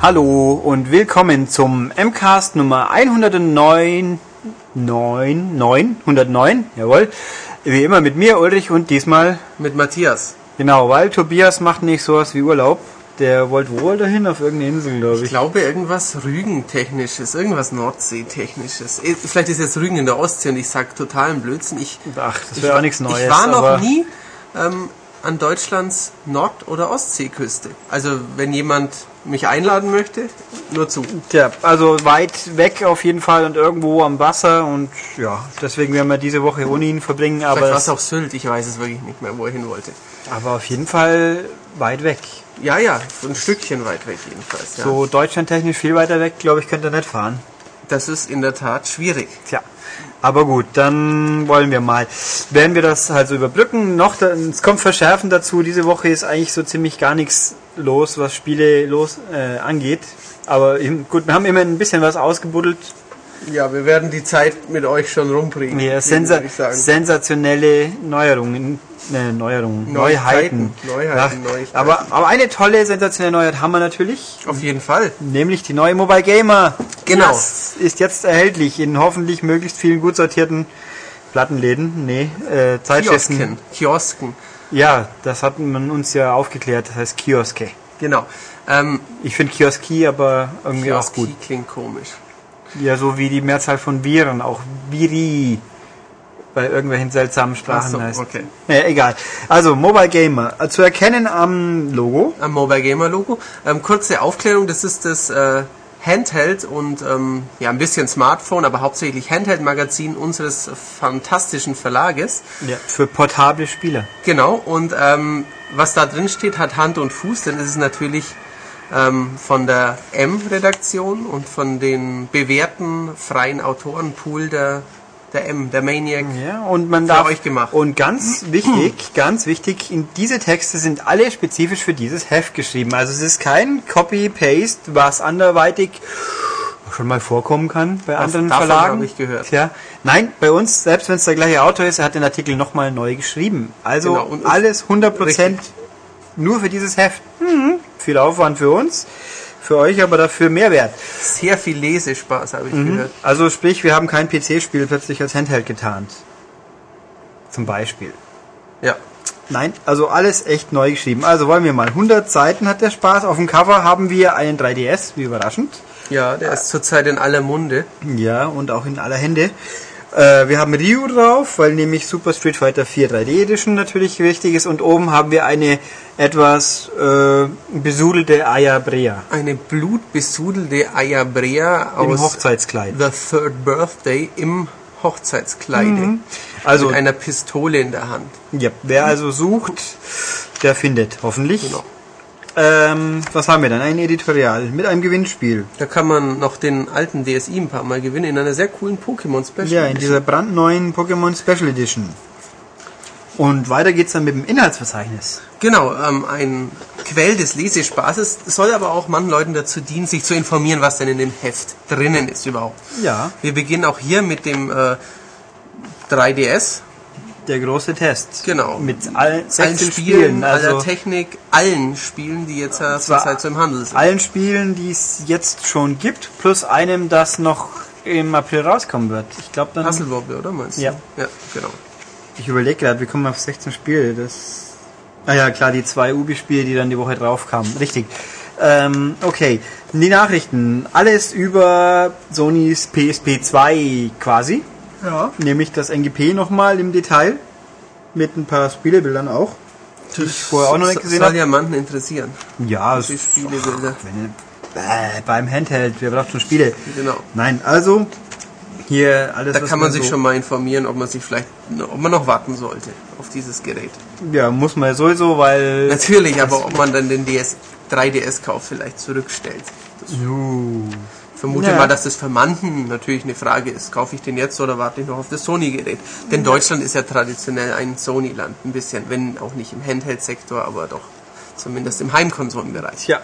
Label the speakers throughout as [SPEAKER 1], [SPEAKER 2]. [SPEAKER 1] Hallo und willkommen zum MCAST Nummer 109. 9, 9, 109, jawohl. Wie immer mit mir, Ulrich, und diesmal,
[SPEAKER 2] Mit Matthias.
[SPEAKER 1] genau, weil Tobias macht nicht sowas wie Urlaub. Der wollte wohl dahin auf irgendeine Insel, glaube
[SPEAKER 2] Ich
[SPEAKER 1] ich.
[SPEAKER 2] glaube, irgendwas Rügen-technisches, irgendwas Nordseetechnisches. Eh, Vielleicht ist jetzt Rügen in der Ostsee und ich sag totalen Blödsinn. Ich,
[SPEAKER 1] Ach, das wäre auch nichts Neues.
[SPEAKER 2] ich war
[SPEAKER 1] aber
[SPEAKER 2] noch nie ähm, an Deutschlands Nord- oder Ostseeküste. Also, wenn jemand mich einladen möchte, nur zu.
[SPEAKER 1] Tja, also weit weg auf jeden Fall und irgendwo am Wasser und ja, deswegen werden wir diese Woche ohne ihn verbringen, aber,
[SPEAKER 2] Vielleicht war es auf Sylt, ich weiß es wirklich nicht mehr, wo er hin wollte.
[SPEAKER 1] aber auf jeden Fall weit weg.
[SPEAKER 2] Ja, ja, ein Stückchen weit weg jedenfalls. Ja.
[SPEAKER 1] So deutschlandtechnisch viel weiter weg, glaube ich, könnte er nicht fahren.
[SPEAKER 2] Das ist in der Tat schwierig.
[SPEAKER 1] Tja, aber gut, dann wollen wir mal. Werden wir das halt so überbrücken. Noch, da- es kommt verschärfen dazu. Diese Woche ist eigentlich so ziemlich gar nichts los, was Spiele los äh, angeht. Aber im- gut, wir haben immer ein bisschen was ausgebuddelt.
[SPEAKER 2] Ja, wir werden die Zeit mit euch schon rumbringen.
[SPEAKER 1] Ja, sensa
[SPEAKER 2] würde ich sagen.
[SPEAKER 1] sensationelle Neuerungen. Ne, Neuerungen.
[SPEAKER 2] Neuheiten,
[SPEAKER 1] Neuheiten.
[SPEAKER 2] Neuheiten,
[SPEAKER 1] Ja,
[SPEAKER 2] Neuigkeiten.
[SPEAKER 1] Aber, aber eine tolle, sensationelle Neuheit haben wir natürlich.
[SPEAKER 2] Auf jeden Fall.
[SPEAKER 1] Nämlich die neue Mobile Gamer.
[SPEAKER 2] Genau.
[SPEAKER 1] Das ist jetzt erhältlich in hoffentlich möglichst vielen gut sortierten Plattenläden. Nee, äh, Zeitschriften.
[SPEAKER 2] Kiosken. Kiosken.
[SPEAKER 1] Ja, das hat man uns ja aufgeklärt. Das heißt Kioske.
[SPEAKER 2] Genau. Ähm,
[SPEAKER 1] Ich finde Kioski aber irgendwie auch gut.
[SPEAKER 2] Kioski klingt komisch.
[SPEAKER 1] Ja, so wie die Mehrzahl von Viren, auch Viri bei irgendwelchen seltsamen Sprachen
[SPEAKER 2] Ach so,
[SPEAKER 1] heißt.
[SPEAKER 2] okay.
[SPEAKER 1] Naja, egal. Also Mobile Gamer. Äh, Zu erkennen am Logo.
[SPEAKER 2] Am Mobile Gamer Logo. Ähm, kurze Aufklärung, das ist das äh, Handheld und ähm, ja ein bisschen Smartphone, aber hauptsächlich Handheld Magazin unseres fantastischen Verlages.
[SPEAKER 1] Ja. Für portable Spieler.
[SPEAKER 2] Genau, und ähm, was da drin steht, hat Hand und Fuß, denn es ist natürlich ähm, von der M-Redaktion und von den bewährten freien Autorenpool der, der M, der Maniac.
[SPEAKER 1] Ja, und man darf
[SPEAKER 2] euch gemacht.
[SPEAKER 1] Und ganz wichtig, ganz wichtig, in diese Texte sind alle spezifisch für dieses Heft geschrieben. Also es ist kein Copy Paste, was anderweitig schon mal vorkommen kann bei anderen
[SPEAKER 2] davon
[SPEAKER 1] Verlagen.
[SPEAKER 2] habe ich gehört.
[SPEAKER 1] Tja, nein, bei uns selbst wenn es der gleiche Autor ist, er hat den Artikel nochmal neu geschrieben. Also
[SPEAKER 2] Genau, und-
[SPEAKER 1] alles 100
[SPEAKER 2] Richtig.
[SPEAKER 1] nur für dieses Heft. Mhm. Viel Aufwand für uns, für euch aber dafür Mehrwert.
[SPEAKER 2] Sehr viel Lesespaß habe ich gehört.
[SPEAKER 1] Also sprich, wir haben kein PC-Spiel plötzlich als Handheld getarnt. Zum Beispiel.
[SPEAKER 2] Ja.
[SPEAKER 1] Nein, also alles echt neu geschrieben. Also wollen wir mal. 100 Seiten hat der Spaß. Auf dem Cover haben wir einen 3DS, wie überraschend.
[SPEAKER 2] Ja, der ist zurzeit in aller Munde.
[SPEAKER 1] Ja, und auch in aller Hände. Äh, wir haben Ryu drauf, weil nämlich Super Street Fighter 4 3D Edition natürlich wichtig ist. Und oben haben wir eine etwas äh, besudelte Aya Brea
[SPEAKER 2] Eine blutbesudelte Ayabrea
[SPEAKER 1] im
[SPEAKER 2] aus
[SPEAKER 1] Hochzeitskleid.
[SPEAKER 2] The Third Birthday im Hochzeitskleide.
[SPEAKER 1] Also-
[SPEAKER 2] mit einer Pistole in der Hand.
[SPEAKER 1] Ja, wer also sucht, der findet, hoffentlich.
[SPEAKER 2] Genau.
[SPEAKER 1] Ähm, was haben wir dann? Ein Editorial mit einem Gewinnspiel.
[SPEAKER 2] Da kann man noch den alten DSI ein paar Mal gewinnen in einer sehr coolen Pokémon Special.
[SPEAKER 1] Ja, in dieser brandneuen Pokémon Special Edition. Und weiter geht's dann mit dem Inhaltsverzeichnis.
[SPEAKER 2] Genau, ähm, ein Quell des Lesespaßes soll aber auch manchen Leuten dazu dienen, sich zu informieren, was denn in dem Heft drinnen ist überhaupt.
[SPEAKER 1] Ja.
[SPEAKER 2] Wir beginnen auch hier mit dem äh, 3DS,
[SPEAKER 1] Der große Test.
[SPEAKER 2] Genau.
[SPEAKER 1] Mit allen
[SPEAKER 2] allen
[SPEAKER 1] 16
[SPEAKER 2] Spielen,
[SPEAKER 1] Spielen.
[SPEAKER 2] aller
[SPEAKER 1] Also
[SPEAKER 2] Technik, allen Spielen, die jetzt ja
[SPEAKER 1] zwar
[SPEAKER 2] zurzeit so im Handel sind.
[SPEAKER 1] allen Spielen, die es jetzt schon gibt, plus einem, das noch im April rauskommen wird. Ich glaube dann.
[SPEAKER 2] Hasselwobbel, oder meinst du?
[SPEAKER 1] Ja.
[SPEAKER 2] Ja, genau.
[SPEAKER 1] Ich überlege gerade, wir kommen auf 16 Spiele. Das. Ah ja, klar, die zwei Ubi-Spiele, die dann die Woche drauf kamen. Richtig. Ähm, okay. Die Nachrichten. Alles über Sonys PSP 2 quasi.
[SPEAKER 2] Ja.
[SPEAKER 1] Nämlich das NGP nochmal im Detail. Mit ein paar Spielebildern auch. Die ich vorher auch noch nicht gesehen
[SPEAKER 2] soll
[SPEAKER 1] habe.
[SPEAKER 2] ja manchen interessieren.
[SPEAKER 1] Ja, es
[SPEAKER 2] Die Spielebilder.
[SPEAKER 1] wenn, äh, beim Handheld, wir brauchen schon Spiele.
[SPEAKER 2] Genau.
[SPEAKER 1] Nein, also hier alles.
[SPEAKER 2] Da
[SPEAKER 1] was
[SPEAKER 2] kann man sich
[SPEAKER 1] so-
[SPEAKER 2] schon mal informieren, ob man sich vielleicht, ob man noch warten sollte auf dieses Gerät.
[SPEAKER 1] Ja, muss man ja sowieso, weil.
[SPEAKER 2] Natürlich, aber ob man dann den DS, 3DS-Kauf vielleicht zurückstellt. Das
[SPEAKER 1] Juh.
[SPEAKER 2] vermute
[SPEAKER 1] Ja.
[SPEAKER 2] mal, dass das für manchen natürlich eine Frage ist. Kaufe ich den jetzt oder warte ich noch auf das Sony-Gerät? Denn Deutschland ist ja traditionell ein Sony-Land, ein bisschen, wenn auch nicht im Handheld-Sektor, aber doch zumindest im Heimkonsolenbereich.
[SPEAKER 1] Tja.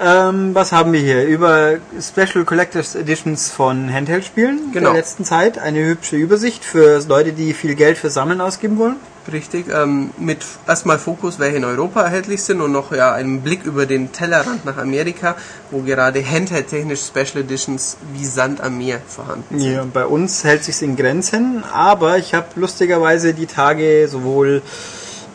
[SPEAKER 1] Ähm, was haben wir hier? Über Special Collectors Editions von Handheld-Spielen
[SPEAKER 2] Genau.
[SPEAKER 1] der letzten Zeit. Eine hübsche Übersicht für Leute, die viel Geld für Sammeln ausgeben wollen.
[SPEAKER 2] Richtig, ähm, mit erstmal Fokus, welche in Europa erhältlich sind und noch ja einen Blick über den Tellerrand nach Amerika, wo gerade handheld-technisch Special Editions wie Sand am Meer vorhanden sind.
[SPEAKER 1] Ja, bei uns hält sich's in Grenzen, aber ich habe lustigerweise die Tage sowohl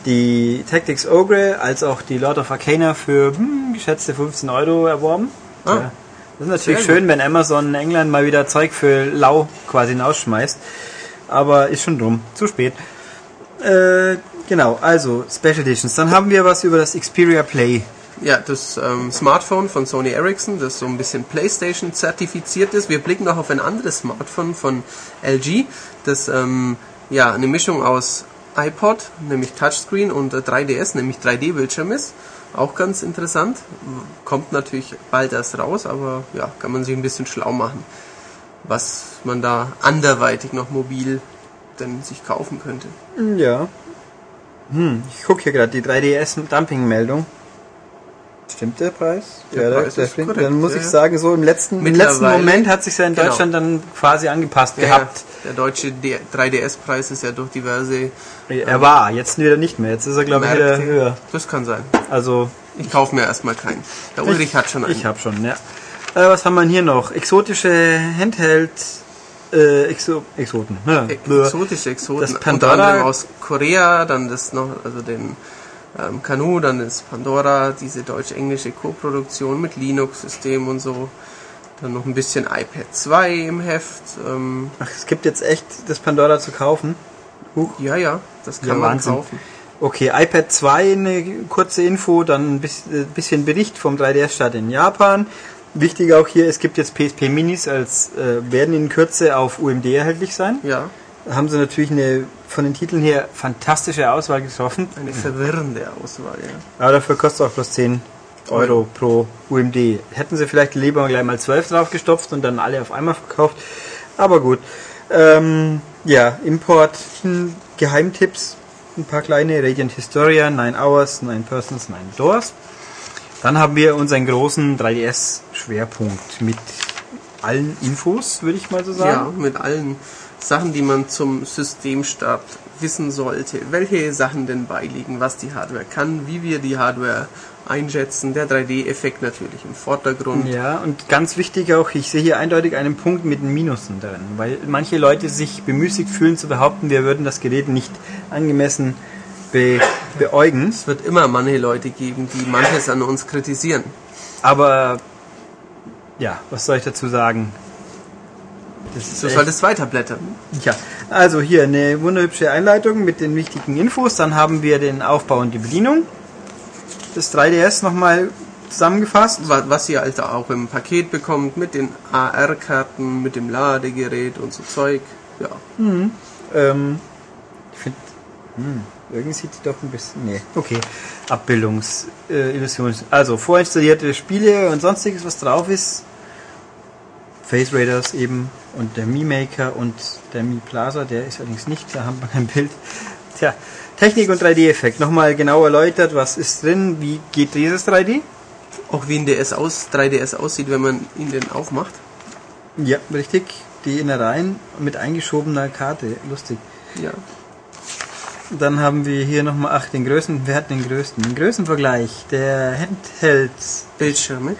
[SPEAKER 1] die Tactics Ogre als auch die Lord of Arcana für hm, geschätzte 15 Euro erworben.
[SPEAKER 2] Ah.
[SPEAKER 1] Ja. Das ist natürlich
[SPEAKER 2] Sehr gut.
[SPEAKER 1] schön, wenn Amazon in England mal wieder Zeug für lau quasi hinausschmeißt. Aber ist schon dumm. Zu spät. Äh, genau, also Special Editions. Dann haben wir was über das Xperia Play.
[SPEAKER 2] Ja, das ähm, Smartphone von Sony Ericsson, das so ein bisschen PlayStation zertifiziert ist. Wir blicken noch auf ein anderes Smartphone von LG, das ähm, ja eine Mischung aus iPod, nämlich Touchscreen und äh, 3DS, nämlich 3D-Bildschirm ist. Auch ganz interessant. Kommt natürlich bald erst raus, aber ja, kann man sich ein bisschen schlau machen, was man da anderweitig noch mobil denn sich kaufen könnte.
[SPEAKER 1] Ja. Hm, ich gucke hier gerade die 3DS-Dumping-Meldung. Stimmt der Preis?
[SPEAKER 2] Der
[SPEAKER 1] da-
[SPEAKER 2] Preis ist
[SPEAKER 1] stimmt.
[SPEAKER 2] korrekt,
[SPEAKER 1] Dann muss
[SPEAKER 2] ja,
[SPEAKER 1] ich
[SPEAKER 2] ja.
[SPEAKER 1] sagen, so im letzten, im letzten
[SPEAKER 2] Mittlerweile-
[SPEAKER 1] Moment hat sich ja in
[SPEAKER 2] Genau.
[SPEAKER 1] Deutschland dann quasi angepasst gehabt.
[SPEAKER 2] Der, der deutsche D- 3DS-Preis ist ja durch diverse
[SPEAKER 1] Er war, jetzt wieder nicht mehr. Jetzt ist er, glaube ich, wieder
[SPEAKER 2] Märkte.
[SPEAKER 1] höher.
[SPEAKER 2] Das kann sein.
[SPEAKER 1] Also,
[SPEAKER 2] Ich kaufe mir erstmal keinen. Der Ulrich hat schon einen.
[SPEAKER 1] Ich habe schon, ja. Äh, was haben wir denn hier noch? Exotische Handheld. Äh, Exo Exoten. Ne?
[SPEAKER 2] Exotische
[SPEAKER 1] Das
[SPEAKER 2] Exoten. Unter
[SPEAKER 1] Pandora-
[SPEAKER 2] anderem aus Korea, dann das noch, also den ähm, Kanu, dann das Pandora, diese deutsch-englische Co-Produktion mit Linux-System und so. Dann noch ein bisschen iPad 2 im Heft. Ähm,
[SPEAKER 1] Ach, es gibt jetzt echt das Pandora zu kaufen.
[SPEAKER 2] ja, ja, das kann
[SPEAKER 1] Ja,
[SPEAKER 2] man
[SPEAKER 1] Wahnsinn.
[SPEAKER 2] kaufen.
[SPEAKER 1] Okay, iPad 2, eine kurze Info, dann ein bis- äh, bisschen Bericht vom 3DS-Start in Japan. Wichtig auch hier, es gibt jetzt PSP Minis, als äh, werden in Kürze auf UMD erhältlich sein.
[SPEAKER 2] Ja,
[SPEAKER 1] Da haben sie natürlich eine von den Titeln her fantastische Auswahl getroffen.
[SPEAKER 2] eine verwirrende Auswahl, ja.
[SPEAKER 1] Aber dafür kostet auch bloß 10 Euro pro UMD. Hätten sie vielleicht lieber gleich mal 12 draufgestopft und dann alle auf einmal verkauft. Aber gut. Ähm, ja, Import, hm, Geheimtipps, ein paar kleine. Radiant Historia, 9 Hours, 9 Persons, 9 Doors. Dann haben wir unseren großen 3DS-Schwerpunkt mit allen Infos, würde ich mal so
[SPEAKER 2] Ja,
[SPEAKER 1] sagen.
[SPEAKER 2] mit allen Sachen, die man zum Systemstart wissen sollte. Welche Sachen denn beiliegen, was die Hardware kann, wie wir die Hardware einschätzen, der 3D-Effekt natürlich im Vordergrund.
[SPEAKER 1] Ja, und ganz wichtig auch, ich sehe hier eindeutig einen Punkt mit den Minusen drin, weil manche Leute sich bemüßigt fühlen zu behaupten, wir würden das Gerät nicht angemessen be beäugen.
[SPEAKER 2] Es wird immer manche Leute geben, die manches an uns kritisieren.
[SPEAKER 1] Aber ja, was soll ich dazu sagen? Das ist
[SPEAKER 2] Du
[SPEAKER 1] echt-
[SPEAKER 2] solltest weiterblättern.
[SPEAKER 1] Ja, also hier eine wunderhübsche Einleitung mit den wichtigen Infos. Dann haben wir den Aufbau und die Bedienung. Das 3DS nochmal zusammengefasst.
[SPEAKER 2] Wa- Was ihr also auch im Paket bekommt mit den AR-Karten, mit dem Ladegerät und so Zeug. Ja,
[SPEAKER 1] Ähm, ich finde, irgendwie sieht die doch ein bisschen. Nee, okay. Abbildungs, äh, Illusion. Also vorinstallierte Spiele und sonstiges, was drauf ist. Face Raiders eben und der Mi Maker und der Mi Plaza, der ist allerdings nicht, da haben wir kein Bild. Tja, Technik und 3D-Effekt. Nochmal genau erläutert, was ist drin, wie geht dieses 3D?
[SPEAKER 2] auch wie ein DS aus, 3DS aussieht, wenn man ihn denn aufmacht.
[SPEAKER 1] Ja, richtig. Die Innereien mit eingeschobener Karte. Lustig.
[SPEAKER 2] Ja.
[SPEAKER 1] Dann haben wir hier nochmal, ach, den größten, wer hat den größten? Den Größenvergleich, der Handheld,
[SPEAKER 2] Bildschirme.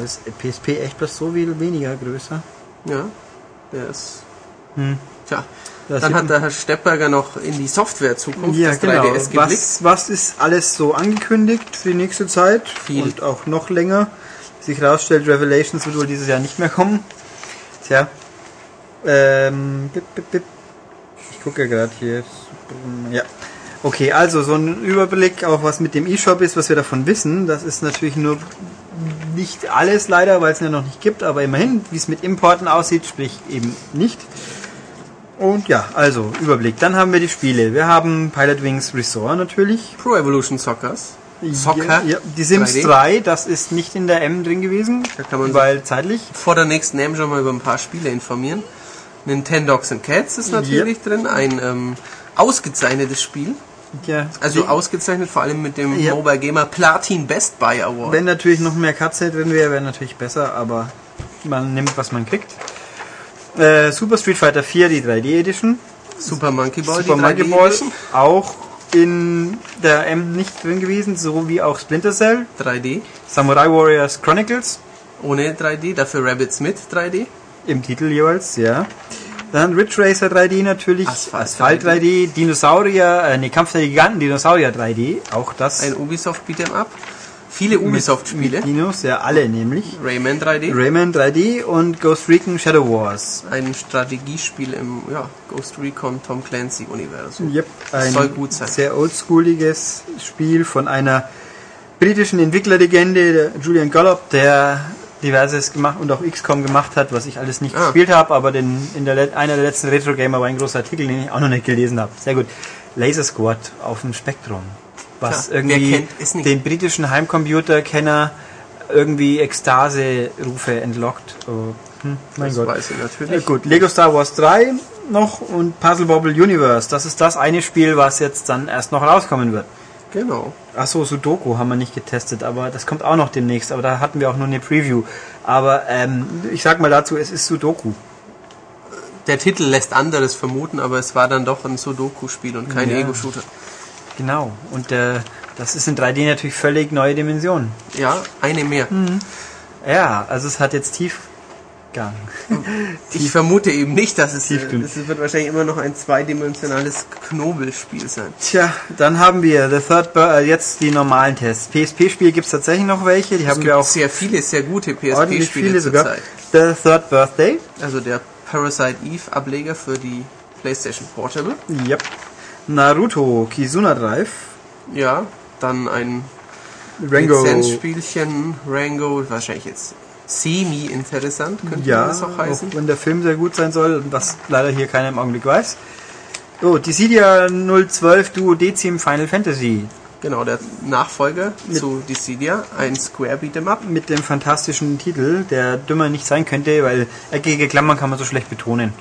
[SPEAKER 1] das PSP echt bloß so viel weniger größer.
[SPEAKER 2] Ja, der ist.
[SPEAKER 1] Hm.
[SPEAKER 2] Tja,
[SPEAKER 1] Das
[SPEAKER 2] dann
[SPEAKER 1] sieht
[SPEAKER 2] hat der Herr Steppberger noch in die Software-Zukunft
[SPEAKER 1] Ja,
[SPEAKER 2] des
[SPEAKER 1] genau.
[SPEAKER 2] 3DS geblickt.
[SPEAKER 1] Was, was ist alles so angekündigt für die nächste Zeit?
[SPEAKER 2] Viel.
[SPEAKER 1] Und auch noch länger. Sich herausstellt, Revelations wird wohl dieses Jahr nicht mehr kommen. Tja. Ähm, bip, bip, bip. Ich gucke ja gerade hier. Ja. Okay, also so ein Überblick auch was mit dem E-Shop ist, was wir davon wissen. Das ist natürlich nur nicht alles leider, weil es ihn ja noch nicht gibt, aber immerhin, wie es mit Importen aussieht, sprich eben nicht. Und ja, also Überblick. Dann haben wir die Spiele. Wir haben Pilot Wings Resort natürlich.
[SPEAKER 2] Pro Evolution Sockers. Soccer.
[SPEAKER 1] Ja, ja, die Sims
[SPEAKER 2] 3D.
[SPEAKER 1] 3, das ist nicht in der M drin gewesen,
[SPEAKER 2] Da kann man
[SPEAKER 1] weil zeitlich.
[SPEAKER 2] Vor der nächsten M schon mal über ein paar Spiele informieren. Nintendogs and Cats ist natürlich drin. Ein ähm, ausgezeichnetes Spiel.
[SPEAKER 1] Ja.
[SPEAKER 2] Also ausgezeichnet vor allem mit dem
[SPEAKER 1] Ja.
[SPEAKER 2] Mobile Gamer Platin Best Buy Award.
[SPEAKER 1] Wenn natürlich noch mehr Katze drin wäre, wäre natürlich besser, aber man nimmt, was man kriegt. Äh, Super Street Fighter 4, die 3D Edition.
[SPEAKER 2] Super Monkey Ball.
[SPEAKER 1] Super
[SPEAKER 2] die
[SPEAKER 1] Mario
[SPEAKER 2] 3D
[SPEAKER 1] Ball
[SPEAKER 2] Edition.
[SPEAKER 1] auch in der M nicht drin gewesen, so wie auch Splinter Cell,
[SPEAKER 2] 3D.
[SPEAKER 1] Samurai Warriors Chronicles
[SPEAKER 2] Ohne 3D, dafür Rabbits mit 3D.
[SPEAKER 1] im Titel jeweils, ja. Dann Ridge Racer 3D natürlich,
[SPEAKER 2] Asphalt
[SPEAKER 1] Asphalt, 3D, Dinosaurier, äh, nee, Kampf der Giganten, Dinosaurier 3D, auch das
[SPEAKER 2] Ein Ubisoft Beat'em Up. Viele Ubisoft-Spiele.
[SPEAKER 1] Dinos, ja, alle nämlich.
[SPEAKER 2] Rayman 3D.
[SPEAKER 1] Rayman 3D und Ghost Recon Shadow Wars.
[SPEAKER 2] ein Strategiespiel im ja, Ghost Recon Tom Clancy Universum.
[SPEAKER 1] Yep, ein
[SPEAKER 2] Soll gut sein.
[SPEAKER 1] sehr oldschooliges Spiel von einer britischen Entwicklerlegende, der Julian Gollop, der diverses gemacht und auch XCOM gemacht hat, was ich alles nicht
[SPEAKER 2] Ah.
[SPEAKER 1] gespielt habe, aber den, in der, let- einer der letzten Retro Gamer war ein großer Artikel, den ich auch noch nicht gelesen habe. Sehr gut. Laser Squad auf dem Spektrum, was
[SPEAKER 2] Tja, wer
[SPEAKER 1] irgendwie
[SPEAKER 2] kennt es nicht?
[SPEAKER 1] den britischen Heimcomputerkenner irgendwie Ekstase-Rufe entlockt. Oh, hm, mein
[SPEAKER 2] Das
[SPEAKER 1] Gott.
[SPEAKER 2] weiß ich natürlich.
[SPEAKER 1] Ja, Äh, gut, Lego Star Wars 3 noch und Puzzle Bobble Universe. Das ist das eine Spiel, was jetzt dann erst noch rauskommen wird.
[SPEAKER 2] Genau.
[SPEAKER 1] Achso, Sudoku haben wir nicht getestet, aber das kommt auch noch demnächst. Aber da hatten wir auch nur eine Preview. Aber ähm, ich sag mal dazu, es ist Sudoku.
[SPEAKER 2] Der Titel lässt anderes vermuten, aber es war dann doch ein Sudoku-Spiel und kein
[SPEAKER 1] Ja.
[SPEAKER 2] Ego-Shooter.
[SPEAKER 1] Genau. Und äh, das ist in 3D natürlich völlig neue Dimensionen.
[SPEAKER 2] Ja, eine mehr.
[SPEAKER 1] Hm. Ja, also es hat jetzt Tiefgang.
[SPEAKER 2] Ich vermute eben nicht, dass es, äh,
[SPEAKER 1] Tiefgründig.
[SPEAKER 2] es wird wahrscheinlich immer noch ein zweidimensionales Knobelspiel sein.
[SPEAKER 1] Tja, dann haben wir The Third Bur äh, jetzt die normalen Tests. PSP-Spiele gibt es tatsächlich noch welche. Die haben
[SPEAKER 2] Es
[SPEAKER 1] wir
[SPEAKER 2] gibt
[SPEAKER 1] auch
[SPEAKER 2] sehr viele, sehr gute
[SPEAKER 1] ordentlich
[SPEAKER 2] PSP-Spiele
[SPEAKER 1] viele sogar.
[SPEAKER 2] zurzeit.
[SPEAKER 1] The Third Birthday.
[SPEAKER 2] Also der Parasite Eve Ableger für die PlayStation Portable.
[SPEAKER 1] Yep. Naruto, Kizuna Drive,
[SPEAKER 2] Ja, dann ein
[SPEAKER 1] Rango.
[SPEAKER 2] Lizenzspielchen, Rango, wahrscheinlich jetzt semi-interessant, könnte
[SPEAKER 1] Ja,
[SPEAKER 2] das auch
[SPEAKER 1] auch
[SPEAKER 2] heißen.
[SPEAKER 1] wenn der Film sehr gut sein soll, was leider hier keiner im Augenblick weiß. So, Dissidia 012 Duo Dezim Final Fantasy
[SPEAKER 2] Genau, der Nachfolger zu Dissidia, ein Square Beat'em Up.
[SPEAKER 1] mit dem fantastischen Titel, der dümmer nicht sein könnte, weil eckige Klammern kann man so schlecht betonen.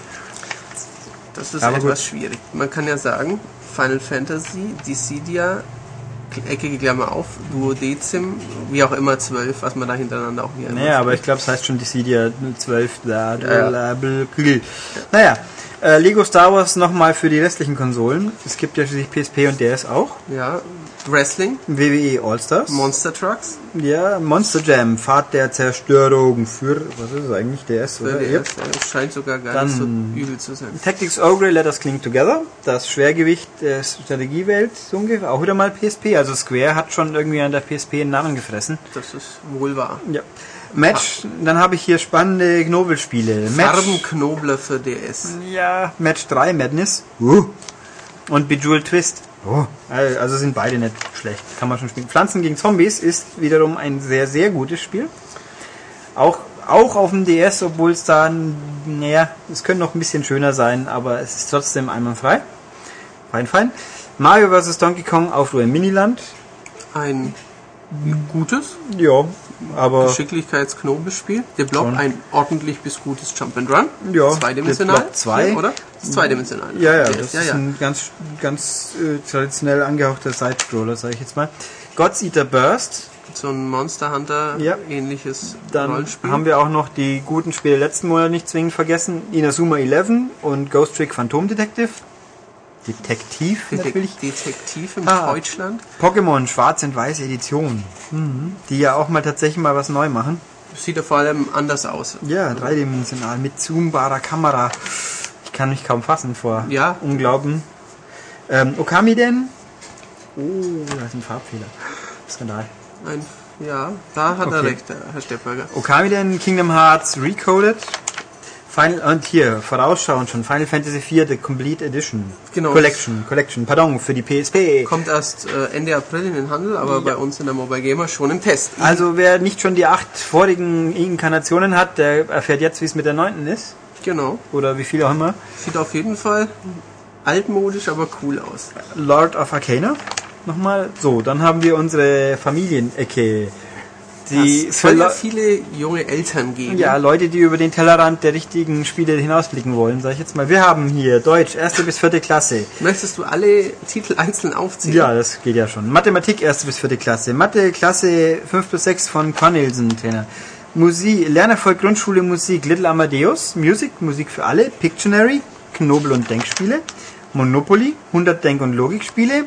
[SPEAKER 2] Das ist
[SPEAKER 1] Aber
[SPEAKER 2] etwas schwierig. Man kann ja sagen, Final Fantasy, Dissidia, eckige Klammer auf, Duodezim, wie auch immer, 12, was man da hintereinander auch wieder
[SPEAKER 1] Naja, aber ich glaube, es heißt schon Dissidia 012 da,
[SPEAKER 2] Ja,
[SPEAKER 1] da, da, bl- bl- Naja, äh, Lego Star Wars nochmal für die restlichen Konsolen. Es gibt ja schließlich PSP und DS auch. E
[SPEAKER 2] Ja, Wrestling,
[SPEAKER 1] WWE All-Stars.
[SPEAKER 2] Monster Trucks,
[SPEAKER 1] Ja, Monster Jam, Fahrt der Zerstörung für, was ist es eigentlich, DS oder?
[SPEAKER 2] äh,
[SPEAKER 1] Yep.
[SPEAKER 2] es scheint sogar gar
[SPEAKER 1] Dann-
[SPEAKER 2] nicht so übel zu sein.
[SPEAKER 1] Tactics Ogre, Let Us Cling Together, das Schwergewicht der Strategiewelt, so ungefähr, auch wieder mal PSP, also Square hat schon irgendwie an der PSP einen Namen gefressen.
[SPEAKER 2] Das ist wohl wahr.
[SPEAKER 1] Ja. Match, dann habe ich hier spannende Knobelspiele. Match,
[SPEAKER 2] Farbenknobler für DS.
[SPEAKER 1] ja, Match 3, Madness, uh. und Bejeweled Twist. Oh. Also sind beide nicht schlecht, kann man schon spielen. Pflanzen gegen Zombies ist wiederum ein sehr, sehr gutes Spiel. Auch, auch auf dem DS, obwohl es da, naja, es könnte noch ein bisschen schöner sein, aber es ist trotzdem einwandfrei. Fein, fein. Mario vs. Donkey Kong auf Ruhe Miniland.
[SPEAKER 2] Ein gutes
[SPEAKER 1] Ja, aber
[SPEAKER 2] Geschicklichkeitsknobelspiel. Der Blob
[SPEAKER 1] Schon.
[SPEAKER 2] ein ordentlich bis gutes Jump'n'Run.
[SPEAKER 1] Ja,
[SPEAKER 2] Zweidimensional.
[SPEAKER 1] der Blob zwei.
[SPEAKER 2] Ja, Oder? Das ist zweidimensional.
[SPEAKER 1] ja, ja,
[SPEAKER 2] Der
[SPEAKER 1] das
[SPEAKER 2] ist- ja,
[SPEAKER 1] ist
[SPEAKER 2] ja.
[SPEAKER 1] ein ganz, ganz äh, traditionell angehauchter Side-Scroller, sage ich jetzt mal. God's Eater Burst.
[SPEAKER 2] So ein Monster Hunter
[SPEAKER 1] Ja.
[SPEAKER 2] ähnliches
[SPEAKER 1] Dann
[SPEAKER 2] Rollenspiel.
[SPEAKER 1] haben wir auch noch die guten Spiele letzten Monat nicht zwingend vergessen. Inazuma 11 und Ghost Trick Phantom Detective. Detektiv
[SPEAKER 2] Detek-
[SPEAKER 1] natürlich.
[SPEAKER 2] Detektiv in
[SPEAKER 1] Ah.
[SPEAKER 2] Deutschland.
[SPEAKER 1] Pokémon Schwarz und Weiß Edition.
[SPEAKER 2] Mhm.
[SPEAKER 1] Die ja auch mal tatsächlich mal was neu machen.
[SPEAKER 2] Sieht ja vor allem anders aus.
[SPEAKER 1] Ja, dreidimensional mit zoombarer Kamera. Ich kann mich kaum fassen vor
[SPEAKER 2] Ja.
[SPEAKER 1] Unglauben. Ähm, Okami denn? Oh, da ist ein Farbfehler. Skandal.
[SPEAKER 2] Ein, ja, da hat er
[SPEAKER 1] Okay.
[SPEAKER 2] recht, der Herr Steppberger.
[SPEAKER 1] Okami denn? Kingdom Hearts Recoded. Final, und hier, vorausschauend schon, Final Fantasy IV, The Complete Edition.
[SPEAKER 2] Genau.
[SPEAKER 1] Collection, Collection, pardon, für die PSP.
[SPEAKER 2] Kommt erst äh, Ende April in den Handel, aber bei uns in der Mobile Gamer schon im Test.
[SPEAKER 1] Also wer nicht schon die acht vorigen Inkarnationen hat, der erfährt jetzt, wie es mit der neunten ist.
[SPEAKER 2] Genau.
[SPEAKER 1] Oder wie viel auch immer.
[SPEAKER 2] Sieht auf jeden Fall altmodisch, aber cool aus.
[SPEAKER 1] Lord of Arcana. Nochmal. So, dann haben wir unsere Familienecke. Die
[SPEAKER 2] es
[SPEAKER 1] für
[SPEAKER 2] soll ja
[SPEAKER 1] Le
[SPEAKER 2] viele junge Eltern geben.
[SPEAKER 1] ja, Leute, die über den Tellerrand der richtigen Spiele hinausblicken wollen, sag ich jetzt mal. Wir haben hier Deutsch, erste bis vierte Klasse.
[SPEAKER 2] Möchtest du alle Titel einzeln aufziehen?
[SPEAKER 1] Ja, das geht ja schon. Mathematik, erste bis vierte Klasse. Mathe, Klasse 5 bis 6 von Cornelsen, Trainer. Musik, Lernerfolg, Grundschule, Musik, Little Amadeus, Music, Musik für alle, Pictionary, Knobel- und Denkspiele, Monopoly, 100 Denk- und Logikspiele,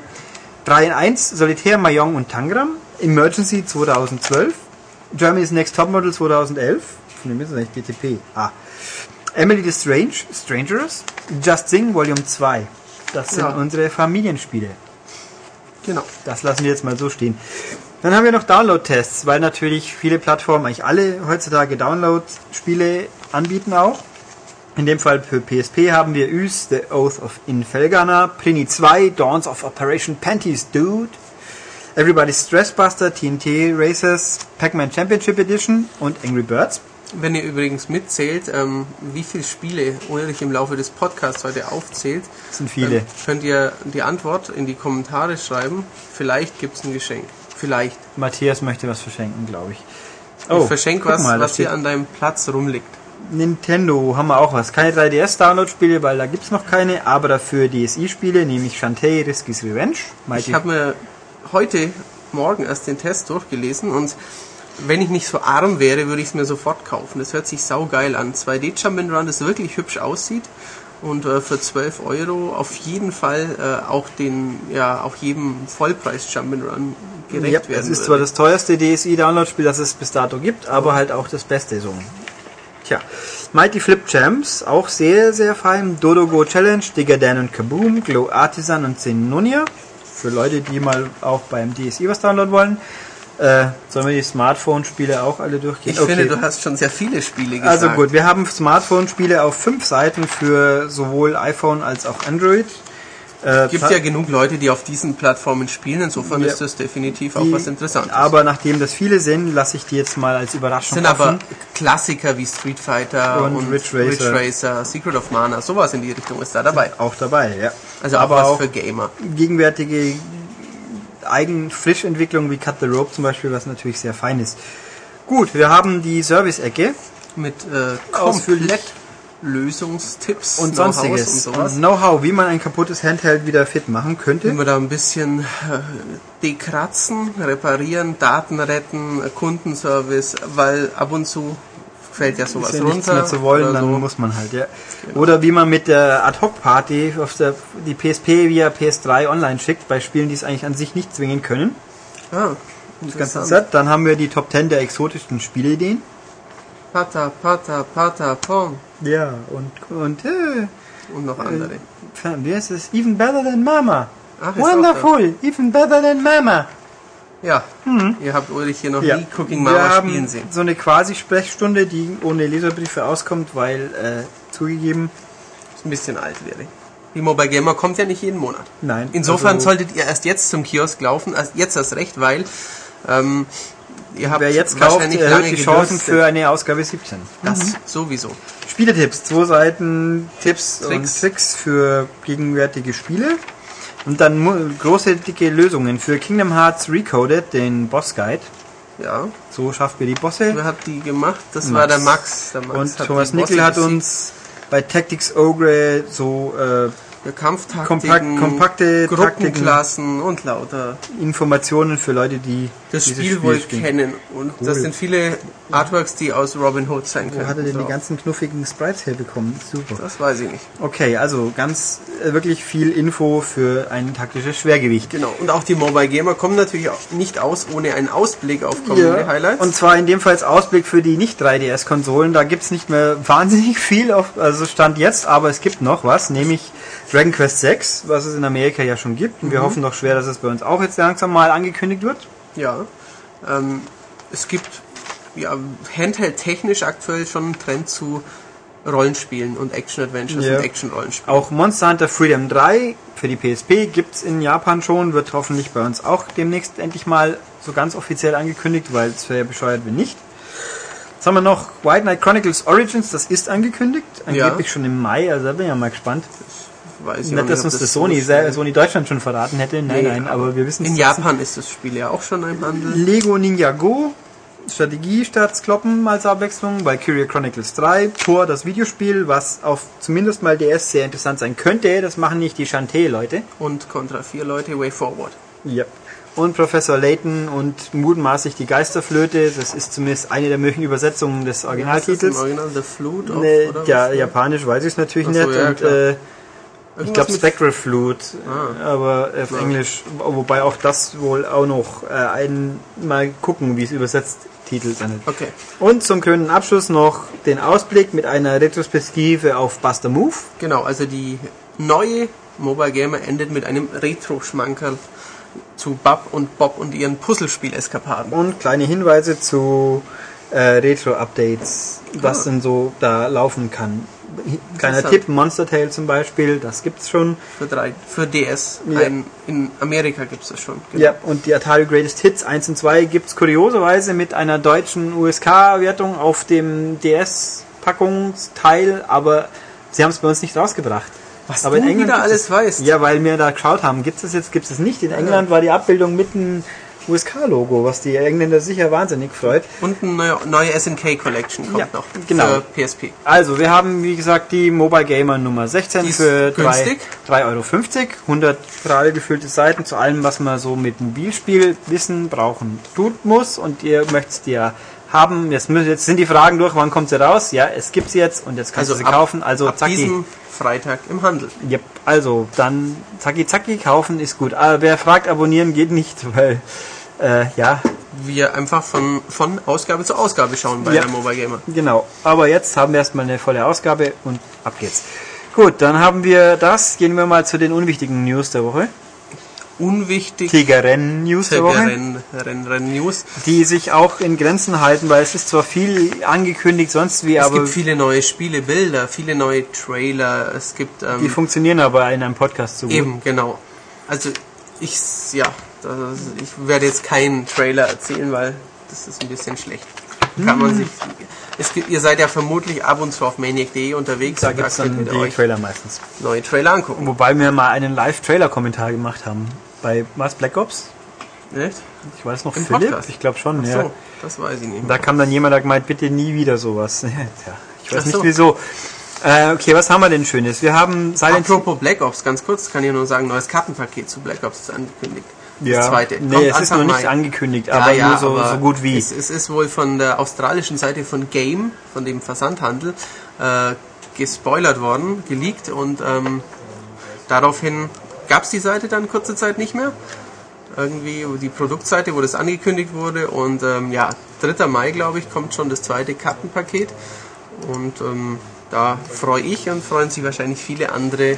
[SPEAKER 1] 3 in 1, Solitär, Mayong und Tangram. Emergency 2012. Germany's Next Topmodel 2011. Von dem ist es eigentlich GTP. Ah. Emily the Strange, Strangers. Just Sing Volume 2. Das sind
[SPEAKER 2] Ja.
[SPEAKER 1] unsere Familienspiele.
[SPEAKER 2] Genau.
[SPEAKER 1] Das lassen wir jetzt mal so stehen. Dann haben wir noch Download-Tests, weil natürlich viele Plattformen, eigentlich alle heutzutage Download-Spiele anbieten auch. In dem Fall für PSP haben wir Üs, The Oath of Infelgana, Pliny 2, Dawns of Operation Panties, Dude, Everybody's Stressbuster, TNT Racers, Pac-Man Championship Edition und Angry Birds.
[SPEAKER 2] Wenn ihr übrigens mitzählt, ähm, wie viele Spiele Ulrich im Laufe des Podcasts heute aufzählt,
[SPEAKER 1] Das sind viele.
[SPEAKER 2] dann könnt ihr die Antwort in die Kommentare schreiben. Vielleicht gibt es ein Geschenk. Vielleicht.
[SPEAKER 1] Matthias möchte was verschenken, glaube ich.
[SPEAKER 2] ich verschenke
[SPEAKER 1] Oh, guck
[SPEAKER 2] was,
[SPEAKER 1] mal, da
[SPEAKER 2] was
[SPEAKER 1] steht
[SPEAKER 2] hier an deinem Platz rumliegt.
[SPEAKER 1] Nintendo haben wir auch was. Keine 3DS-Download-Spiele, weil da gibt es noch keine, aber dafür DSi-Spiele, nämlich Shantae, Risky's Revenge.
[SPEAKER 2] Ich habe mir heute Morgen erst den Test durchgelesen und wenn ich nicht so arm wäre, würde ich es mir sofort kaufen. Das hört sich saugeil an. 2D Jump'n'Run, das wirklich hübsch aussieht und äh, für 12 Euro auf jeden Fall äh, auch den, ja, auch jedem Vollpreis Jump'n'Run gerecht
[SPEAKER 1] ja,
[SPEAKER 2] werden
[SPEAKER 1] es ist zwar
[SPEAKER 2] würde.
[SPEAKER 1] das teuerste DSi-Download-Spiel, das es bis dato gibt, aber halt auch das beste so. Tja, Mighty Flip Champs, auch sehr, sehr fein. Dodogo Challenge, Digger Dan und Kaboom, Glow Artisan und Zenonia. Für Leute, die mal auch beim DSi was downloaden wollen. Äh, sollen wir die Smartphone-Spiele auch alle durchgehen?
[SPEAKER 2] ich finde, du hast schon sehr viele Spiele gesagt.
[SPEAKER 1] Also gut, wir haben Smartphone-Spiele auf fünf Seiten für sowohl iPhone als auch Android. Äh,
[SPEAKER 2] Gibt ja genug Leute, die auf diesen Plattformen spielen, insofern
[SPEAKER 1] Ja.
[SPEAKER 2] ist das definitiv auch
[SPEAKER 1] die-
[SPEAKER 2] was Interessantes.
[SPEAKER 1] Aber nachdem das viele sind, lasse ich die jetzt mal als Überraschung
[SPEAKER 2] sind
[SPEAKER 1] offen.
[SPEAKER 2] aber Klassiker wie Street Fighter
[SPEAKER 1] Und
[SPEAKER 2] und,
[SPEAKER 1] Ridge Racer.
[SPEAKER 2] Ridge Racer, Secret of Mana, sowas in die Richtung ist da dabei.
[SPEAKER 1] auch dabei, ja.
[SPEAKER 2] Also auch
[SPEAKER 1] aber
[SPEAKER 2] was
[SPEAKER 1] auch
[SPEAKER 2] für Gamer.
[SPEAKER 1] gegenwärtige eigen Frischentwicklungen wie Cut the Rope zum Beispiel, was natürlich sehr fein ist. Gut, wir haben die Service-Ecke
[SPEAKER 2] Mit äh,
[SPEAKER 1] Ausführlich.
[SPEAKER 2] komplett Lösungstipps
[SPEAKER 1] und
[SPEAKER 2] Know-hows und
[SPEAKER 1] sonstiges. Mhm.
[SPEAKER 2] sowas.
[SPEAKER 1] Und Know-how, wie man ein kaputtes Handheld wieder fit machen könnte.
[SPEAKER 2] Wenn wir da ein bisschen äh, dekratzen, reparieren, Daten retten, äh, Kundenservice, weil ab und zu fällt ja sowas
[SPEAKER 1] ist ja nichts
[SPEAKER 2] runter.
[SPEAKER 1] mehr zu wollen,
[SPEAKER 2] oder
[SPEAKER 1] dann
[SPEAKER 2] so.
[SPEAKER 1] muss man halt, ja. Oder wie man mit der Ad-Hoc-Party auf der, die PSP via PS3 online schickt, bei Spielen, die es eigentlich an sich nicht zwingen können.
[SPEAKER 2] Ah,
[SPEAKER 1] Ganz
[SPEAKER 2] interessant.
[SPEAKER 1] interessant. Dann haben wir die Top 10 der exotischsten Spielideen.
[SPEAKER 2] Pata, Pata, Pata, Pong
[SPEAKER 1] Ja, und, und, äh,
[SPEAKER 2] und noch andere.
[SPEAKER 1] wie heißt es? Even better than Mama.
[SPEAKER 2] Ach, ist auch
[SPEAKER 1] Wonderful, even better than Mama.
[SPEAKER 2] Ja, ihr habt Ulrich hier noch nie Cooking
[SPEAKER 1] Mhm. wir
[SPEAKER 2] Mama
[SPEAKER 1] haben
[SPEAKER 2] spielen sehen.
[SPEAKER 1] so eine Quasi-Sprechstunde, die ohne Leserbriefe auskommt, weil, äh, zugegeben,
[SPEAKER 2] ein bisschen alt wäre. Die Mobile Gamer kommt ja nicht jeden Monat.
[SPEAKER 1] Nein,
[SPEAKER 2] Insofern
[SPEAKER 1] also-
[SPEAKER 2] solltet ihr erst jetzt zum Kiosk laufen, erst jetzt erst recht, weil ähm, ihr habt
[SPEAKER 1] wer jetzt kauft,
[SPEAKER 2] wahrscheinlich lange
[SPEAKER 1] erhöht die Chancen
[SPEAKER 2] gedürstet.
[SPEAKER 1] für Mhm. eine Ausgabe 17.
[SPEAKER 2] das sowieso.
[SPEAKER 1] Spieletipps, zwei Seiten Tipps
[SPEAKER 2] Tricks.
[SPEAKER 1] und Tricks für gegenwärtige Spiele und dann mu- große dicke Lösungen für Kingdom Hearts Recoded, den Boss Guide.
[SPEAKER 2] Ja,
[SPEAKER 1] So schafft ihr die Bosse.
[SPEAKER 2] wer hat die gemacht? Das war der Max. Der Max
[SPEAKER 1] und
[SPEAKER 2] hat
[SPEAKER 1] Thomas
[SPEAKER 2] die Bosse
[SPEAKER 1] Nickel hat
[SPEAKER 2] besiegt.
[SPEAKER 1] uns bei Tactics Ogre so äh,
[SPEAKER 2] Der Kampftaktiken,
[SPEAKER 1] kompakt- kompakte
[SPEAKER 2] Gruppenklassen und lauter
[SPEAKER 1] Informationen für Leute, die
[SPEAKER 2] das
[SPEAKER 1] dieses
[SPEAKER 2] Spiel wohl
[SPEAKER 1] spielen.
[SPEAKER 2] kennen. Und das sind viele Artworks, die aus Robin Hood sein
[SPEAKER 1] Wo
[SPEAKER 2] können.
[SPEAKER 1] hat er denn die
[SPEAKER 2] Drauf.
[SPEAKER 1] ganzen knuffigen Sprites herbekommen? Super.
[SPEAKER 2] das weiß ich nicht.
[SPEAKER 1] Okay, also ganz äh, wirklich viel Info für ein taktisches Schwergewicht.
[SPEAKER 2] Genau. Und auch die Mobile Gamer kommen natürlich auch nicht aus ohne einen Ausblick auf kommende Highlights.
[SPEAKER 1] Und zwar in dem Fall als Ausblick für die Nicht-3DS-Konsolen. Da gibt's nicht mehr wahnsinnig viel, auf, also Stand jetzt, aber es gibt noch was, nämlich Dragon Quest 6, was es in Amerika ja schon gibt. Und
[SPEAKER 2] Mhm.
[SPEAKER 1] wir hoffen doch schwer, dass es bei uns auch jetzt langsam mal angekündigt wird.
[SPEAKER 2] Ja. Ähm, es gibt ja, Handheld-technisch aktuell schon einen Trend zu Rollenspielen und Action-Adventures
[SPEAKER 1] Ja.
[SPEAKER 2] und Action-Rollenspielen.
[SPEAKER 1] Auch Monster Hunter Freedom 3 für die PSP gibt's in Japan schon, wird hoffentlich bei uns auch demnächst endlich mal so ganz offiziell angekündigt, weil es wäre ja bescheuert, wenn nicht. Was haben wir noch? White Knight Chronicles Origins, das ist angekündigt,
[SPEAKER 2] Ja.
[SPEAKER 1] angeblich schon im Mai, also da bin ich ja mal gespannt.
[SPEAKER 2] Weiß ich auch
[SPEAKER 1] Nicht, dass
[SPEAKER 2] ob
[SPEAKER 1] uns das
[SPEAKER 2] so
[SPEAKER 1] Sony,
[SPEAKER 2] schnell-
[SPEAKER 1] Sony Deutschland schon verraten hätte. Nein,
[SPEAKER 2] Nee,
[SPEAKER 1] nein, aber wir wissen
[SPEAKER 2] In
[SPEAKER 1] es.
[SPEAKER 2] Japan ist das Spiel ja auch schon im Handel.
[SPEAKER 1] Lego Ninja Go, Strategie statt Kloppen als Abwechslung, Valkyria Chronicles 3, Tor, das Videospiel, was auf zumindest mal DS sehr interessant sein könnte. Das machen nicht die Shantae-Leute.
[SPEAKER 2] Und Contra 4 Leute, Way Forward.
[SPEAKER 1] Ja. Und Professor Layton und mutmaßlich die Geisterflöte. Das ist zumindest eine der möglichen Übersetzungen des
[SPEAKER 2] Heißt das im
[SPEAKER 1] Originaltitels.
[SPEAKER 2] Original The Flute? of-
[SPEAKER 1] Ne,
[SPEAKER 2] oder was?
[SPEAKER 1] ja, japanisch weiß ich es natürlich
[SPEAKER 2] Ach so,
[SPEAKER 1] nicht.
[SPEAKER 2] ja,
[SPEAKER 1] und
[SPEAKER 2] klar.
[SPEAKER 1] äh, Ich glaube
[SPEAKER 2] mit- Ah.
[SPEAKER 1] Spectral Flute, äh, aber auf
[SPEAKER 2] Ja.
[SPEAKER 1] Englisch. Wobei auch das wohl auch noch äh, einmal gucken, wie es übersetzt Titel sein wird.
[SPEAKER 2] Okay.
[SPEAKER 1] Und zum schönen Abschluss noch den Ausblick mit einer Retrospektive auf Buster Move.
[SPEAKER 2] Genau, also die neue Mobile Gamer endet mit einem Retro-Schmankerl zu Bab und Bob und ihren Puzzlespiel-Eskapaden.
[SPEAKER 1] und kleine Hinweise zu äh, Retro-Updates, was
[SPEAKER 2] Ah.
[SPEAKER 1] denn so da laufen kann. Kleiner
[SPEAKER 2] Interessant.
[SPEAKER 1] Tipp, Monster Tale zum Beispiel, das gibt's schon.
[SPEAKER 2] Für, drei, für DS.
[SPEAKER 1] Ja.
[SPEAKER 2] Ein, in Amerika gibt es das schon. Genau.
[SPEAKER 1] Ja, und die Atari Greatest Hits 1 und 2 gibt's kurioserweise mit einer deutschen USK-Wertung auf dem DS-Packungsteil, aber sie haben es bei uns nicht rausgebracht.
[SPEAKER 2] Was
[SPEAKER 1] aber
[SPEAKER 2] du wieder
[SPEAKER 1] gibt's
[SPEAKER 2] alles
[SPEAKER 1] es-
[SPEAKER 2] weißt.
[SPEAKER 1] Ja, weil wir da geschaut haben, gibt's es jetzt, gibt's es nicht. In England war die Abbildung mit einem USK-Logo, was die Engländer sicher wahnsinnig freut.
[SPEAKER 2] Und eine neue, neue SNK Collection kommt
[SPEAKER 1] Ja,
[SPEAKER 2] noch
[SPEAKER 1] genau.
[SPEAKER 2] für PSP.
[SPEAKER 1] Also, wir haben, wie gesagt, die Mobile Gamer Nummer 16
[SPEAKER 2] Die ist
[SPEAKER 1] für drei-
[SPEAKER 2] günstig.
[SPEAKER 1] 3,50 Euro. 100 gerade gefüllte Seiten zu allem, was man so mit Mobilspiel wissen, brauchen, tun muss. Und ihr möchtet es ja haben. Jetzt, müssen, jetzt sind die Fragen durch. Wann kommt sie raus? Ja, es gibt sie jetzt und jetzt kannst du sie
[SPEAKER 2] ab-
[SPEAKER 1] kaufen. Also,
[SPEAKER 2] ab
[SPEAKER 1] zacki.
[SPEAKER 2] diesem Freitag im Handel.
[SPEAKER 1] Yep. Also, dann zacki, zacki, kaufen ist gut. Aber wer fragt, abonnieren geht nicht, weil, äh, ja,
[SPEAKER 2] Wir einfach von, von Ausgabe zu Ausgabe schauen bei
[SPEAKER 1] Ja.
[SPEAKER 2] der Mobile Gamer.
[SPEAKER 1] Genau, aber jetzt haben wir erstmal eine volle Ausgabe und ab geht's. Gut, dann haben wir das. Gehen wir mal zu den unwichtigen News der Woche.
[SPEAKER 2] Unwichtig.
[SPEAKER 1] Tigeren-News der Woche,
[SPEAKER 2] Renn, Renn, Renn News.
[SPEAKER 1] die sich auch in Grenzen halten, weil es ist zwar viel angekündigt sonst wie,
[SPEAKER 2] Es
[SPEAKER 1] aber
[SPEAKER 2] gibt viele neue Spiele, Bilder, viele neue Trailer. Es gibt ähm,
[SPEAKER 1] die funktionieren aber in einem Podcast so gut.
[SPEAKER 2] Eben, genau. Also ich, ja, das, ich werde jetzt keinen Trailer erzählen, weil das ist ein bisschen schlecht. Kann
[SPEAKER 1] Mhm.
[SPEAKER 2] man sich. Es gibt, ihr seid ja vermutlich ab und zu auf maniac.de unterwegs
[SPEAKER 1] Da
[SPEAKER 2] und
[SPEAKER 1] gibt's
[SPEAKER 2] könnt
[SPEAKER 1] dann
[SPEAKER 2] ihr
[SPEAKER 1] die
[SPEAKER 2] euch
[SPEAKER 1] Trailer meistens.
[SPEAKER 2] neue Trailer angucken.
[SPEAKER 1] Wobei wir mal einen Live-Trailer-Kommentar gemacht haben. Bei was? Black Ops?
[SPEAKER 2] Nicht?
[SPEAKER 1] Ich weiß noch,
[SPEAKER 2] Im
[SPEAKER 1] Philipp?
[SPEAKER 2] Podcast?
[SPEAKER 1] Ich glaube schon,
[SPEAKER 2] Ach
[SPEAKER 1] ja.
[SPEAKER 2] So, das weiß ich nicht.
[SPEAKER 1] Da kam dann jemand, der gemeint, bitte nie wieder sowas. Tja, ich weiß
[SPEAKER 2] Ach
[SPEAKER 1] nicht
[SPEAKER 2] so.
[SPEAKER 1] wieso. Äh, okay, was haben wir denn Schönes? Wir haben Silent Hill.
[SPEAKER 2] Apropos Black Ops, ganz kurz, kann ich nur sagen, neues Kartenpaket zu Black Ops ist angekündigt.
[SPEAKER 1] Ja.
[SPEAKER 2] Das zweite.
[SPEAKER 1] Nee, es ist noch nicht angekündigt, aber nur so, so gut wie.
[SPEAKER 2] Es, es ist wohl von der australischen Seite von Game, von dem Versandhandel, äh, gespoilert worden, geleakt und ähm, daraufhin gab es die Seite dann kurze Zeit nicht mehr. Irgendwie die Produktseite, wo das angekündigt wurde und ähm, ja, 3. Mai, glaube ich, kommt schon das zweite Kartenpaket und ähm, da freue ich und freuen sich wahrscheinlich viele andere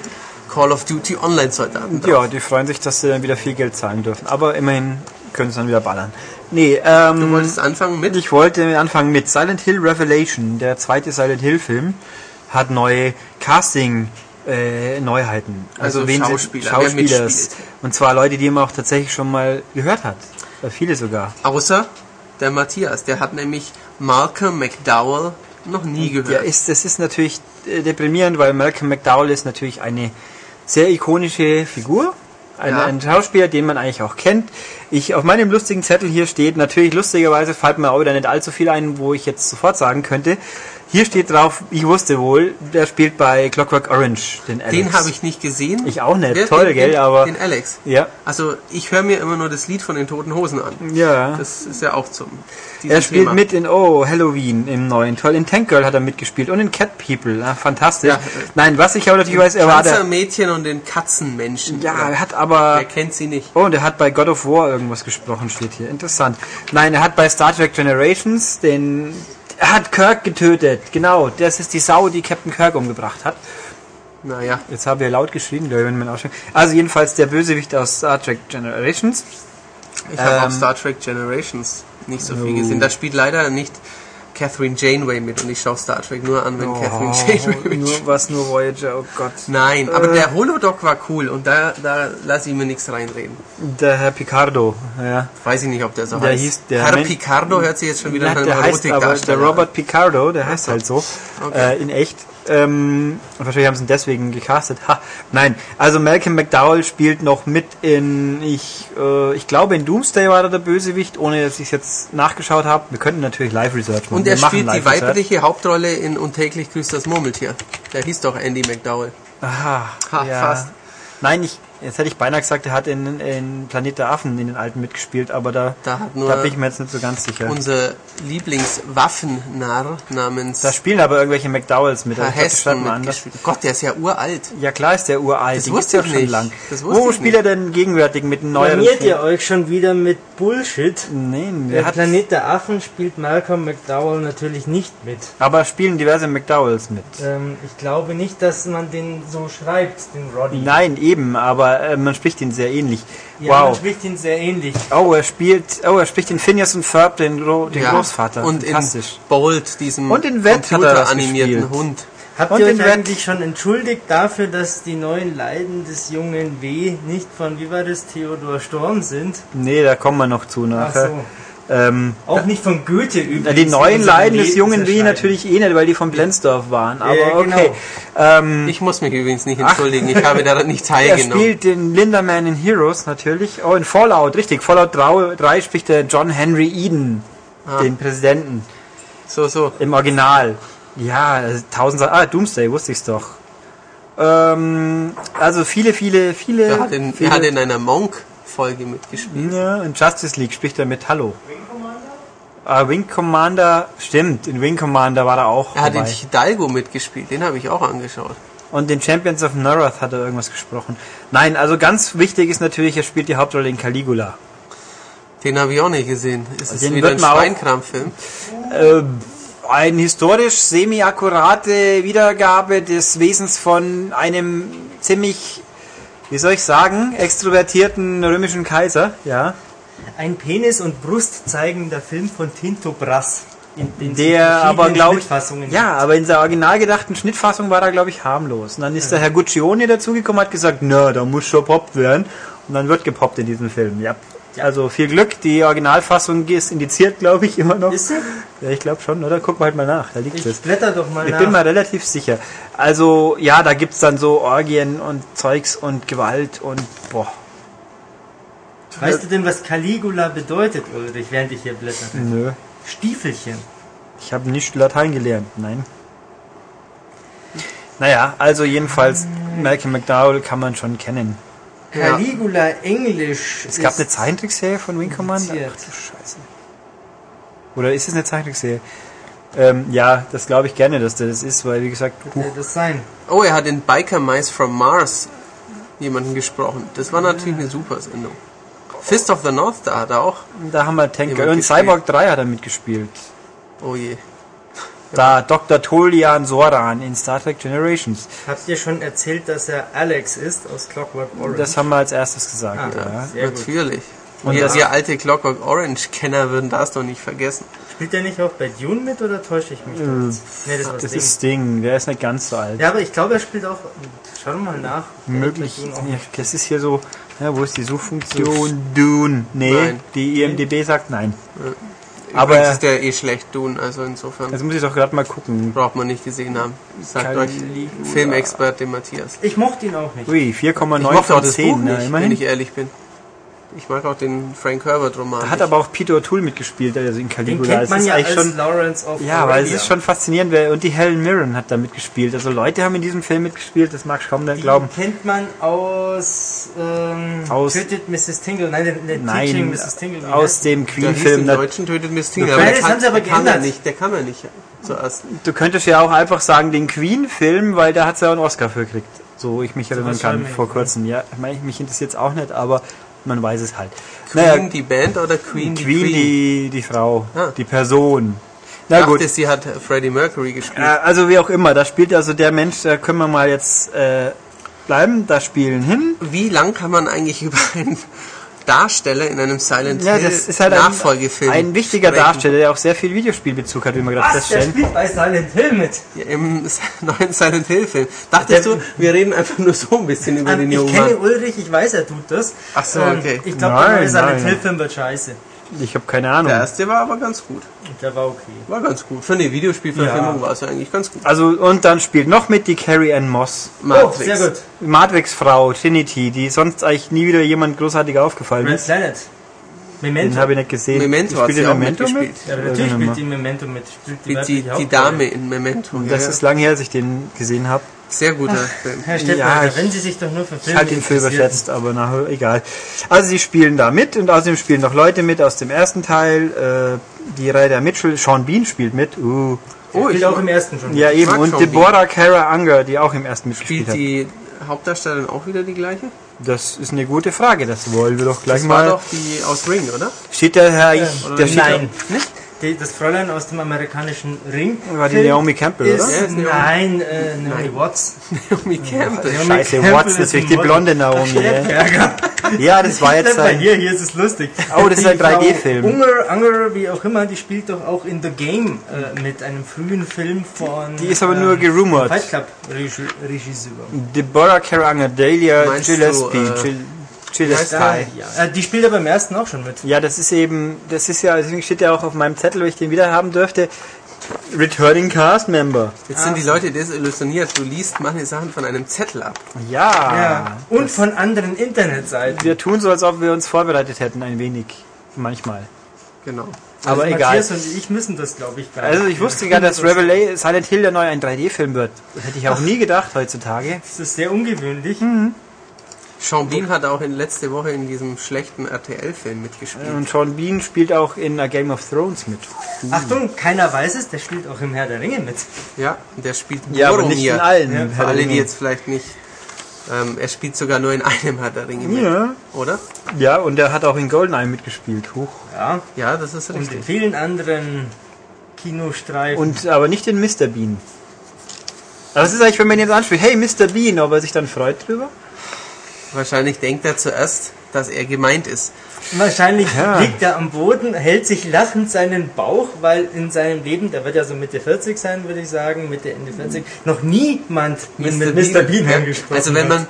[SPEAKER 2] Call of Duty Online-Soldaten drauf.
[SPEAKER 1] Ja, die freuen sich, dass sie dann wieder viel Geld zahlen dürfen. Aber immerhin können sie dann wieder ballern. Nee,
[SPEAKER 2] Du
[SPEAKER 1] ähm,
[SPEAKER 2] wolltest anfangen mit?
[SPEAKER 1] ich wollte anfangen mit Silent Hill Revelation. Der zweite Silent Hill Film hat neue Casting äh, Neuheiten. Also,
[SPEAKER 2] Also
[SPEAKER 1] wen sie-
[SPEAKER 2] Schauspieler, wer
[SPEAKER 1] Schauspieler.
[SPEAKER 2] mitspielt.
[SPEAKER 1] Und zwar Leute, die man auch tatsächlich schon mal gehört hat. Äh, Viele sogar.
[SPEAKER 2] Außer der Matthias, der hat nämlich Malcolm McDowell noch nie gehört.
[SPEAKER 1] Ja, ist, das ist natürlich äh, deprimierend, weil Malcolm McDowell ist natürlich eine sehr ikonische Figur. Ein,
[SPEAKER 2] Ja.
[SPEAKER 1] ein Schauspieler, den man eigentlich auch kennt. Ich, auf meinem lustigen Zettel hier steht, natürlich lustigerweise fällt mir auch wieder nicht allzu viel ein, wo ich jetzt sofort sagen könnte. Hier steht drauf, ich wusste wohl, der spielt bei Clockwork Orange, den Alex.
[SPEAKER 2] den habe ich nicht gesehen.
[SPEAKER 1] Ich auch nicht.
[SPEAKER 2] Wer-
[SPEAKER 1] Toll,
[SPEAKER 2] den,
[SPEAKER 1] gell,
[SPEAKER 2] den,
[SPEAKER 1] aber-
[SPEAKER 2] Den Alex.
[SPEAKER 1] Ja.
[SPEAKER 2] Also ich höre mir immer nur das Lied von den Toten Hosen an.
[SPEAKER 1] Ja.
[SPEAKER 2] Das ist ja auch zum diesem
[SPEAKER 1] Er spielt
[SPEAKER 2] Thema.
[SPEAKER 1] mit in Oh, Halloween im neuen Toll. In Tank Girl hat er mitgespielt und in Cat People. Ah, fantastisch.
[SPEAKER 2] Ja.
[SPEAKER 1] Nein, was ich aber natürlich weiß, er war der.
[SPEAKER 2] Panzermädchen und den Katzenmenschen.
[SPEAKER 1] Ja,
[SPEAKER 2] Oder-
[SPEAKER 1] er hat aber.
[SPEAKER 2] Wer kennt sie nicht?
[SPEAKER 1] Oh, und er hat bei God of War irgendwas gesprochen, steht hier. Interessant. Nein, er hat bei Star Trek Generations den. Er hat Kirk getötet. Genau, das ist die Sau, die Captain Kirk umgebracht hat.
[SPEAKER 2] Naja.
[SPEAKER 1] Jetzt haben wir laut geschrien, glaube ich, wenn man ausschreibt. Also, jedenfalls der Bösewicht aus Star Trek Generations.
[SPEAKER 2] Ich habe
[SPEAKER 1] Ähm,
[SPEAKER 2] auch Star Trek Generations nicht so viel
[SPEAKER 1] Oh.
[SPEAKER 2] gesehen. Da spielt leider nicht Catherine Janeway mit und ich schaue Star Trek nur an, wenn Catherine Janeway mitspielt.
[SPEAKER 1] Oh, nur, was nur Voyager, oh Gott.
[SPEAKER 2] Nein, aber
[SPEAKER 1] Äh.
[SPEAKER 2] der Holodoc war cool und da, da lasse ich mir nichts reinreden.
[SPEAKER 1] Der Herr Picardo, ja.
[SPEAKER 2] Weiß ich nicht, ob der so
[SPEAKER 1] Der
[SPEAKER 2] heißt.
[SPEAKER 1] hieß- der
[SPEAKER 2] Herr
[SPEAKER 1] Men-
[SPEAKER 2] Picardo hört sich jetzt schon wieder
[SPEAKER 1] Ja,
[SPEAKER 2] nach einem
[SPEAKER 1] der heißt aber der
[SPEAKER 2] Erotikdarsteller an.
[SPEAKER 1] Robert Picardo, der heißt halt so.
[SPEAKER 2] Okay.
[SPEAKER 1] Äh, in echt. Ähm, wahrscheinlich haben sie ihn deswegen gecastet. Ha, nein, also Malcolm McDowell spielt noch mit in, ich, äh, ich glaube in Doomsday war da der Bösewicht, ohne dass ich es jetzt nachgeschaut habe. Wir könnten natürlich Live-Research machen.
[SPEAKER 2] Und
[SPEAKER 1] Wir
[SPEAKER 2] er
[SPEAKER 1] machen
[SPEAKER 2] spielt die
[SPEAKER 1] Live-Research.
[SPEAKER 2] weibliche Hauptrolle in Und täglich grüßt das Murmeltier. Der hieß doch Andy McDowell.
[SPEAKER 1] Aha,
[SPEAKER 2] Ha,
[SPEAKER 1] ja.
[SPEAKER 2] fast.
[SPEAKER 1] Nein, ich, Jetzt hätte ich beinahe gesagt, er hat in, in Planet der Affen in den alten mitgespielt, aber da,
[SPEAKER 2] Da hat
[SPEAKER 1] da bin
[SPEAKER 2] nur
[SPEAKER 1] ich mir jetzt nicht so ganz sicher.
[SPEAKER 2] unser Lieblingswaffennarr namens
[SPEAKER 1] Da spielen aber irgendwelche McDowells mit.
[SPEAKER 2] Herr
[SPEAKER 1] also das schreibt
[SPEAKER 2] Heston
[SPEAKER 1] man anders.
[SPEAKER 2] mitgespielt. Gott, der ist ja uralt.
[SPEAKER 1] Ja klar ist der uralt,
[SPEAKER 2] Das
[SPEAKER 1] den
[SPEAKER 2] wusste
[SPEAKER 1] gibt's
[SPEAKER 2] ich
[SPEAKER 1] doch schon
[SPEAKER 2] nicht.
[SPEAKER 1] lang.
[SPEAKER 2] Das wusste
[SPEAKER 1] Wo
[SPEAKER 2] ich
[SPEAKER 1] spielt er denn gegenwärtig mit den neueren
[SPEAKER 3] Blamiert ihr
[SPEAKER 1] Filmen?
[SPEAKER 3] euch schon wieder mit Bullshit?
[SPEAKER 1] Nee,
[SPEAKER 3] Der
[SPEAKER 1] der hat,
[SPEAKER 3] Planet der Affen spielt Malcolm McDowell natürlich nicht mit.
[SPEAKER 1] aber spielen diverse McDowells mit.
[SPEAKER 3] Ähm, ich glaube nicht, dass man den so schreibt, den Roddy.
[SPEAKER 1] Nein, eben, aber äh, man spricht ihn sehr ähnlich.
[SPEAKER 3] ja, wow. man
[SPEAKER 1] wow.
[SPEAKER 3] spricht ihn sehr ähnlich.
[SPEAKER 1] Oh, er spielt, oh, er spricht den Phineas und Ferb, den, Gro den
[SPEAKER 2] Ja.
[SPEAKER 1] Großvater.
[SPEAKER 2] Und in
[SPEAKER 1] Fantastisch.
[SPEAKER 2] Bolt, diesem
[SPEAKER 1] Und in Wett hat er das
[SPEAKER 2] computeranimierten
[SPEAKER 1] gespielt.
[SPEAKER 2] Hund.
[SPEAKER 3] Habt
[SPEAKER 1] Und
[SPEAKER 3] ihr
[SPEAKER 1] den
[SPEAKER 3] euch
[SPEAKER 1] Red-
[SPEAKER 3] eigentlich schon entschuldigt dafür, dass die neuen Leiden des jungen W. nicht von wie war das Theodor Storm sind?
[SPEAKER 1] nee, da kommen wir noch zu
[SPEAKER 3] Ach
[SPEAKER 1] nachher.
[SPEAKER 3] so.
[SPEAKER 1] Ähm,
[SPEAKER 3] Auch nicht von Goethe
[SPEAKER 1] na,
[SPEAKER 3] übrigens.
[SPEAKER 1] die neuen
[SPEAKER 3] unseren
[SPEAKER 1] Leiden des jungen W
[SPEAKER 3] Lebenserscheinungen.
[SPEAKER 1] natürlich eh nicht, weil die von Blensdorf waren. Aber
[SPEAKER 3] Ja, genau.
[SPEAKER 1] okay. Ähm,
[SPEAKER 2] Ich muss mich übrigens nicht entschuldigen, ich habe daran nicht
[SPEAKER 1] er
[SPEAKER 2] teilgenommen.
[SPEAKER 1] spielt den Linderman in Heroes natürlich. Oh, in Fallout, richtig. Fallout 3, 3 spricht der John Henry Eden,
[SPEAKER 2] Ah.
[SPEAKER 1] den Präsidenten.
[SPEAKER 2] So, so.
[SPEAKER 1] Im Original. Ja, also tausend Sa- Ah, Doomsday, wusste ich's doch. Ähm, also viele, viele, viele.
[SPEAKER 2] Er hat in,
[SPEAKER 1] viele
[SPEAKER 2] er hat in einer Monk-Folge mitgespielt.
[SPEAKER 1] ja, in Justice League spricht er mit Hallo. Ah, Wing Commander, stimmt, in Wing Commander war er auch.
[SPEAKER 2] Er hat in
[SPEAKER 1] dabei.
[SPEAKER 2] Hidalgo mitgespielt, den habe ich auch angeschaut.
[SPEAKER 1] Und den Champions of Narath hat er irgendwas gesprochen. Nein, also ganz wichtig ist natürlich, er spielt die Hauptrolle in Caligula.
[SPEAKER 2] Den habe ich auch nicht gesehen. Ist es
[SPEAKER 1] Den
[SPEAKER 2] wieder ein
[SPEAKER 1] wird man auch-
[SPEAKER 2] Schweinkram-Film?
[SPEAKER 1] Ähm, ein historisch semi-akkurate Wiedergabe des Wesens von einem ziemlich, wie soll ich sagen, extrovertierten römischen Kaiser. Ja.
[SPEAKER 3] Ein Penis- und Brust zeigender Film von Tinto Brass. In den
[SPEAKER 1] Der aber, glaube ich,
[SPEAKER 3] Fassungen.
[SPEAKER 1] ja, aber in der original gedachten Schnittfassung war da, glaube ich, harmlos. Und dann ist der Herr Guccione dazugekommen und hat gesagt, na, da muss schon poppt werden. Und dann wird gepoppt in diesem Film, ja. Also viel Glück, die Originalfassung ist indiziert, glaube ich, immer noch.
[SPEAKER 3] Ist sie?
[SPEAKER 1] Ja, ich glaube schon, oder? Guck mal halt mal nach, da liegt es.
[SPEAKER 3] Ich blätter doch mal
[SPEAKER 1] Ich
[SPEAKER 3] nach.
[SPEAKER 1] bin mal relativ sicher. Also, ja, da gibt es dann so Orgien und Zeugs und Gewalt und boah.
[SPEAKER 3] weißt du denn, was Caligula bedeutet, Ulrich, während ich hier blättere?
[SPEAKER 1] Nö.
[SPEAKER 3] Stiefelchen.
[SPEAKER 1] Ich habe nicht Latein gelernt, nein. Naja, also jedenfalls, Malcolm McDowell kann man schon kennen.
[SPEAKER 2] Ja.
[SPEAKER 3] Caligula Englisch.
[SPEAKER 1] Es gab
[SPEAKER 3] ist-
[SPEAKER 1] eine Zeichentrickserie von Wing Commander.
[SPEAKER 3] indiziert.
[SPEAKER 1] Ach du Scheiße. Oder ist es eine Zeichentrickserie? Ähm, ja, das glaube ich gerne, dass der das ist, weil wie gesagt,
[SPEAKER 3] Soll
[SPEAKER 1] Huch,
[SPEAKER 3] äh, das sein?
[SPEAKER 2] Oh, er hat in Biker Mice from Mars jemanden gesprochen. Das war natürlich eine super Sendung. Fist of the North, da hat er auch.
[SPEAKER 1] da haben wir Tank.
[SPEAKER 2] Jemand
[SPEAKER 1] Und
[SPEAKER 2] gespielt.
[SPEAKER 1] Cyborg 3 hat er mitgespielt.
[SPEAKER 2] Oh je.
[SPEAKER 1] Da Dr. Tolian Soran in Star Trek Generations.
[SPEAKER 3] Habt ihr schon erzählt, dass er Alex ist aus Clockwork Orange?
[SPEAKER 1] Das haben wir als erstes gesagt.
[SPEAKER 3] Ah,
[SPEAKER 1] ja.
[SPEAKER 3] sehr gut.
[SPEAKER 2] Natürlich.
[SPEAKER 1] Und
[SPEAKER 2] wir,
[SPEAKER 1] das-
[SPEAKER 2] wir alte Clockwork Orange-Kenner würden das doch nicht vergessen.
[SPEAKER 3] Spielt er nicht auch bei Dune mit oder täusche ich mich? da jetzt? nee, das war
[SPEAKER 1] Ähm, Das
[SPEAKER 3] das Ding.
[SPEAKER 1] ist Ding, der ist nicht ganz so alt.
[SPEAKER 3] Ja, aber ich glaube, er spielt auch. Schau doch mal nach.
[SPEAKER 1] Möglich.
[SPEAKER 3] Bei Dune auch.
[SPEAKER 1] Ja, das ist hier so. Ja, wo ist die Suchfunktion? Dune. Nee,
[SPEAKER 2] Nein.
[SPEAKER 1] die IMDB sagt nein.
[SPEAKER 2] Aber
[SPEAKER 1] Aber
[SPEAKER 2] Übrigens ist der eh schlecht tun, also insofern
[SPEAKER 1] jetzt muss ich doch gerade mal gucken.
[SPEAKER 2] braucht man nicht gesehen haben. Sagt euch
[SPEAKER 1] Caligula.
[SPEAKER 2] Filmexperte Matthias.
[SPEAKER 3] Ich mochte ihn auch nicht.
[SPEAKER 1] Ui,
[SPEAKER 2] Ich
[SPEAKER 1] 4,9
[SPEAKER 2] mochte auch
[SPEAKER 1] von
[SPEAKER 2] das
[SPEAKER 1] 10.
[SPEAKER 2] Buch
[SPEAKER 1] na,
[SPEAKER 2] nicht, wenn
[SPEAKER 1] immerhin.
[SPEAKER 2] ich ehrlich bin. Ich mag auch den Frank Herbert-Roman.
[SPEAKER 1] Da hat aber auch Peter O'Toole mitgespielt, also in
[SPEAKER 3] Den
[SPEAKER 1] Caligula.
[SPEAKER 3] kennt
[SPEAKER 1] Es
[SPEAKER 3] man
[SPEAKER 1] ist
[SPEAKER 3] ja als
[SPEAKER 1] eigentlich schon,
[SPEAKER 3] Lawrence of
[SPEAKER 1] ja, aber es
[SPEAKER 3] Arabia.
[SPEAKER 1] ist schon faszinierend. Wer, und die Helen Mirren hat da mitgespielt. Also Leute haben in diesem Film mitgespielt, das mag ich kaum dann
[SPEAKER 3] Die
[SPEAKER 1] glauben.
[SPEAKER 3] kennt man aus, ähm,
[SPEAKER 1] Aus-
[SPEAKER 3] Tötet Mrs. Tingle. Nein, der, der Teaching
[SPEAKER 1] Nein,
[SPEAKER 3] Mrs. Tingle. wie
[SPEAKER 1] aus
[SPEAKER 3] heißt
[SPEAKER 1] dem
[SPEAKER 2] der hieß im
[SPEAKER 1] Queen-Film. da-
[SPEAKER 2] Deutschen tötet Miss Tingle.
[SPEAKER 1] Nein,
[SPEAKER 2] der
[SPEAKER 3] das
[SPEAKER 2] kann-
[SPEAKER 3] haben sie aber
[SPEAKER 2] der kann er
[SPEAKER 3] geändert.
[SPEAKER 2] nicht, der kann er nicht zuerst.
[SPEAKER 1] Du könntest ja auch einfach sagen, den Queen-Film, weil da hat ja auch einen Oscar für gekriegt. So ich mich erinnern
[SPEAKER 3] was
[SPEAKER 1] kann,
[SPEAKER 3] soll man
[SPEAKER 1] vor
[SPEAKER 3] jetzt,
[SPEAKER 1] kurzem. Ja, ich meine, mich interessiert es auch nicht, aber man weiß es halt.
[SPEAKER 2] Queen
[SPEAKER 1] naja,
[SPEAKER 2] die Band oder Queen,
[SPEAKER 1] Queen, die, die Frau,
[SPEAKER 2] Ah.
[SPEAKER 1] die Person. Na
[SPEAKER 2] Ich
[SPEAKER 1] gut.
[SPEAKER 2] dachte, sie hat Freddie Mercury
[SPEAKER 1] Äh,
[SPEAKER 2] gespielt.
[SPEAKER 1] Also wie auch immer, da spielt also der Mensch, da können wir mal jetzt äh, bleiben, da spielen hin.
[SPEAKER 2] Wie lang kann man eigentlich über einen Darsteller in einem Silent
[SPEAKER 1] Ja,
[SPEAKER 2] Hill
[SPEAKER 1] das ist halt ein,
[SPEAKER 2] Nachfolgefilm
[SPEAKER 1] ein wichtiger
[SPEAKER 2] sprechen?
[SPEAKER 1] Darsteller, der auch sehr viel Videospielbezug hat, wie wir gerade
[SPEAKER 3] Was? Der
[SPEAKER 1] feststellen.
[SPEAKER 3] spielt bei Silent Hill mit.
[SPEAKER 2] Ja, Im neuen Silent Hill Film. Dachtest
[SPEAKER 1] Ähm,
[SPEAKER 2] du, wir reden einfach nur so ein bisschen über
[SPEAKER 3] Ähm,
[SPEAKER 2] den
[SPEAKER 3] ich
[SPEAKER 2] jungen
[SPEAKER 3] kenne
[SPEAKER 2] Mann?
[SPEAKER 3] Ulrich, ich weiß, er tut das. Ähm,
[SPEAKER 2] Ach so, okay.
[SPEAKER 3] Ich glaube, der
[SPEAKER 1] Nein,
[SPEAKER 3] neue Silent
[SPEAKER 1] nein.
[SPEAKER 3] Hill Film wird scheiße.
[SPEAKER 1] Ich habe keine Ahnung.
[SPEAKER 2] Der erste war aber ganz gut.
[SPEAKER 3] Und der war okay.
[SPEAKER 2] War ganz gut. Für eine Videospielverfilmung
[SPEAKER 3] Ja.
[SPEAKER 2] war es eigentlich ganz gut.
[SPEAKER 1] Also und dann spielt noch mit die Carrie Ann Moss.
[SPEAKER 3] Oh, sehr gut.
[SPEAKER 1] Matrix-Frau Trinity, die sonst eigentlich nie wieder jemand großartig aufgefallen
[SPEAKER 3] Red
[SPEAKER 1] ist.
[SPEAKER 3] Planet.
[SPEAKER 1] Den
[SPEAKER 3] Memento.
[SPEAKER 1] habe ich nicht gesehen.
[SPEAKER 2] Memento hat
[SPEAKER 1] spielt
[SPEAKER 2] sie
[SPEAKER 1] in
[SPEAKER 2] auch
[SPEAKER 1] Memento mit?
[SPEAKER 2] mitgespielt.
[SPEAKER 3] Ja, aber
[SPEAKER 1] Oder
[SPEAKER 3] natürlich
[SPEAKER 1] wie
[SPEAKER 3] spielt
[SPEAKER 1] nochmal?
[SPEAKER 3] die Memento mit. Spielt die,
[SPEAKER 2] Die, die,
[SPEAKER 3] weibliche
[SPEAKER 2] die
[SPEAKER 3] Hauptrolle.
[SPEAKER 2] Dame in Memento.
[SPEAKER 1] Das
[SPEAKER 2] ja.
[SPEAKER 1] ist lange her, dass ich den gesehen habe.
[SPEAKER 2] Sehr guter Film.
[SPEAKER 3] Herr Stettmeier,
[SPEAKER 1] Ja, ich-
[SPEAKER 3] wenn Sie sich doch nur für
[SPEAKER 1] Ich
[SPEAKER 3] Filme
[SPEAKER 1] halte ihn für
[SPEAKER 3] interessierten.
[SPEAKER 1] überschätzt, aber na, egal. Also sie spielen da mit und außerdem spielen noch Leute mit aus dem ersten Teil. Äh, die Reihe der Mitchell, Sean Bean spielt mit. Uh.
[SPEAKER 2] Oh,
[SPEAKER 3] Spielt
[SPEAKER 2] ich
[SPEAKER 3] auch im ersten schon.
[SPEAKER 1] Ja, eben.
[SPEAKER 2] mag
[SPEAKER 1] Und
[SPEAKER 2] Sean
[SPEAKER 1] Deborah Kara Unger, die auch im ersten mitgespielt
[SPEAKER 2] spielt
[SPEAKER 1] hat.
[SPEAKER 2] die Hauptdarstellerin auch wieder die gleiche?
[SPEAKER 1] Das ist eine gute Frage. Das wollen wir doch gleich
[SPEAKER 2] Das war
[SPEAKER 1] mal.
[SPEAKER 2] doch die aus Ring, oder?
[SPEAKER 1] Steht der Herr ich,
[SPEAKER 2] oder
[SPEAKER 1] der steht
[SPEAKER 3] Nein.
[SPEAKER 2] Nicht?
[SPEAKER 3] Die, das Fräulein aus dem amerikanischen Ring.
[SPEAKER 1] War die
[SPEAKER 3] Film
[SPEAKER 1] Naomi Campbell,
[SPEAKER 3] ist,
[SPEAKER 1] oder?
[SPEAKER 2] Ja, ist Naomi-
[SPEAKER 3] Nein, äh, Naomi
[SPEAKER 2] Nein.
[SPEAKER 3] Watts.
[SPEAKER 2] Naomi Campbell.
[SPEAKER 3] Naomi
[SPEAKER 1] Scheiße,
[SPEAKER 3] Campbell
[SPEAKER 1] Watts,
[SPEAKER 3] ist
[SPEAKER 1] natürlich
[SPEAKER 3] ein
[SPEAKER 1] die
[SPEAKER 3] Model.
[SPEAKER 1] blonde Naomi. Ja,
[SPEAKER 3] Ärger.
[SPEAKER 1] ja Ah, das war jetzt
[SPEAKER 3] Bleib mal
[SPEAKER 1] ein,
[SPEAKER 3] hier, hier ist es lustig.
[SPEAKER 1] Oh, das ist
[SPEAKER 3] Die
[SPEAKER 1] ein 3D-Film.
[SPEAKER 3] Frau Unger, Unger, wie auch immer, die spielt doch auch in The Game äh, mit einem frühen Film von.
[SPEAKER 1] Die ist aber
[SPEAKER 3] ähm,
[SPEAKER 1] nur gerumort.
[SPEAKER 3] Fight Club Regi- Regisseur.
[SPEAKER 1] Deborah Karanger, Dahlia
[SPEAKER 2] Meinst du,
[SPEAKER 1] Gillespie.
[SPEAKER 2] äh,
[SPEAKER 1] Gill-
[SPEAKER 3] Da,
[SPEAKER 1] Gillespie.
[SPEAKER 3] ja. Äh, die spielt aber im ersten auch schon mit.
[SPEAKER 1] Ja, das ist eben, das ist ja, deswegen steht ja auch auf meinem Zettel, wo ich den wieder haben dürfte, Returning Cast Member.
[SPEAKER 2] Jetzt sind die Leute desillusioniert. Du liest manche Sachen von einem Zettel ab.
[SPEAKER 1] Ja.
[SPEAKER 3] Ja. Und von anderen Internetseiten.
[SPEAKER 1] Wir tun so, als ob wir uns vorbereitet hätten, ein wenig. Manchmal.
[SPEAKER 2] Genau.
[SPEAKER 1] Aber
[SPEAKER 3] Also
[SPEAKER 1] egal.
[SPEAKER 3] Matthias und ich müssen das, glaube ich, gar
[SPEAKER 1] Also
[SPEAKER 3] nicht.
[SPEAKER 1] ich wusste gar, dass Revelation Silent Hill der neue ein 3D-Film wird. Das hätte ich auch nie gedacht heutzutage.
[SPEAKER 3] Das ist sehr ungewöhnlich.
[SPEAKER 1] Hm.
[SPEAKER 2] Sean Bean hat auch in letzte Woche in diesem schlechten RTL-Film mitgespielt.
[SPEAKER 1] Und Sean Bean spielt auch in A Game of Thrones mit.
[SPEAKER 3] Achtung, keiner weiß es, der spielt auch im Herr der Ringe mit.
[SPEAKER 2] Ja, und der spielt
[SPEAKER 1] Ja, aber nicht in allen.
[SPEAKER 3] Ja,
[SPEAKER 2] Für
[SPEAKER 1] Herr
[SPEAKER 2] alle,
[SPEAKER 1] der
[SPEAKER 2] die
[SPEAKER 1] Ringe.
[SPEAKER 2] jetzt vielleicht nicht. Ähm, er spielt sogar nur in einem Herr der Ringe mit.
[SPEAKER 1] Ja.
[SPEAKER 2] Oder?
[SPEAKER 1] ja, und er hat auch in Goldeneye mitgespielt. Huch.
[SPEAKER 3] Ja.
[SPEAKER 2] Ja, das ist
[SPEAKER 3] Und in
[SPEAKER 2] richtig.
[SPEAKER 3] vielen anderen Kinostreifen.
[SPEAKER 1] Und aber nicht in Mr. Bean. Aber was ist eigentlich, wenn man ihn jetzt anspricht? Hey, Mr. Bean, ob er sich dann freut drüber?
[SPEAKER 2] Wahrscheinlich denkt er zuerst, dass er gemeint ist.
[SPEAKER 3] Wahrscheinlich
[SPEAKER 1] Ja.
[SPEAKER 3] liegt er am Boden, hält sich lachend seinen Bauch, weil in seinem Leben, der wird ja so Mitte 40 sein, würde ich sagen, Mitte Ende 40, noch niemand mit mit Mr. Bean
[SPEAKER 2] Ja,
[SPEAKER 3] angesprochen
[SPEAKER 2] Also wenn man
[SPEAKER 3] hat.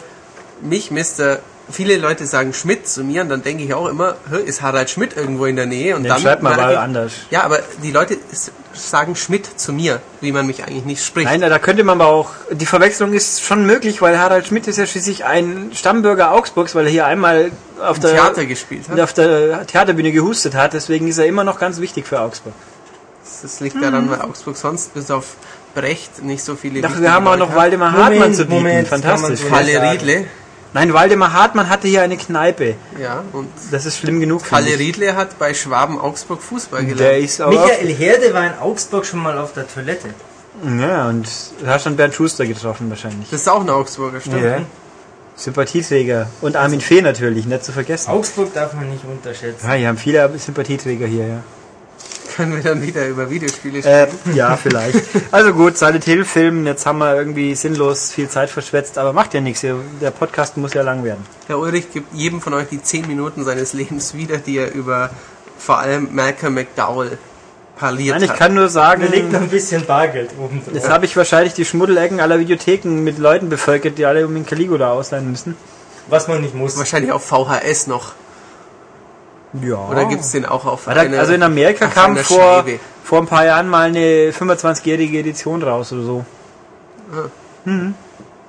[SPEAKER 2] mich Mr. Viele Leute sagen Schmidt zu mir und dann denke ich auch immer, "Hä, ist Harald Schmidt irgendwo in der Nähe? Und
[SPEAKER 1] Den
[SPEAKER 2] dann
[SPEAKER 1] schreibt man
[SPEAKER 2] merke
[SPEAKER 1] mal
[SPEAKER 2] ich-
[SPEAKER 1] anders.
[SPEAKER 2] Ja, aber die Leute s- sagen Schmidt zu mir, wie man mich eigentlich nicht spricht.
[SPEAKER 1] Nein, da könnte man aber auch. Die Verwechslung ist schon möglich, weil Harald Schmidt ist ja schließlich ein Stammbürger Augsburgs, weil er hier einmal auf der,
[SPEAKER 2] Theater gespielt hat.
[SPEAKER 1] auf der Theaterbühne gehustet hat. Deswegen ist er immer noch ganz wichtig für Augsburg.
[SPEAKER 2] Das liegt daran, weil Augsburg sonst bis auf Brecht nicht so viele.
[SPEAKER 1] Ach,
[SPEAKER 2] wichtige
[SPEAKER 1] wir haben auch
[SPEAKER 2] Leute
[SPEAKER 1] noch
[SPEAKER 2] hat.
[SPEAKER 1] Waldemar
[SPEAKER 3] Moment,
[SPEAKER 1] Hartmann zu bieten.
[SPEAKER 3] Moment,
[SPEAKER 1] Fantastisch.
[SPEAKER 3] kann man
[SPEAKER 2] Kalle
[SPEAKER 3] sagen.
[SPEAKER 2] Riedle.
[SPEAKER 1] Nein, Waldemar Hartmann hatte hier eine Kneipe.
[SPEAKER 2] Ja, und
[SPEAKER 1] Das ist schlimm genug. finde
[SPEAKER 2] Kalle
[SPEAKER 1] ich.
[SPEAKER 2] Riedle hat bei Schwaben Augsburg Fußball
[SPEAKER 1] Der
[SPEAKER 2] gelernt.
[SPEAKER 1] ist auch.
[SPEAKER 3] Michael Herde war in Augsburg schon mal auf der Toilette.
[SPEAKER 1] Ja, und da hast du dann Bernd Schuster getroffen wahrscheinlich.
[SPEAKER 2] Das ist auch ein Augsburger, stimmt.
[SPEAKER 1] Ja. Sympathieträger. Und Armin Fee natürlich, nicht zu vergessen.
[SPEAKER 3] Augsburg darf man nicht unterschätzen.
[SPEAKER 1] Ja, wir haben viele Sympathieträger hier, ja.
[SPEAKER 2] Können wir dann wieder über Videospiele sprechen.
[SPEAKER 1] Äh, ja, vielleicht. Also gut, Silent Hill Film, jetzt haben wir irgendwie sinnlos viel Zeit verschwätzt, aber macht ja nichts. ihr- Der Podcast muss ja lang werden.
[SPEAKER 2] Herr Ulrich gibt jedem von euch die 10 Minuten seines Lebens wieder, die er über vor allem Malcolm McDowell parliert
[SPEAKER 1] Nein, ich
[SPEAKER 2] hat.
[SPEAKER 1] kann nur sagen,
[SPEAKER 3] Da liegt noch ein bisschen Bargeld oben
[SPEAKER 1] jetzt
[SPEAKER 3] drauf.
[SPEAKER 1] habe ich wahrscheinlich die Schmuddelecken aller Videotheken mit Leuten bevölkert, die alle um den Caligula ausleihen müssen.
[SPEAKER 3] Was man nicht muss.
[SPEAKER 2] Wahrscheinlich auf VHS noch.
[SPEAKER 1] Ja.
[SPEAKER 2] Oder gibt's den auch auf
[SPEAKER 1] Weil da, Oh. also in Amerika
[SPEAKER 2] auf
[SPEAKER 1] kam
[SPEAKER 2] einer
[SPEAKER 1] vor,
[SPEAKER 2] Scheibe.
[SPEAKER 1] vor ein paar Jahren mal eine 25-jährige Edition raus oder so.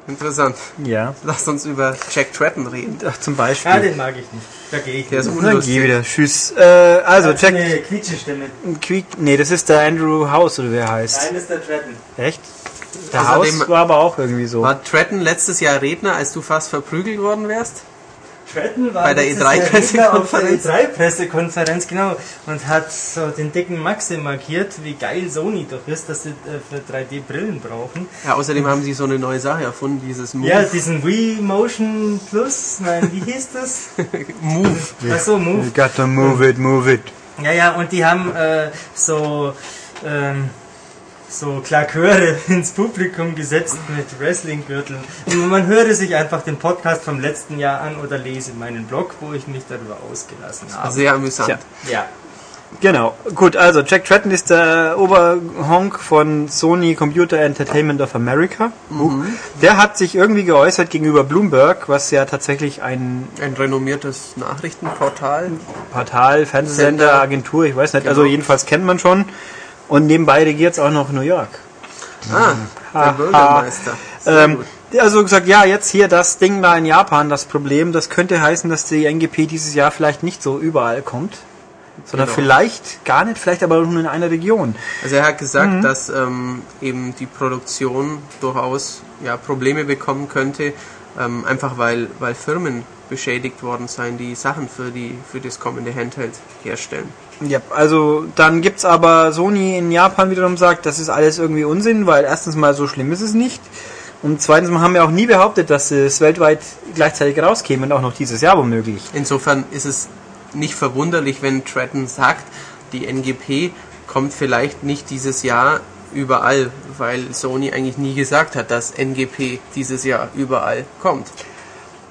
[SPEAKER 2] Interessant.
[SPEAKER 1] Ja.
[SPEAKER 2] Lasst uns über Jack Tratton reden.
[SPEAKER 1] Ach, zum Beispiel.
[SPEAKER 3] Ah, den mag ich nicht. Da gehe ich
[SPEAKER 2] Der ist
[SPEAKER 3] nicht.
[SPEAKER 1] Na, geh
[SPEAKER 2] unlustig.
[SPEAKER 1] wieder. Tschüss. Äh, also,
[SPEAKER 3] Hat
[SPEAKER 1] Jack
[SPEAKER 3] Eine Quietschestimme.
[SPEAKER 1] Quick. Nee, das ist der Andrew House oder wer heißt.
[SPEAKER 3] Nein, ist der Tretten.
[SPEAKER 1] Echt? Der
[SPEAKER 2] Außerdem-
[SPEAKER 1] Haus war aber auch irgendwie so.
[SPEAKER 2] War Tratton letztes Jahr Redner, als du fast verprügelt worden wärst?
[SPEAKER 3] Tretton war
[SPEAKER 2] Bei der E3
[SPEAKER 3] letztes Jahr Redner auf der
[SPEAKER 2] Pressekonferenz.
[SPEAKER 3] E3-Pressekonferenz, genau, und hat so den dicken Maxe markiert, wie geil Sony doch ist, dass sie äh, für 3D-Brillen brauchen.
[SPEAKER 2] Ja, außerdem haben sie so eine neue Sache erfunden, dieses Move.
[SPEAKER 3] Ja, diesen Wii Motion Plus, nein, wie hieß das?
[SPEAKER 2] Move.
[SPEAKER 3] Achso, Move.
[SPEAKER 1] You gotta move it, move it.
[SPEAKER 3] Ja, ja, und die haben äh, so, ähm, so Klaköre ins Publikum gesetzt mit Wrestling-Gürteln. Und man höre sich einfach den Podcast vom letzten Jahr an oder lese meinen Blog, wo ich mich darüber ausgelassen habe.
[SPEAKER 2] Sehr amüsant.
[SPEAKER 1] Tja.
[SPEAKER 3] Ja.
[SPEAKER 1] Genau. Gut, also Jack Tratton ist der Oberhonk von Sony Computer Entertainment of America. Der hat sich irgendwie geäußert gegenüber Bloomberg, was ja tatsächlich ein
[SPEAKER 2] Ein renommiertes Nachrichtenportal.
[SPEAKER 1] Mhm. Portal, Fernsehsender,
[SPEAKER 2] Sender.
[SPEAKER 1] Agentur, ich weiß nicht. Also jedenfalls kennt man schon. Und nebenbei regiert es auch noch New York.
[SPEAKER 2] Ah, der
[SPEAKER 1] Aha.
[SPEAKER 2] Bürgermeister. Sehr
[SPEAKER 1] Ähm,
[SPEAKER 2] gut.
[SPEAKER 1] der also gesagt, ja, jetzt hier das Ding da in Japan, das Problem, das könnte heißen, dass die NGP dieses Jahr vielleicht nicht so überall kommt. sondern
[SPEAKER 2] Genau.
[SPEAKER 1] vielleicht gar nicht, vielleicht aber nur in einer Region.
[SPEAKER 2] Also er hat gesagt, dass ähm, eben die Produktion durchaus ja, Probleme bekommen könnte, ähm, einfach weil, weil Firmen beschädigt worden seien, die Sachen für, die, für das kommende Handheld herstellen.
[SPEAKER 1] Ja, also dann gibt's aber Sony in Japan wiederum sagt, das ist alles irgendwie Unsinn, weil erstens mal so schlimm ist es nicht. Und zweitens mal haben wir auch nie behauptet, dass es weltweit gleichzeitig rauskäme und auch noch dieses Jahr womöglich.
[SPEAKER 2] Insofern ist es nicht verwunderlich, wenn Tretton sagt, die NGP kommt vielleicht nicht dieses Jahr überall, weil Sony eigentlich nie gesagt hat, dass NGP dieses Jahr überall kommt.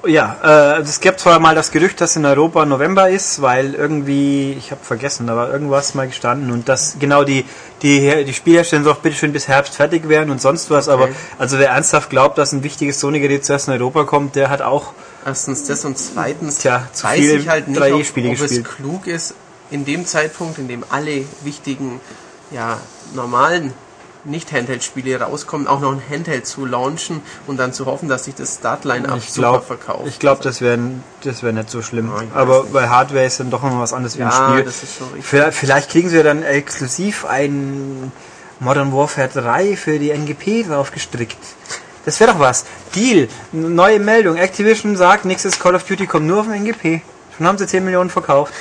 [SPEAKER 1] Ja, äh, es gab zwar mal das Gerücht, dass in Europa November ist, weil irgendwie, ich habe vergessen, da war irgendwas mal gestanden und dass genau die die, Her- die Spielhersteller doch bitteschön bis Herbst fertig wären und sonst was, aber also wer ernsthaft glaubt, dass ein wichtiges Sony-Gerät zuerst in Europa kommt, der hat auch
[SPEAKER 2] Erstens das und zweitens
[SPEAKER 1] Tja, zu
[SPEAKER 2] weiß
[SPEAKER 1] viele
[SPEAKER 2] ich halt nicht,
[SPEAKER 1] 3D-Spiele
[SPEAKER 2] ob, ob es
[SPEAKER 1] gespielt.
[SPEAKER 2] klug ist, in dem Zeitpunkt, in dem alle wichtigen, ja, normalen Nicht-Handheld-Spiele rauskommen, auch noch ein Handheld zu launchen und dann zu hoffen, dass sich das Start-Line-Up
[SPEAKER 1] Ich
[SPEAKER 2] super
[SPEAKER 1] glaube,
[SPEAKER 2] verkauft.
[SPEAKER 1] ich glaube, das wäre das wär nicht so schlimm.
[SPEAKER 2] Ja, ich weiß
[SPEAKER 1] Aber
[SPEAKER 2] nicht.
[SPEAKER 1] bei Hardware ist dann doch noch was anderes
[SPEAKER 2] Ja,
[SPEAKER 1] wie ein
[SPEAKER 2] das ist schon
[SPEAKER 1] Spiel.
[SPEAKER 2] richtig.
[SPEAKER 1] Vielleicht, vielleicht kriegen sie dann exklusiv ein Modern Warfare 3 für die NGP drauf gestrickt. Das wäre doch was. Deal. N- Neue Meldung. Activision sagt, nächstes Call of Duty kommt nur auf den NGP. Schon haben sie 10 Millionen verkauft.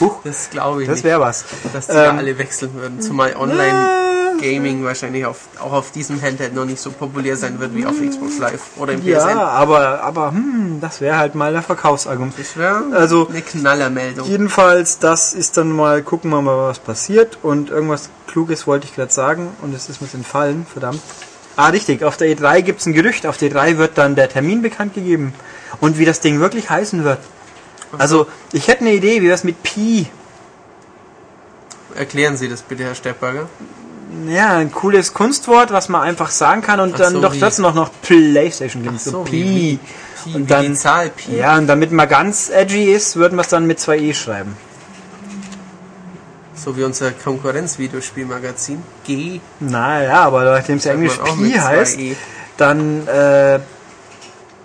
[SPEAKER 1] Huch,
[SPEAKER 2] das glaube ich
[SPEAKER 1] das
[SPEAKER 2] nicht,
[SPEAKER 1] wäre was.
[SPEAKER 2] dass die da
[SPEAKER 1] ähm, äh,
[SPEAKER 2] alle wechseln würden, zumal Online-Gaming wahrscheinlich auf, auch auf diesem Handheld noch nicht so populär sein wird wie auf Xbox Live oder im
[SPEAKER 1] äh, Ja,
[SPEAKER 2] PSN.
[SPEAKER 1] aber, aber hm, das wäre halt mal ein Verkaufsargument.
[SPEAKER 2] Das wäre
[SPEAKER 1] Also-
[SPEAKER 2] eine Knallermeldung.
[SPEAKER 1] Jedenfalls, das ist dann mal, gucken wir mal, was passiert. Und irgendwas Kluges wollte ich gerade sagen und es ist mir entfallen, verdammt. Ah, richtig, auf der E3 gibt es ein Gerücht. Auf der E3 wird dann der Termin bekannt gegeben und wie das Ding wirklich heißen wird. Also, ich hätte eine Idee, wie das mit Pi.
[SPEAKER 2] Erklären Sie das bitte, Herr Steppberger.
[SPEAKER 1] Ja, ein cooles Kunstwort, was man einfach sagen kann und
[SPEAKER 2] Ach
[SPEAKER 1] dann
[SPEAKER 2] so,
[SPEAKER 1] doch
[SPEAKER 2] wie-
[SPEAKER 1] trotzdem auch noch Playstation klingt. So,
[SPEAKER 2] so,
[SPEAKER 1] Pi.
[SPEAKER 2] wie- Pi,
[SPEAKER 1] Und
[SPEAKER 2] wie
[SPEAKER 1] dann-
[SPEAKER 2] die Zahl Pi.
[SPEAKER 1] Ja, und damit man ganz edgy ist, würden wir es dann mit zwei E schreiben.
[SPEAKER 2] So wie unser Konkurrenz-Videospielmagazin. G.
[SPEAKER 1] Naja, aber nachdem es ja Englisch
[SPEAKER 2] sagt man auch
[SPEAKER 1] Pi
[SPEAKER 2] mit zwei
[SPEAKER 1] heißt,
[SPEAKER 2] E.
[SPEAKER 1] dann äh,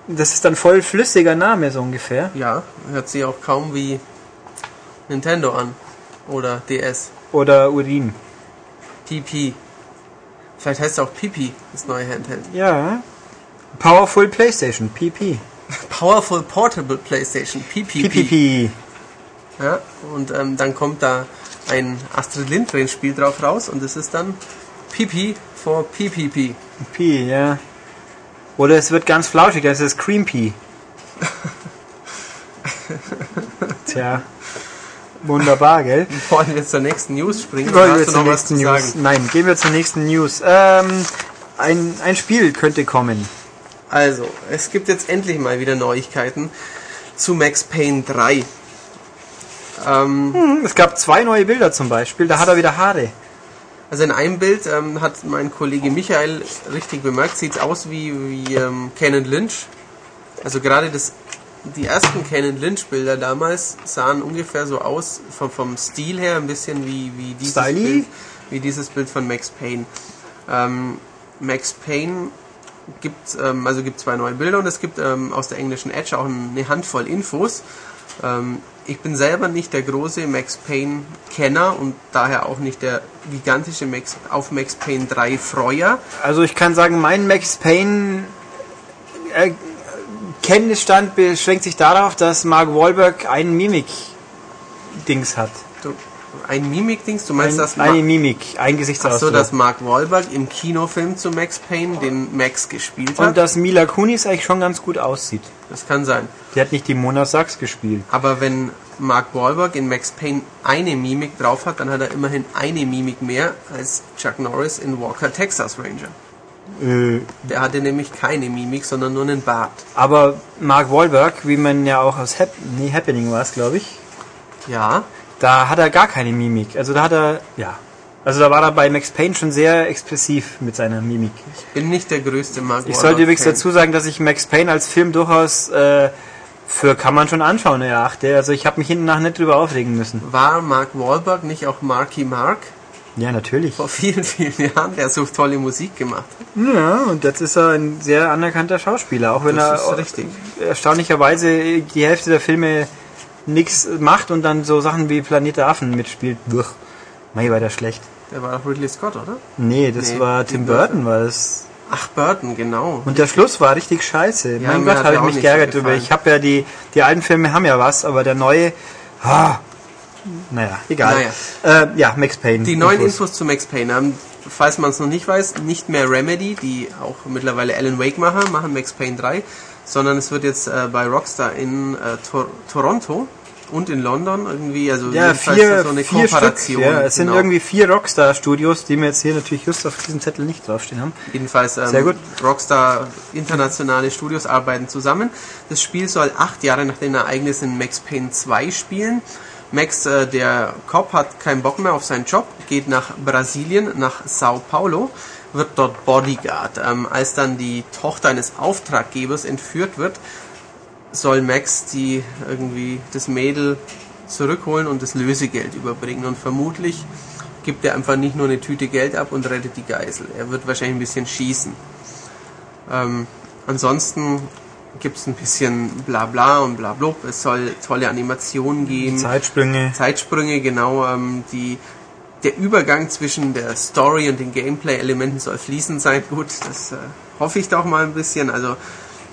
[SPEAKER 1] das ist dann voll flüssiger Name so ungefähr.
[SPEAKER 2] Ja, hört sich auch kaum wie Nintendo an. Oder DS.
[SPEAKER 1] Oder Urin.
[SPEAKER 2] PP. Vielleicht heißt es auch Pipi, das neue Handheld.
[SPEAKER 1] Ja. Powerful PlayStation, PP.
[SPEAKER 2] Powerful Portable PlayStation. PPP.
[SPEAKER 1] PPP.
[SPEAKER 2] Ja, und ähm, dann kommt da ein Astrid Lindgren-Spiel drauf raus und das ist dann PP for PPP.
[SPEAKER 1] P, ja. Oder es wird ganz flauschig, das ist Cream Pee. Tja. Wunderbar, gell?
[SPEAKER 2] Wollen wir zur nächsten News springen?
[SPEAKER 1] Wollen
[SPEAKER 2] oder
[SPEAKER 1] wir
[SPEAKER 2] hast du
[SPEAKER 1] zur
[SPEAKER 2] noch was
[SPEAKER 1] nächsten
[SPEAKER 2] zu
[SPEAKER 1] News?
[SPEAKER 2] sagen?
[SPEAKER 1] Nein, gehen wir zur nächsten News. Ähm, ein, ein Spiel könnte kommen.
[SPEAKER 2] Also, es gibt jetzt endlich mal wieder Neuigkeiten zu Max Payne 3. Ähm,
[SPEAKER 1] Hm, Es gab zwei neue Bilder zum Beispiel, da hat er wieder Haare.
[SPEAKER 2] Also in einem Bild ähm, hat mein Kollege Michael richtig bemerkt, sieht aus wie, wie ähm, Canon Lynch. Also gerade das, die ersten Canon Lynch Bilder damals sahen ungefähr so aus, vom, vom Stil her ein bisschen wie, wie, dieses,
[SPEAKER 1] Styli?
[SPEAKER 2] Bild, wie dieses Bild von Max Payne. Ähm, Max Payne gibt, ähm, also gibt zwei neue Bilder und es gibt ähm, aus der englischen Edge auch eine Handvoll Infos. Ähm, ich bin selber nicht der große Max Payne Kenner und daher auch nicht der gigantische Max auf Max Payne 3 Freuer.
[SPEAKER 1] Also ich kann sagen, mein Max Payne äh, Kenntnisstand beschränkt sich darauf, dass Mark Wahlberg einen Mimik-Dings hat.
[SPEAKER 2] Du, ein Mimik-Dings, du meinst das
[SPEAKER 1] eine
[SPEAKER 2] Ma
[SPEAKER 1] Mimik, ein Gesichtsausdruck.
[SPEAKER 2] so, dass Mark Wahlberg im Kinofilm zu Max Payne den Max gespielt
[SPEAKER 1] Und
[SPEAKER 2] hat?
[SPEAKER 1] dass Mila Kunis eigentlich schon ganz gut aussieht.
[SPEAKER 2] Das kann sein.
[SPEAKER 1] Die hat nicht die Mona Sachs gespielt.
[SPEAKER 2] Aber wenn Mark Wahlberg in Max Payne eine Mimik drauf hat, dann hat er immerhin eine Mimik mehr als Chuck Norris in Walker Texas Ranger.
[SPEAKER 1] Äh,
[SPEAKER 2] Der hatte nämlich keine Mimik, sondern nur einen Bart.
[SPEAKER 1] aber Mark Wahlberg, wie man ja auch aus Hap nee, Happening war es, glaube ich,
[SPEAKER 2] Ja,
[SPEAKER 1] da hat er gar keine Mimik. Also da hat er, ja. Also da war er bei Max Payne schon sehr expressiv mit seiner Mimik.
[SPEAKER 2] bin nicht der größte Mark
[SPEAKER 1] Ich sollte übrigens
[SPEAKER 2] Fan.
[SPEAKER 1] dazu sagen, dass ich Max Payne als Film durchaus äh, für kann man schon anschauen erachte. Also ich habe mich hinten nach nicht drüber aufregen müssen.
[SPEAKER 2] War Mark Wahlberg nicht auch Marky Mark
[SPEAKER 1] Ja, natürlich.
[SPEAKER 2] vor vielen, vielen Jahren, der so tolle Musik gemacht hat?
[SPEAKER 1] Ja, und jetzt ist er ein sehr anerkannter Schauspieler, auch wenn
[SPEAKER 2] Das
[SPEAKER 1] er
[SPEAKER 2] ist richtig.
[SPEAKER 1] erstaunlicherweise die Hälfte der Filme nichts macht und dann so Sachen wie Planet der Affen mitspielt. Buch. Mei, war der schlecht.
[SPEAKER 2] Der war doch Ridley Scott, oder?
[SPEAKER 1] Nee, das
[SPEAKER 2] Nee,
[SPEAKER 1] war Tim
[SPEAKER 2] Tim
[SPEAKER 1] Burton, war das.
[SPEAKER 2] Ach, Burton, genau.
[SPEAKER 1] Und der Schluss war richtig scheiße.
[SPEAKER 2] Ja,
[SPEAKER 1] mein
[SPEAKER 2] mir
[SPEAKER 1] Gott,
[SPEAKER 2] hat
[SPEAKER 1] habe
[SPEAKER 2] er
[SPEAKER 1] ich
[SPEAKER 2] auch
[SPEAKER 1] mich
[SPEAKER 2] nicht
[SPEAKER 1] geärgert
[SPEAKER 2] so
[SPEAKER 1] drüber.
[SPEAKER 2] gefallen.
[SPEAKER 1] Ich habe ja die, die alten Filme haben ja was, aber der neue, ah, naja, egal. Äh, ja, Max Payne.
[SPEAKER 2] Die neuen
[SPEAKER 1] Infos.
[SPEAKER 2] Infos zu Max Payne haben, falls man es noch nicht weiß, nicht mehr Remedy, die auch mittlerweile Alan Wake machen, machen Max Payne 3, sondern es wird jetzt äh, bei Rockstar in äh, Tor Toronto und in London irgendwie, also
[SPEAKER 1] Ja,
[SPEAKER 2] jedenfalls
[SPEAKER 1] vier, vier Stück. Ja, es sind
[SPEAKER 2] genau.
[SPEAKER 1] irgendwie vier Rockstar-Studios, die mir jetzt hier natürlich just auf diesem Zettel nicht draufstehen haben.
[SPEAKER 2] Jedenfalls ähm,
[SPEAKER 1] Sehr gut.
[SPEAKER 2] Rockstar internationale Studios arbeiten zusammen. Das Spiel soll acht Jahre nach den Ereignissen in Max Payne 2 spielen. Max, äh, der Cop, hat keinen Bock mehr auf seinen Job, geht nach Brasilien, nach Sao Paulo, wird dort Bodyguard. Ähm, als dann die Tochter eines Auftraggebers entführt wird, soll Max die irgendwie das Mädel zurückholen und das Lösegeld überbringen. Und vermutlich gibt er einfach nicht nur eine Tüte Geld ab und rettet die Geisel. Er wird wahrscheinlich ein bisschen schießen. Ähm, ansonsten gibt es ein bisschen Blabla und Blablub. Es soll tolle Animationen geben.
[SPEAKER 1] Zeitsprünge.
[SPEAKER 2] Zeitsprünge, genau. Ähm, die, der Übergang zwischen der Story und den Gameplay-Elementen soll fließend sein. Gut, das äh, hoffe ich doch mal ein bisschen. Also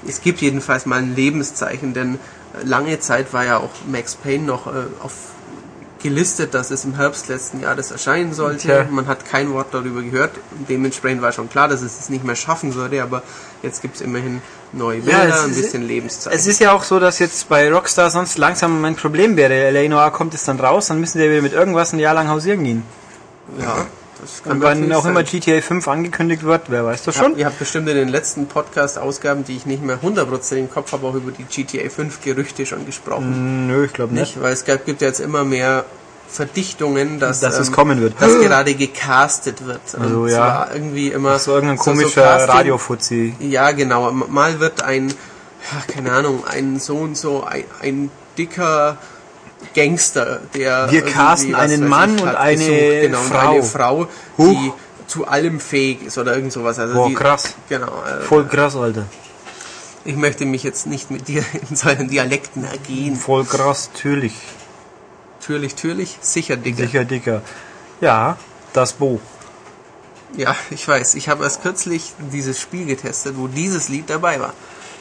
[SPEAKER 2] es gibt jedenfalls mal ein Lebenszeichen, denn äh, lange Zeit war ja auch Max Payne noch äh, auf gelistet, dass es im Herbst letzten Jahres erscheinen sollte.
[SPEAKER 1] Tja.
[SPEAKER 2] Man hat kein Wort darüber gehört. Dementsprechend war schon klar, dass es es nicht mehr schaffen würde, aber jetzt gibt es immerhin neue
[SPEAKER 1] Ja,
[SPEAKER 2] Bilder,
[SPEAKER 1] es
[SPEAKER 2] ein
[SPEAKER 1] ist-
[SPEAKER 2] bisschen Lebenszeichen.
[SPEAKER 1] Es ist ja auch so, dass jetzt bei Rockstar sonst langsam mein Problem wäre. LA Noir kommt es dann raus, dann müssen die wieder mit irgendwas ein Jahr lang hausieren gehen.
[SPEAKER 2] ja, das
[SPEAKER 1] Und
[SPEAKER 2] natürlich
[SPEAKER 1] wann auch
[SPEAKER 2] sein.
[SPEAKER 1] immer GTA 5 angekündigt wird, wer weiß das schon.
[SPEAKER 2] Hab, ihr habt bestimmt in den letzten Podcast-Ausgaben, die ich nicht mehr 100% im Kopf habe, auch über die GTA 5 Gerüchte schon gesprochen.
[SPEAKER 1] Nö, ich glaube nicht.
[SPEAKER 2] Nicht? Weil es gab, gibt ja jetzt immer mehr Verdichtungen, dass, ähm,
[SPEAKER 1] Dass es kommen wird.
[SPEAKER 2] Dass gerade gecastet wird.
[SPEAKER 1] Also,
[SPEAKER 2] Und
[SPEAKER 1] ja.
[SPEAKER 2] zwar irgendwie immer.
[SPEAKER 1] So irgendein
[SPEAKER 2] so
[SPEAKER 1] komischer
[SPEAKER 2] Casting-
[SPEAKER 1] Radiofuzzi.
[SPEAKER 2] Ja, genau. M- Mal wird ein, ach, keine Ahnung, ein so und so, ein, ein dicker Gangster, der.
[SPEAKER 1] Wir
[SPEAKER 2] irgendwie,
[SPEAKER 1] casten
[SPEAKER 2] was
[SPEAKER 1] einen
[SPEAKER 2] weiß
[SPEAKER 1] Mann
[SPEAKER 2] hat
[SPEAKER 1] und eine
[SPEAKER 2] Genau, und eine Frau, die
[SPEAKER 1] Huch.
[SPEAKER 2] zu allem fähig ist oder irgend sowas. Also
[SPEAKER 1] Boah,
[SPEAKER 2] die,
[SPEAKER 1] krass.
[SPEAKER 2] Genau. äh,
[SPEAKER 1] Voll krass, Alter.
[SPEAKER 2] ich möchte mich jetzt nicht mit dir in solchen Dialekten ergehen.
[SPEAKER 1] Voll krass, natürlich.
[SPEAKER 2] Natürlich, natürlich, sicher, Digga.
[SPEAKER 1] Sicher dicker. Ja, das Bo.
[SPEAKER 2] Ja, ich weiß. Ich habe erst kürzlich dieses Spiel getestet, wo dieses Lied dabei war.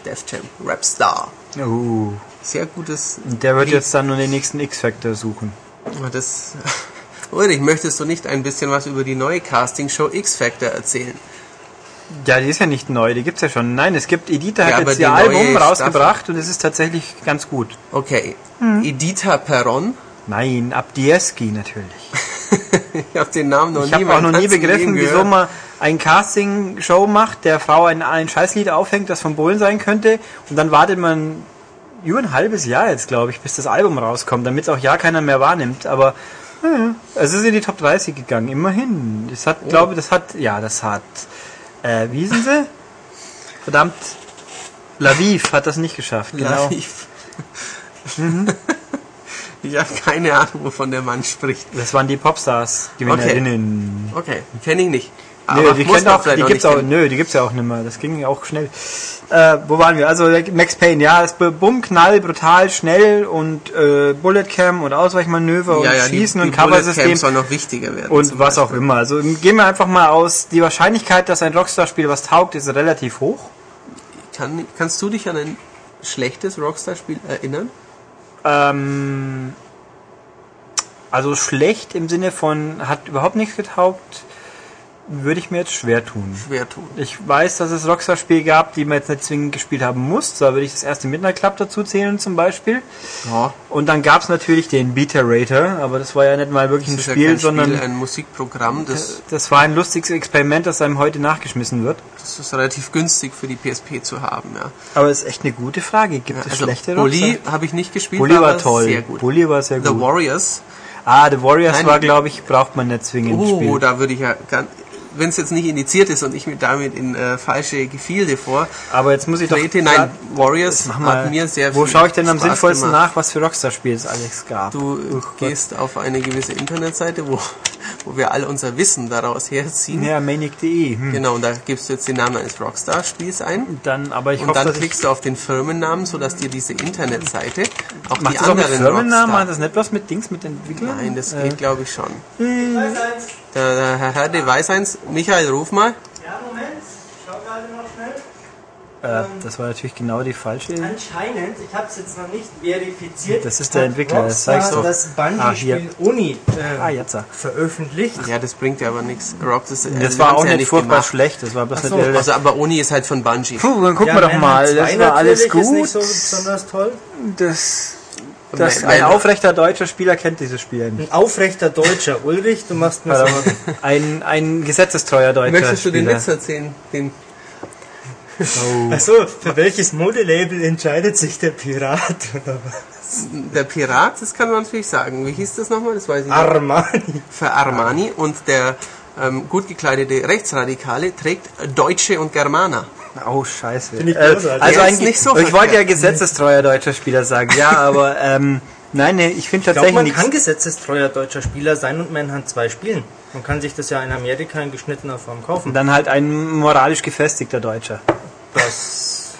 [SPEAKER 2] Death Champ, Rapstar.
[SPEAKER 1] Uh.
[SPEAKER 2] Sehr gutes.
[SPEAKER 1] Und der wird
[SPEAKER 2] Lied.
[SPEAKER 1] jetzt dann nur den nächsten X-Factor suchen.
[SPEAKER 2] Aber Das. Ulrich, möchtest du nicht ein bisschen was über die neue Castingshow X Factor erzählen?
[SPEAKER 1] Ja, die ist ja nicht neu, die gibt's ja schon. Nein, es gibt, Edita
[SPEAKER 2] Ja,
[SPEAKER 1] hat
[SPEAKER 2] aber
[SPEAKER 1] jetzt
[SPEAKER 2] die
[SPEAKER 1] ihr
[SPEAKER 2] neue
[SPEAKER 1] Album
[SPEAKER 2] Staffel.
[SPEAKER 1] rausgebracht und es ist tatsächlich ganz gut.
[SPEAKER 2] Okay.
[SPEAKER 1] Hm.
[SPEAKER 2] Editha Perron.
[SPEAKER 1] Nein, Abdieski natürlich.
[SPEAKER 2] ich habe den Namen noch
[SPEAKER 1] Ich
[SPEAKER 2] nie in
[SPEAKER 1] habe auch
[SPEAKER 2] meinem
[SPEAKER 1] noch nie
[SPEAKER 2] ganzen Leben
[SPEAKER 1] begriffen, wieso
[SPEAKER 2] gehört.
[SPEAKER 1] man ein Casting-Show macht, der Frau ein, ein Scheißlied aufhängt, das von Bohlen sein könnte und dann wartet man über ein halbes Jahr jetzt, glaube ich, bis das Album rauskommt, damit es auch ja keiner mehr wahrnimmt, aber hm, es ist in die Top 30 gegangen, immerhin. Das
[SPEAKER 2] Oh.
[SPEAKER 1] hat, glaube das hat, ja, das hat, äh, wie sind sie? Verdammt, Laviv hat das nicht geschafft, genau.
[SPEAKER 2] Live. ich habe keine Ahnung, wovon der Mann spricht.
[SPEAKER 1] Das waren die Popstars-Gewinnerinnen.
[SPEAKER 2] Okay, kenne ich nicht.
[SPEAKER 1] Nö, die,
[SPEAKER 2] muss
[SPEAKER 1] kennt
[SPEAKER 2] man
[SPEAKER 1] auch,
[SPEAKER 2] vielleicht
[SPEAKER 1] die
[SPEAKER 2] auch
[SPEAKER 1] gibt's
[SPEAKER 2] nicht
[SPEAKER 1] auch,
[SPEAKER 2] kennen.
[SPEAKER 1] nö, die gibt's ja auch nicht mehr. Das ging ja auch schnell. Äh, wo waren wir? Also Max Payne, ja, es be- bumm, knall, brutal, schnell und äh, Bullet Cam und Ausweichmanöver
[SPEAKER 2] ja,
[SPEAKER 1] und
[SPEAKER 2] ja,
[SPEAKER 1] Schießen
[SPEAKER 2] die,
[SPEAKER 1] und
[SPEAKER 2] die Bullet Camp
[SPEAKER 1] Coversystem
[SPEAKER 2] soll noch wichtiger werden.
[SPEAKER 1] und
[SPEAKER 2] zum
[SPEAKER 1] was auch
[SPEAKER 2] Beispiel.
[SPEAKER 1] immer. Also gehen wir einfach mal aus, die Wahrscheinlichkeit, dass ein Rockstar-Spiel was taugt, ist relativ hoch.
[SPEAKER 2] Kann, kannst du dich an ein schlechtes Rockstar-Spiel erinnern?
[SPEAKER 1] Ähm, also schlecht im Sinne von, hat überhaupt nichts getaugt, würde ich mir jetzt schwer tun.
[SPEAKER 2] Schwer tun.
[SPEAKER 1] Ich weiß, dass es Rockstar-Spiele gab, die man jetzt nicht zwingend gespielt haben muss. Da würde ich das erste Midnight Club dazu zählen zum Beispiel.
[SPEAKER 2] Ja,
[SPEAKER 1] Und dann gab es natürlich den Beta Rater, aber das war ja nicht mal wirklich
[SPEAKER 2] das
[SPEAKER 1] ein
[SPEAKER 2] ist
[SPEAKER 1] Spiel,
[SPEAKER 2] ja kein
[SPEAKER 1] sondern
[SPEAKER 2] Spiel, ein Musikprogramm, das,
[SPEAKER 1] das war ein lustiges Experiment, das einem heute nachgeschmissen wird.
[SPEAKER 2] das ist relativ günstig für die PSP zu haben. Ja.
[SPEAKER 1] Aber ist echt eine gute Frage. Gibt es
[SPEAKER 2] Also
[SPEAKER 1] schlechte
[SPEAKER 2] Bully habe ich nicht gespielt,
[SPEAKER 1] Bully war
[SPEAKER 2] aber
[SPEAKER 1] toll.
[SPEAKER 2] sehr gut.
[SPEAKER 1] Bully war sehr
[SPEAKER 2] The
[SPEAKER 1] gut.
[SPEAKER 2] Warriors,
[SPEAKER 1] ah, The Warriors
[SPEAKER 2] Nein,
[SPEAKER 1] war,
[SPEAKER 2] die-
[SPEAKER 1] glaube ich, braucht man nicht zwingend
[SPEAKER 2] oh,
[SPEAKER 1] gespielt.
[SPEAKER 2] da würde ich ja ganz... wenn es jetzt nicht indiziert ist und ich mir damit in äh, falsche Gefilde vor.
[SPEAKER 1] Aber jetzt muss ich doch.
[SPEAKER 2] Trete, nein, Warriors
[SPEAKER 1] Mach mal,
[SPEAKER 2] hat mir sehr
[SPEAKER 1] wo
[SPEAKER 2] viel
[SPEAKER 1] schaue ich denn am
[SPEAKER 2] Spaß
[SPEAKER 1] sinnvollsten Oh
[SPEAKER 2] gemacht.
[SPEAKER 1] nach, was für Rockstar-Spiele es alles gab?
[SPEAKER 2] Du äh, gehst auf eine gewisse Internetseite, wo, wo wir all unser Wissen daraus herziehen.
[SPEAKER 1] ja, manic.de. Hm.
[SPEAKER 2] Genau, und da gibst du jetzt den Namen eines Rockstar-Spiels ein.
[SPEAKER 1] Dann, aber ich
[SPEAKER 2] Und
[SPEAKER 1] hoffe,
[SPEAKER 2] dann
[SPEAKER 1] dass ich,
[SPEAKER 2] klickst du auf den Firmennamen, sodass dir diese Internetseite auch
[SPEAKER 1] macht
[SPEAKER 2] die
[SPEAKER 1] das auch mit
[SPEAKER 2] anderen
[SPEAKER 1] Firmennamen? Hat
[SPEAKER 2] Rockstar...
[SPEAKER 1] das nicht was mit Dings, mit Entwicklern?
[SPEAKER 2] Nein, das
[SPEAKER 1] äh,
[SPEAKER 2] geht glaube ich schon. Der, der Herr Herde weiß eins. Michael, ruf mal.
[SPEAKER 3] Ja, Moment. Ich schau gerade noch schnell.
[SPEAKER 1] äh, das war natürlich genau die falsche.
[SPEAKER 3] Anscheinend, ich habe es jetzt noch nicht verifiziert.
[SPEAKER 1] Das ist der
[SPEAKER 3] hat
[SPEAKER 1] Entwickler, das
[SPEAKER 3] Rockstar
[SPEAKER 1] zeigst du.
[SPEAKER 3] das
[SPEAKER 1] Ah,
[SPEAKER 3] Bungee-Spiel
[SPEAKER 1] hier.
[SPEAKER 3] Uni äh,
[SPEAKER 1] Ah, jetzt. ah.
[SPEAKER 3] veröffentlicht.
[SPEAKER 2] Ja, das bringt ja aber nichts. Rob, das, also,
[SPEAKER 1] Das
[SPEAKER 2] wir
[SPEAKER 1] war
[SPEAKER 2] haben's
[SPEAKER 1] auch
[SPEAKER 2] ja
[SPEAKER 1] nicht furchtbar
[SPEAKER 2] gemacht.
[SPEAKER 1] schlecht. Das war bloß
[SPEAKER 2] Ach so,
[SPEAKER 1] nicht der-
[SPEAKER 2] also, aber Uni ist halt von Bungie.
[SPEAKER 1] Puh, dann gucken
[SPEAKER 3] Ja,
[SPEAKER 1] wir doch
[SPEAKER 3] Manhunt
[SPEAKER 1] mal.
[SPEAKER 3] 2
[SPEAKER 1] Das war alles
[SPEAKER 3] natürlich
[SPEAKER 1] gut.
[SPEAKER 3] Ist nicht so besonders toll.
[SPEAKER 1] das, das
[SPEAKER 2] Nein,
[SPEAKER 1] ein
[SPEAKER 2] nein.
[SPEAKER 1] aufrechter deutscher Spieler kennt dieses Spiel ja nicht.
[SPEAKER 3] Ein aufrechter Deutscher. Ulrich, du machst mir
[SPEAKER 1] Also,
[SPEAKER 3] Sorgen.
[SPEAKER 1] ein, ein gesetzestreuer deutscher
[SPEAKER 2] Möchtest du
[SPEAKER 1] Spieler.
[SPEAKER 2] den Witz erzählen? Den,
[SPEAKER 3] Achso, für welches Modelabel entscheidet sich der Pirat? Oder was?
[SPEAKER 2] der Pirat, das kann man natürlich sagen. Wie hieß das nochmal? Das weiß ich nicht.
[SPEAKER 3] Armani.
[SPEAKER 2] Für Armani. Und der ähm, gut gekleidete Rechtsradikale trägt Deutsche und Germaner.
[SPEAKER 1] Oh, scheiße.
[SPEAKER 3] Finde ich
[SPEAKER 1] Äh,
[SPEAKER 3] großartig.
[SPEAKER 1] also
[SPEAKER 2] Der ist
[SPEAKER 1] eigentlich
[SPEAKER 2] nicht so
[SPEAKER 1] Ich wollte ja
[SPEAKER 2] verkehrt.
[SPEAKER 1] gesetzestreuer deutscher Spieler sagen, ja, aber ähm, nein, nee, ich finde
[SPEAKER 3] Ich glaube,
[SPEAKER 1] tatsächlich
[SPEAKER 3] man kann
[SPEAKER 1] nichts.
[SPEAKER 3] gesetzestreuer deutscher Spieler sein und Manhunt 2 spielen. Man kann sich das ja in Amerika in geschnittener Form kaufen.
[SPEAKER 1] Dann halt ein moralisch gefestigter Deutscher.
[SPEAKER 3] Das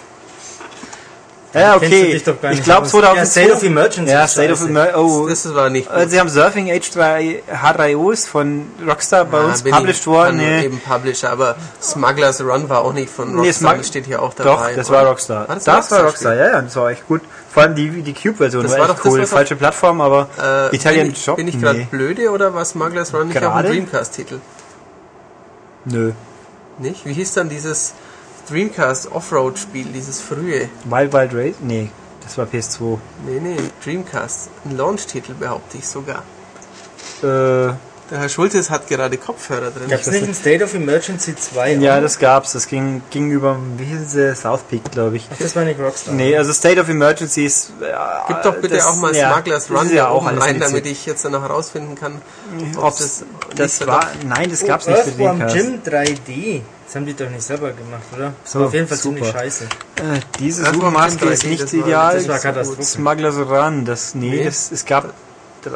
[SPEAKER 1] Ja,
[SPEAKER 3] kennst du
[SPEAKER 1] okay.
[SPEAKER 3] dich doch gar
[SPEAKER 1] Ich
[SPEAKER 3] nicht
[SPEAKER 1] glaube
[SPEAKER 3] aus.
[SPEAKER 1] 2002.
[SPEAKER 3] Ja, State of Emergency,
[SPEAKER 1] Ja, State of
[SPEAKER 3] scheiße.
[SPEAKER 1] Emergency. Oh,
[SPEAKER 2] Das war nicht
[SPEAKER 1] Äh, Sie haben Surfing Age 3 H3Os von Rockstar bei uns
[SPEAKER 2] Ah, bin
[SPEAKER 1] published
[SPEAKER 2] ich
[SPEAKER 1] worden.
[SPEAKER 2] von
[SPEAKER 1] Nee.
[SPEAKER 2] Eben Publisher, aber Smugglers Run war auch nicht von
[SPEAKER 1] Nee,
[SPEAKER 2] Rockstar,
[SPEAKER 1] Smug-
[SPEAKER 2] das steht hier auch dabei.
[SPEAKER 1] Doch, das
[SPEAKER 2] oder?
[SPEAKER 1] war Rockstar.
[SPEAKER 2] Ah,
[SPEAKER 1] das war Rockstar, ja, ja, das war echt gut. Vor allem die, die Cube-Version
[SPEAKER 2] Das
[SPEAKER 1] war,
[SPEAKER 2] war
[SPEAKER 1] echt
[SPEAKER 2] doch das,
[SPEAKER 1] cool.
[SPEAKER 2] was auf-
[SPEAKER 1] Falsche Plattform, aber
[SPEAKER 2] Äh,
[SPEAKER 1] Italian
[SPEAKER 2] bin ich,
[SPEAKER 1] Job.
[SPEAKER 2] Bin ich gerade
[SPEAKER 1] nee.
[SPEAKER 2] blöde oder war Smugglers Run nicht auch ein
[SPEAKER 1] Gerade?
[SPEAKER 2] Dreamcast-Titel?
[SPEAKER 1] Nö.
[SPEAKER 2] Nicht? Wie hieß dann dieses Dreamcast Offroad-Spiel, dieses frühe?
[SPEAKER 1] Wild Wild Race? Nee, das war PS2.
[SPEAKER 2] Nee, nee, Dreamcast. Ein Launch-Titel behaupte ich sogar.
[SPEAKER 1] Äh,
[SPEAKER 2] Der Herr Schultes hat gerade Kopfhörer drin.
[SPEAKER 3] gab es nicht in State of Emergency 2.
[SPEAKER 1] ja,
[SPEAKER 3] oder?
[SPEAKER 1] das gab's. Das ging, ging über, wie hieß es, South Peak, glaube ich.
[SPEAKER 3] das war nicht Rockstar.
[SPEAKER 1] Nee, also State of Emergency ist. Äh,
[SPEAKER 2] Gib doch bitte
[SPEAKER 1] das-
[SPEAKER 2] auch mal
[SPEAKER 1] ja,
[SPEAKER 2] Smugglers
[SPEAKER 1] das
[SPEAKER 2] Run
[SPEAKER 1] ist ja
[SPEAKER 2] da
[SPEAKER 1] auch
[SPEAKER 2] oben
[SPEAKER 1] alles
[SPEAKER 2] rein,
[SPEAKER 1] indiziert.
[SPEAKER 2] damit ich jetzt danach herausfinden kann, ob,
[SPEAKER 1] Ob's-
[SPEAKER 2] das,
[SPEAKER 1] Das
[SPEAKER 2] nicht
[SPEAKER 1] war, nein, das gab's nicht für
[SPEAKER 3] Earthworm
[SPEAKER 1] Dreamcast.
[SPEAKER 3] Jim 3D. Das haben die doch nicht selber gemacht, oder? Das war
[SPEAKER 1] So,
[SPEAKER 3] auf jeden Fall ziemlich
[SPEAKER 1] Oh, super.
[SPEAKER 3] scheiße.
[SPEAKER 1] Äh, diese
[SPEAKER 2] Earthworm
[SPEAKER 1] Supermaske
[SPEAKER 2] Jim
[SPEAKER 1] ist
[SPEAKER 2] 3D,
[SPEAKER 1] nicht
[SPEAKER 2] das war-
[SPEAKER 1] ideal.
[SPEAKER 3] Das war
[SPEAKER 2] so gut.
[SPEAKER 3] Katastrophe.
[SPEAKER 1] Smugglers Run, das, nee,
[SPEAKER 2] Nee.
[SPEAKER 1] Das, es gab. Äh,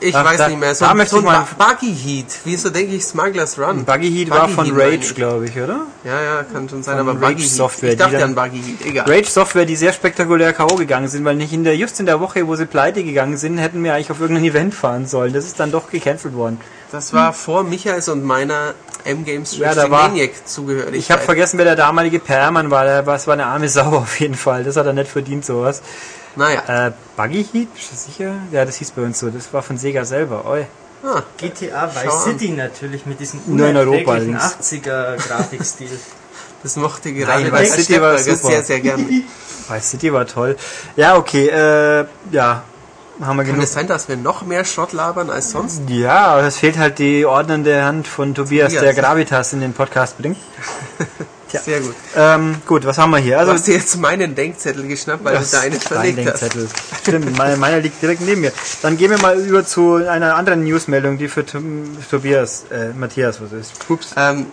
[SPEAKER 2] Ich
[SPEAKER 1] Ach,
[SPEAKER 2] weiß
[SPEAKER 1] da-
[SPEAKER 2] nicht mehr. So,
[SPEAKER 1] da möchte
[SPEAKER 2] so
[SPEAKER 1] ich mal-
[SPEAKER 2] ein Bu- Buggy Heat. Wieso denke ich Smugglers Run?
[SPEAKER 1] Buggy Heat war von Rage, glaube ich, oder?
[SPEAKER 2] ich. Ja, ja, kann schon sein,
[SPEAKER 1] Von
[SPEAKER 2] aber
[SPEAKER 1] Rage
[SPEAKER 2] Buggy
[SPEAKER 1] Software,
[SPEAKER 2] Heat. Ich dachte
[SPEAKER 1] die
[SPEAKER 2] an
[SPEAKER 1] dann-
[SPEAKER 2] Buggy Heat. Egal.
[SPEAKER 1] Rage Software, die sehr spektakulär K.O. gegangen sind, weil nicht in der, just in der Woche, wo sie pleite gegangen sind, hätten wir eigentlich auf irgendein Event fahren sollen. Das ist dann doch gecancelt worden.
[SPEAKER 2] Das war vor Michaels und meiner M-Games
[SPEAKER 1] Ja, da war-
[SPEAKER 2] Maniac zugehörig.
[SPEAKER 1] Ich habe vergessen, wer der damalige Perman war. Der, das war eine arme Sau auf jeden Fall. Das hat er nicht verdient, sowas.
[SPEAKER 2] Naja.
[SPEAKER 1] Äh, Buggy Heat? Bist du sicher? Ja, das hieß bei uns so. Das war von Sega selber. Oi.
[SPEAKER 2] Ah,
[SPEAKER 3] GTA Vice
[SPEAKER 2] Schau an.
[SPEAKER 3] City natürlich mit diesem
[SPEAKER 1] Nur in Europa
[SPEAKER 3] unerträglichen
[SPEAKER 1] allerdings.
[SPEAKER 3] 80er-Grafikstil.
[SPEAKER 2] das mochte
[SPEAKER 1] Vice
[SPEAKER 2] gerade Herr
[SPEAKER 1] City war
[SPEAKER 2] Steffberger
[SPEAKER 1] super.
[SPEAKER 2] sehr, sehr gerne.
[SPEAKER 1] Vice City war toll. Ja, okay. Äh, ja, haben wir
[SPEAKER 2] Kann
[SPEAKER 1] genug.
[SPEAKER 2] es sein, dass wir noch mehr Schrott labern als sonst?
[SPEAKER 1] Ja, aber es fehlt halt die ordnende Hand von Tobias,
[SPEAKER 2] Tobias.
[SPEAKER 1] der Gravitas in den Podcast bringt. Tja.
[SPEAKER 2] Sehr gut.
[SPEAKER 1] Ähm, gut, was haben wir hier?
[SPEAKER 2] Du
[SPEAKER 1] Also
[SPEAKER 2] hast dir jetzt meinen Denkzettel geschnappt, weil
[SPEAKER 1] das
[SPEAKER 2] du deinen
[SPEAKER 1] ist
[SPEAKER 2] verlegt hast.
[SPEAKER 1] Denkzettel. Stimmt, meine- meiner liegt direkt neben mir. Dann gehen wir mal über zu einer anderen Newsmeldung, die für Tom, Tobias, äh, Matthias was ist. Ups.
[SPEAKER 2] Ähm,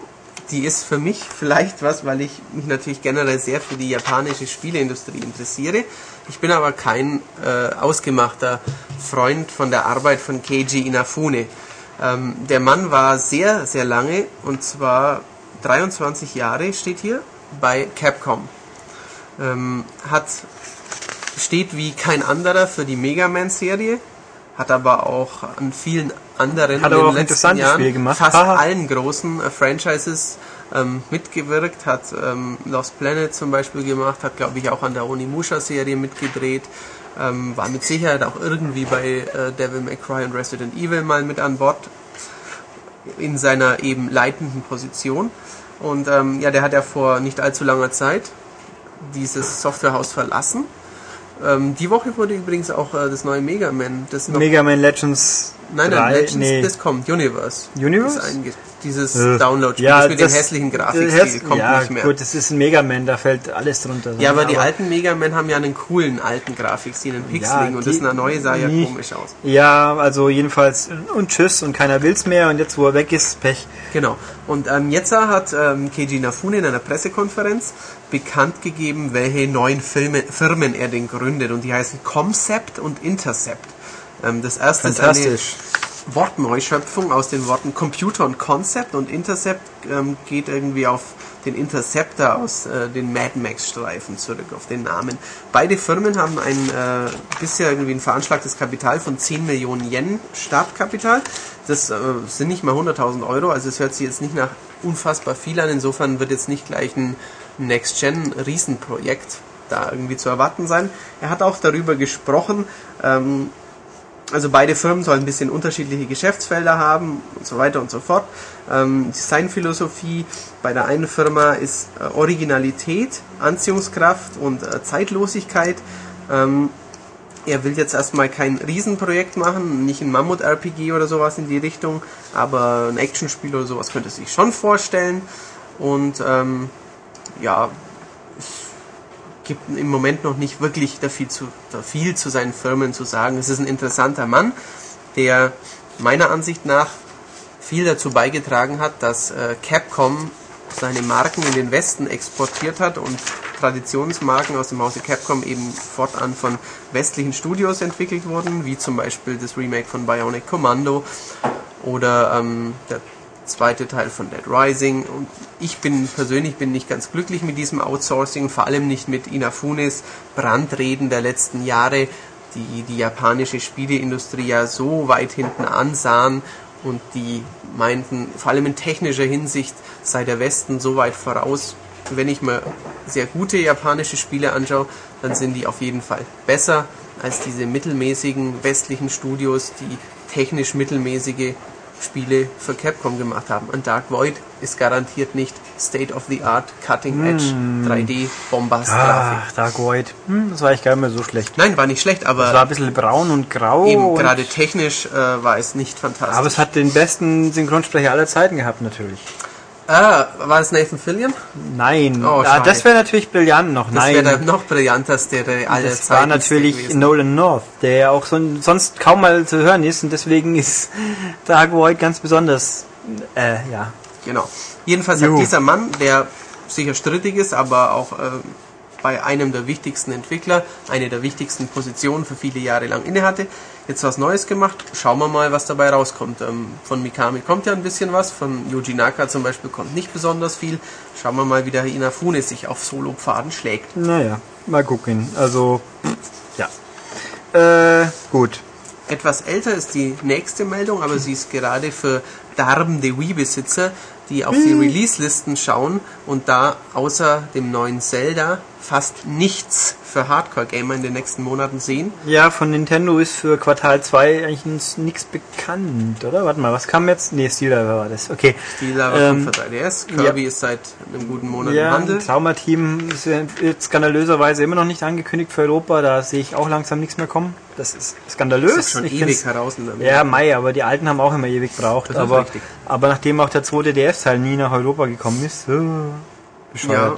[SPEAKER 2] die ist für mich vielleicht was, weil ich mich natürlich generell sehr für die japanische Spieleindustrie interessiere. Ich bin aber kein äh, ausgemachter Freund von der Arbeit von Keiji Inafune. Ähm, der Mann war sehr, sehr lange, und zwar 23 Jahre steht hier, bei Capcom. Ähm, hat, steht wie kein anderer für die Mega Man-Serie, hat aber auch an vielen anderen
[SPEAKER 1] Hat
[SPEAKER 2] in
[SPEAKER 1] aber
[SPEAKER 2] den
[SPEAKER 1] auch
[SPEAKER 2] letzten
[SPEAKER 1] interessante
[SPEAKER 2] Jahren
[SPEAKER 1] Spiele gemacht.
[SPEAKER 2] fast
[SPEAKER 1] Haha.
[SPEAKER 2] allen großen äh, Franchises ähm, mitgewirkt, hat ähm, Lost Planet zum Beispiel gemacht, hat glaube ich auch an der Onimusha-Serie mitgedreht, ähm, war mit Sicherheit auch irgendwie bei äh, Devil May Cry und Resident Evil mal mit an Bord in seiner eben leitenden Position. Und ähm, ja, der hat ja vor nicht allzu langer Zeit dieses Softwarehaus verlassen Ähm, die Woche wurde übrigens auch äh, das neue Mega Man, das noch,
[SPEAKER 1] Mega Man Legends
[SPEAKER 2] nein,
[SPEAKER 1] 3,
[SPEAKER 2] nein, Legends,
[SPEAKER 1] nee.
[SPEAKER 2] das kommt, Universe.
[SPEAKER 1] Universe?
[SPEAKER 2] Das einge- dieses
[SPEAKER 1] Äh,
[SPEAKER 2] Download-Spiel
[SPEAKER 1] ja,
[SPEAKER 2] das mit
[SPEAKER 1] das-
[SPEAKER 2] den hässlichen
[SPEAKER 1] Herz-
[SPEAKER 2] Grafikstil kommt
[SPEAKER 1] ja,
[SPEAKER 2] nicht mehr.
[SPEAKER 1] gut, das ist ein Mega Man, da fällt alles drunter. ne?
[SPEAKER 2] Ja, aber die alten Mega Man haben ja einen coolen alten Grafikstil, einen Pixeling und
[SPEAKER 1] die-
[SPEAKER 2] das neue sah ja
[SPEAKER 1] die-
[SPEAKER 2] komisch aus.
[SPEAKER 1] Ja, also jedenfalls und tschüss und keiner will's mehr und jetzt, wo er weg ist, Pech.
[SPEAKER 2] Genau. Und ähm, jetzt hat ähm, Keiji Inafune in einer Pressekonferenz bekannt gegeben, welche neuen Filme, Firmen er denn gründet. Und die heißen Concept und Intercept. Ähm, das erste ist eine
[SPEAKER 1] Fantastisch.
[SPEAKER 2] Wortneuschöpfung aus den Worten Computer und Concept und Intercept ähm, geht irgendwie auf den Interceptor aus äh, den Mad Max Streifen zurück, auf den Namen. Beide Firmen haben ein äh, bisher irgendwie ein veranschlagtes Kapital von 10 Millionen Yen Startkapital. Das äh, sind nicht mal 100.000 Euro, also es hört sich jetzt nicht nach unfassbar viel an. Insofern wird jetzt nicht gleich ein Next-Gen-Riesenprojekt da irgendwie zu erwarten sein. Er hat auch darüber gesprochen, ähm, also beide Firmen sollen ein bisschen unterschiedliche Geschäftsfelder haben und so weiter und so fort. Ähm, Designphilosophie bei der einen Firma ist äh, Originalität, Anziehungskraft und äh, Zeitlosigkeit. Ähm, er will jetzt erstmal kein Riesenprojekt machen, nicht ein Mammut-RPG oder sowas in die Richtung, aber ein Actionspiel oder sowas könnte er sich schon vorstellen. Und ähm, ja, gibt im Moment noch nicht wirklich da viel, zu, da viel zu seinen Firmen zu sagen. Es ist ein interessanter Mann, der meiner Ansicht nach viel dazu beigetragen hat, dass äh, Capcom seine Marken in den Westen exportiert hat und Traditionsmarken aus dem Hause Capcom eben fortan von westlichen Studios entwickelt wurden, wie zum Beispiel das Remake von Bionic Commando oder ähm, der zweite Teil von Dead Rising. Und ich bin persönlich bin nicht ganz glücklich mit diesem Outsourcing, vor allem nicht mit Inafunes Brandreden der letzten Jahre, die die japanische Spieleindustrie ja so weit hinten ansahen und die meinten, vor allem in technischer Hinsicht sei der Westen so weit voraus. Wenn ich mir sehr gute japanische Spiele anschaue, dann sind die auf jeden Fall besser als diese mittelmäßigen westlichen Studios, die technisch mittelmäßige Spiele für Capcom gemacht haben. Und Dark Void ist garantiert nicht State of the Art, Cutting Edge,
[SPEAKER 1] Hm.
[SPEAKER 2] 3D,
[SPEAKER 1] Ah.
[SPEAKER 2] Bombast-Grafik.
[SPEAKER 1] Ach, Dark Void. Hm, das war eigentlich gar nicht mehr so schlecht.
[SPEAKER 2] Nein, war nicht schlecht,
[SPEAKER 1] Es war
[SPEAKER 2] aber
[SPEAKER 1] ein bisschen braun und grau.
[SPEAKER 2] Äh, eben
[SPEAKER 1] und,
[SPEAKER 2] gerade technisch äh, war es nicht fantastisch.
[SPEAKER 1] aber es hat den besten Synchronsprecher aller Zeiten gehabt, natürlich.
[SPEAKER 2] ah, war es Nathan Fillion?
[SPEAKER 1] Nein.
[SPEAKER 2] Oh,
[SPEAKER 1] ah,
[SPEAKER 2] schade.
[SPEAKER 1] das wäre natürlich brillant noch.
[SPEAKER 2] Das wäre
[SPEAKER 1] Nein.
[SPEAKER 2] der noch brillanteste aller
[SPEAKER 1] Das war natürlich Nolan North, der ja auch son- sonst kaum mal zu hören ist und deswegen ist Dark Void ganz besonders. Äh, ja.
[SPEAKER 2] Genau. Jedenfalls
[SPEAKER 1] Juhu.
[SPEAKER 2] hat dieser Mann, der sicher strittig ist, aber auch äh, bei einem der wichtigsten Entwickler, eine der wichtigsten Positionen für viele Jahre lang innehatte, jetzt was Neues gemacht. Schauen wir mal, was dabei rauskommt. Ähm, von Mikami kommt ja ein bisschen was, von Yuji Naka zum Beispiel kommt nicht besonders viel. Schauen wir mal, wie der Inafune sich auf Solo-Pfaden schlägt.
[SPEAKER 1] Naja, mal gucken. Also, pff, ja. Äh, gut.
[SPEAKER 2] Etwas älter ist die nächste Meldung, aber sie ist gerade für darbende Wii-Besitzer, die auf
[SPEAKER 1] Hm.
[SPEAKER 2] die Release-Listen schauen und da außer dem neuen Zelda fast nichts für Hardcore-Gamer in den nächsten Monaten sehen.
[SPEAKER 1] Ja, von Nintendo ist für Quartal 2 eigentlich nichts bekannt, oder? Warte mal, was kam jetzt? Nee, Steel Diver war das. Okay.
[SPEAKER 2] Die Lava
[SPEAKER 1] Ähm,
[SPEAKER 2] ähm, für 3DS, Kirby ist seit einem guten Monat im
[SPEAKER 1] Ja,
[SPEAKER 2] Handel.
[SPEAKER 1] Trauma Team ist ja skandalöserweise immer noch nicht angekündigt für Europa, da sehe ich auch langsam nichts mehr kommen. Das ist skandalös.
[SPEAKER 2] Das ist schon
[SPEAKER 1] Ich find's-
[SPEAKER 2] ewig heraus in der
[SPEAKER 1] Ja, Mai, aber die alten haben auch immer ewig gebraucht.
[SPEAKER 2] Das ist
[SPEAKER 1] Aber,
[SPEAKER 2] richtig.
[SPEAKER 1] aber nachdem auch der zweite DS-Teil nie nach Europa gekommen ist, äh, bescheuert.
[SPEAKER 2] Ja.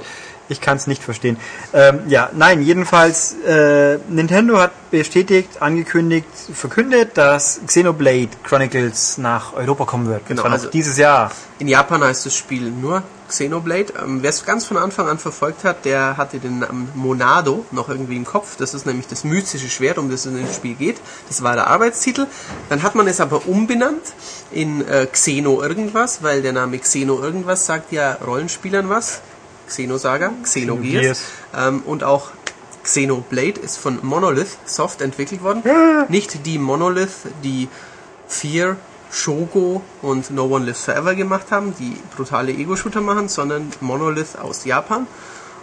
[SPEAKER 1] Ich kann es nicht verstehen. Ähm, ja, nein, jedenfalls, äh, Nintendo hat bestätigt, angekündigt, verkündet, dass Xenoblade Chronicles nach Europa kommen wird.
[SPEAKER 2] Genau,
[SPEAKER 1] und zwar noch
[SPEAKER 2] also-
[SPEAKER 1] dieses Jahr.
[SPEAKER 2] In Japan heißt das Spiel nur Xenoblade. Ähm, Wer es ganz von Anfang an verfolgt hat, der hatte den Namen Monado noch irgendwie im Kopf. Das ist nämlich das mythische Schwert, um das es in dem Spiel geht. Das war der Arbeitstitel. Dann hat man es aber umbenannt in äh, Xeno irgendwas, weil der Name Xeno irgendwas sagt ja Rollenspielern was. Xenosaga,
[SPEAKER 1] Xenogears.
[SPEAKER 2] Xenogears. Ähm, und auch Xenoblade ist von Monolith Soft entwickelt worden.
[SPEAKER 1] Ah!
[SPEAKER 2] Nicht die Monolith, die Fear, Shogo und No One Lives Forever gemacht haben, die brutale Ego-Shooter machen, sondern Monolith aus Japan.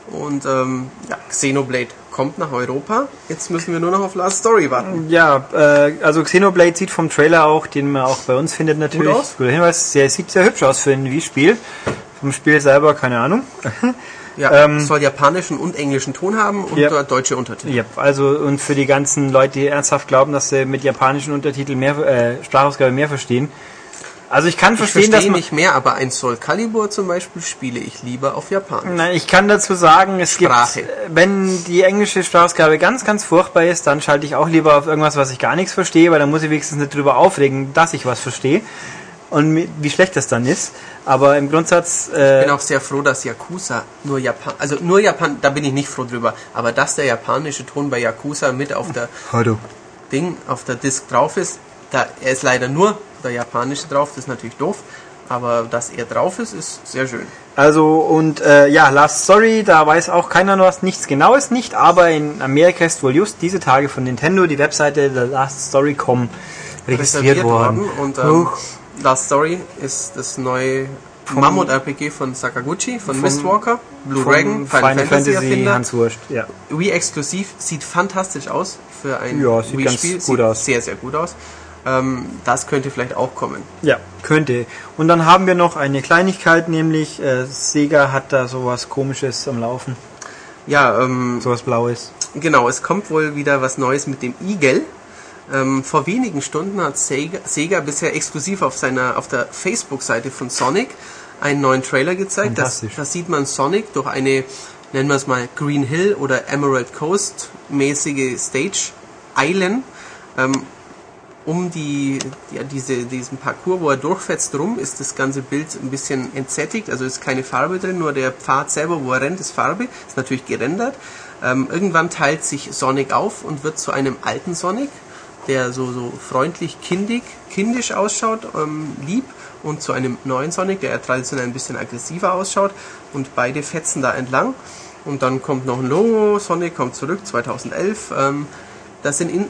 [SPEAKER 2] Und ähm, ja, Xenoblade kommt nach Europa. Jetzt müssen wir nur noch auf Last Story warten.
[SPEAKER 1] Ja, äh, also Xenoblade sieht vom Trailer auch, den man auch bei uns findet natürlich,
[SPEAKER 2] Gut aus.
[SPEAKER 1] guter Hinweis, sehr, sieht sehr hübsch aus für ein Wii-Spiel. Vom Spiel selber keine Ahnung.
[SPEAKER 2] Ja,
[SPEAKER 1] Ähm,
[SPEAKER 2] soll japanischen und englischen Ton haben und
[SPEAKER 1] Ja.
[SPEAKER 2] dort deutsche Untertitel.
[SPEAKER 1] Ja, also und für die ganzen Leute, die ernsthaft glauben, dass sie mit japanischen Untertiteln mehr äh, Sprachausgabe mehr verstehen. Also ich kann
[SPEAKER 2] Ich
[SPEAKER 1] verstehen, dass
[SPEAKER 2] verstehe
[SPEAKER 1] man
[SPEAKER 2] nicht mehr, aber ein Soul Calibur zum Beispiel spiele ich lieber auf Japanisch.
[SPEAKER 1] Nein, ich kann dazu sagen, es
[SPEAKER 2] Sprache.
[SPEAKER 1] gibt, äh, wenn die englische Sprachausgabe ganz, ganz furchtbar ist, dann schalte ich auch lieber auf irgendwas, was ich gar nichts verstehe, weil dann muss ich wenigstens nicht drüber aufregen, dass ich was verstehe und mi- wie schlecht das dann ist. Aber im Grundsatz, äh,
[SPEAKER 2] Ich bin auch sehr froh, dass Yakuza nur Japan, also nur Japan, da bin ich nicht froh drüber, aber dass der japanische Ton bei Yakuza mit auf der
[SPEAKER 1] Hallo.
[SPEAKER 2] Ding, auf der Disc drauf ist, da er ist leider nur der japanische drauf, das ist natürlich doof, aber dass er drauf ist, ist sehr schön.
[SPEAKER 1] Also und äh, ja, Last Story, da weiß auch keiner noch was, nichts genaues nicht, aber in Amerika ist wohl just diese Tage von Nintendo die Webseite The Last Story.com registriert worden.
[SPEAKER 2] und ähm,
[SPEAKER 1] Huch.
[SPEAKER 2] Last Story ist das neue Mammut RPG von Sakaguchi, von Mistwalker, Blue
[SPEAKER 1] Von
[SPEAKER 2] Dragon,
[SPEAKER 1] Final Fantasy,
[SPEAKER 2] Erfinder.
[SPEAKER 1] Hans Wurst, ja.
[SPEAKER 2] Wii exklusiv sieht fantastisch aus für ein
[SPEAKER 1] Ja, sieht ganz
[SPEAKER 2] Wii-Spiel.
[SPEAKER 1] gut aus.
[SPEAKER 2] sehr, sehr gut aus. Ähm, das könnte vielleicht auch kommen.
[SPEAKER 1] Ja, könnte. Und dann haben wir noch eine Kleinigkeit, nämlich äh, Sega hat da sowas komisches am Laufen,
[SPEAKER 2] Ja, ähm,
[SPEAKER 1] sowas Blaues.
[SPEAKER 2] genau, es kommt wohl wieder was Neues mit dem Igel. Ähm, vor wenigen Stunden hat Sega, Sega bisher exklusiv auf seiner auf der Facebook-Seite von Sonic einen neuen Trailer gezeigt. Das,
[SPEAKER 1] Fantastisch.
[SPEAKER 2] das sieht man Sonic durch eine, nennen wir es mal, Green Hill oder Emerald Coast mäßige Stage eilen. Ähm, um die, ja, diese, diesen Parcours, wo er durchfetzt rum, ist das ganze Bild ein bisschen entsättigt, also ist keine Farbe drin, nur der Pfad selber, wo er rennt, ist Farbe, ist natürlich gerendert. Ähm, irgendwann teilt sich Sonic auf und wird zu einem alten Sonic, der so, so freundlich, kindig, kindisch ausschaut, ähm, lieb, und zu einem neuen Sonic, der traditionell ein bisschen aggressiver ausschaut, und beide fetzen da entlang. Und dann kommt noch ein Logo, Sonic kommt zurück, 2011. Ähm, das sind in,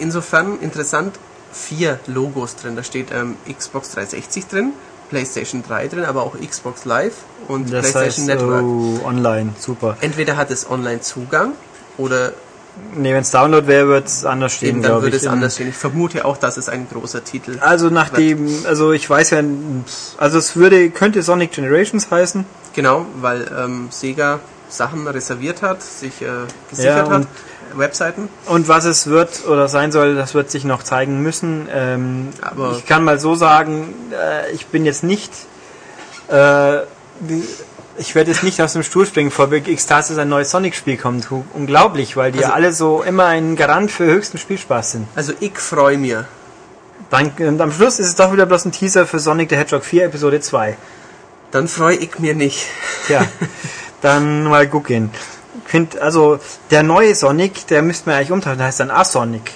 [SPEAKER 2] insofern interessant vier Logos drin. Da steht ähm, Xbox 360 drin, PlayStation 3 drin, aber auch Xbox Live und
[SPEAKER 1] Das heißt,
[SPEAKER 2] PlayStation Network.
[SPEAKER 1] oh, online, super.
[SPEAKER 2] Entweder hat es Online-Zugang oder
[SPEAKER 1] Ne, wenn es Download wäre, würde es anders stehen,
[SPEAKER 2] eben dann
[SPEAKER 1] glaube
[SPEAKER 2] würde
[SPEAKER 1] ich.
[SPEAKER 2] es anders stehen. Ich vermute auch, dass es ein großer Titel.
[SPEAKER 1] Also nachdem, also ich weiß ja, also es würde, könnte Sonic Generations heißen.
[SPEAKER 2] Genau, weil ähm, Sega Sachen reserviert hat, sich äh, gesichert
[SPEAKER 1] Ja,
[SPEAKER 2] hat,
[SPEAKER 1] und-
[SPEAKER 2] Webseiten.
[SPEAKER 1] Und was es wird oder sein soll, das wird sich noch zeigen müssen. Ähm,
[SPEAKER 2] Aber-
[SPEAKER 1] ich kann mal so sagen, äh, ich bin jetzt nicht, äh, ich werde jetzt nicht aus dem Stuhl springen, vor Big Extase ist ein neues Sonic-Spiel kommt. Hu- Unglaublich, weil die
[SPEAKER 2] Also-
[SPEAKER 1] ja alle so immer ein Garant für höchsten Spielspaß sind.
[SPEAKER 2] Also ich freue mich.
[SPEAKER 1] Dann, und am Schluss ist es doch wieder bloß ein Teaser für Sonic the Hedgehog 4 Episode 2.
[SPEAKER 2] Dann freue ich mir nicht.
[SPEAKER 1] Tja, dann mal gucken. Ich Find, also der neue Sonic, der müsste man eigentlich umtauschen, der heißt dann Asonic.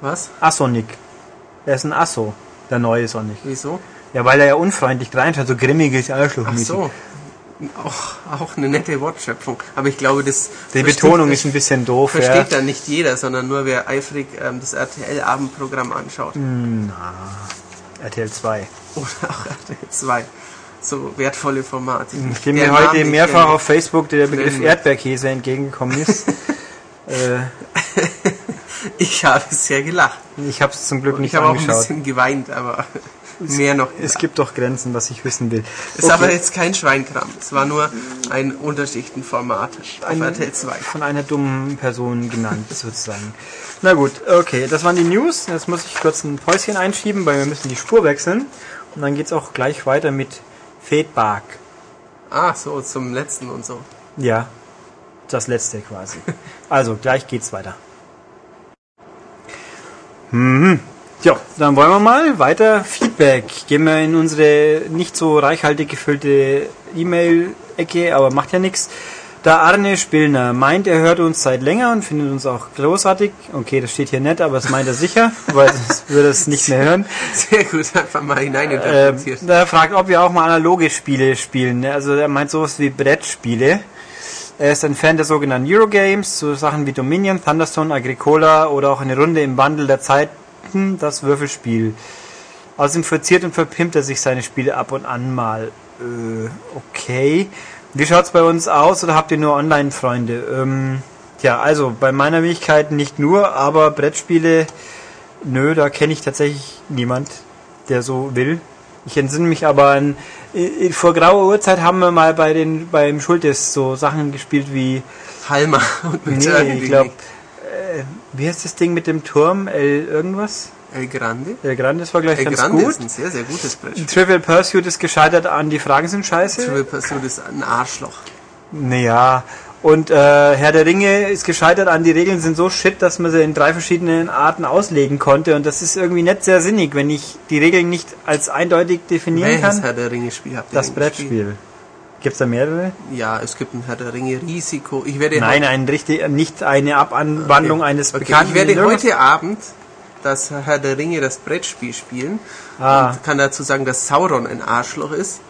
[SPEAKER 2] Was?
[SPEAKER 1] Asonic. Der ist ein Asso, der neue Sonic.
[SPEAKER 2] Wieso?
[SPEAKER 1] Ja, weil er ja unfreundlich reinschaut, so grimmiges Arschloch.
[SPEAKER 2] Ach so. Auch, auch eine nette Wortschöpfung. Aber ich glaube, das
[SPEAKER 1] Die
[SPEAKER 2] versteht-
[SPEAKER 1] Betonung ist ein bisschen doof.
[SPEAKER 2] versteht
[SPEAKER 1] ja.
[SPEAKER 2] dann nicht jeder, sondern nur wer eifrig ähm, das RTL-Abendprogramm anschaut.
[SPEAKER 1] Mhm. RTL 2.
[SPEAKER 2] Oder auch RTL 2. So wertvolle Formate.
[SPEAKER 1] Nachdem
[SPEAKER 2] Der
[SPEAKER 1] mir
[SPEAKER 2] Name
[SPEAKER 1] Mhm. heute
[SPEAKER 2] nicht
[SPEAKER 1] mehrfach
[SPEAKER 2] kennt.
[SPEAKER 1] auf Facebook der Begriff
[SPEAKER 2] Nennen.
[SPEAKER 1] Erdbeerkäse entgegengekommen ist, äh,
[SPEAKER 2] Ich habe sehr gelacht.
[SPEAKER 1] ich habe es zum Glück
[SPEAKER 2] Ich
[SPEAKER 1] nicht
[SPEAKER 2] habe auch ein
[SPEAKER 1] angeschaut.
[SPEAKER 2] bisschen geweint, aber mehr noch.
[SPEAKER 1] Es gibt doch Grenzen, was ich wissen will.
[SPEAKER 2] Ist aber jetzt kein Schweinkram. Es war nur ein Unterschichtenformat auf
[SPEAKER 1] Ein-
[SPEAKER 2] RTL 2.
[SPEAKER 1] von einer dummen Person genannt, sozusagen. Na gut, okay, das waren die News. Jetzt muss ich kurz ein Päuschen einschieben, weil wir müssen die Spur wechseln. Und dann geht's auch gleich weiter mit Feedback.
[SPEAKER 2] Ah, so, zum letzten und so.
[SPEAKER 1] Ja, das letzte quasi. Also, gleich geht's weiter. Mhm. Ja, dann wollen wir mal weiter Feedback. Gehen wir in unsere nicht so reichhaltig gefüllte E-Mail-Ecke, aber macht ja nichts. Da Arne Spillner meint, er hört uns seit länger und findet uns auch großartig. Okay, das steht hier nett, aber das meint er sicher, weil sonst würde er es nicht mehr hören.
[SPEAKER 2] Sehr gut, einfach mal
[SPEAKER 1] Ähm,
[SPEAKER 2] hineininterpretiert.
[SPEAKER 1] da fragt, ob wir auch mal analoge Spiele spielen. ne? Also er meint sowas wie Brettspiele. Er ist ein Fan der sogenannten Eurogames, so Sachen wie Dominion, Thunderstone, Agricola oder auch eine Runde im Wandel der Zeiten, das Würfelspiel. Außerdem verziert und verpimpt er sich seine Spiele ab und an mal. Äh, okay. Wie schaut's bei uns aus oder habt ihr nur Online-Freunde? Ähm, tja, also bei meiner Fähigkeit nicht nur, aber Brettspiele, nö, da kenne ich tatsächlich niemand, der so will. Ich entsinne mich aber an, äh, vor grauer Uhrzeit haben wir mal bei den, beim Schultes so Sachen gespielt wie,
[SPEAKER 2] Halma und mit
[SPEAKER 1] nee, ich glaube, äh, wie heißt das Ding mit dem Turm? El irgendwas?
[SPEAKER 2] El Grande.
[SPEAKER 1] El Grandes war gleich
[SPEAKER 2] El
[SPEAKER 1] ganz
[SPEAKER 2] Grande
[SPEAKER 1] gut.
[SPEAKER 2] ist ein sehr, sehr gutes Brettspiel.
[SPEAKER 1] Trivial Pursuit ist gescheitert an Die Fragen sind scheiße.
[SPEAKER 2] Trivial Pursuit ist ein Arschloch.
[SPEAKER 1] Naja, und äh, Herr der Ringe ist gescheitert an, die Regeln sind so shit, dass man sie in drei verschiedenen Arten auslegen konnte und das ist irgendwie nicht sehr sinnig, wenn ich die Regeln nicht als eindeutig definieren
[SPEAKER 2] Welches
[SPEAKER 1] kann.
[SPEAKER 2] Herr der Ringe Spiel habt ihr
[SPEAKER 1] Das
[SPEAKER 2] denn
[SPEAKER 1] Brettspiel. Gibt es da mehrere?
[SPEAKER 2] gespielt? Ja, es gibt ein Herr der Ringe Risiko. Ich werde
[SPEAKER 1] Nein, ein richtig, nicht eine Abwandlung eines
[SPEAKER 2] Okay,
[SPEAKER 1] bekannten.
[SPEAKER 2] Ich werde
[SPEAKER 1] Irgendwas-
[SPEAKER 2] heute Abend das Herr der Ringe, das Brettspiel spielen
[SPEAKER 1] Ah.
[SPEAKER 2] und kann dazu sagen, dass Sauron ein Arschloch ist.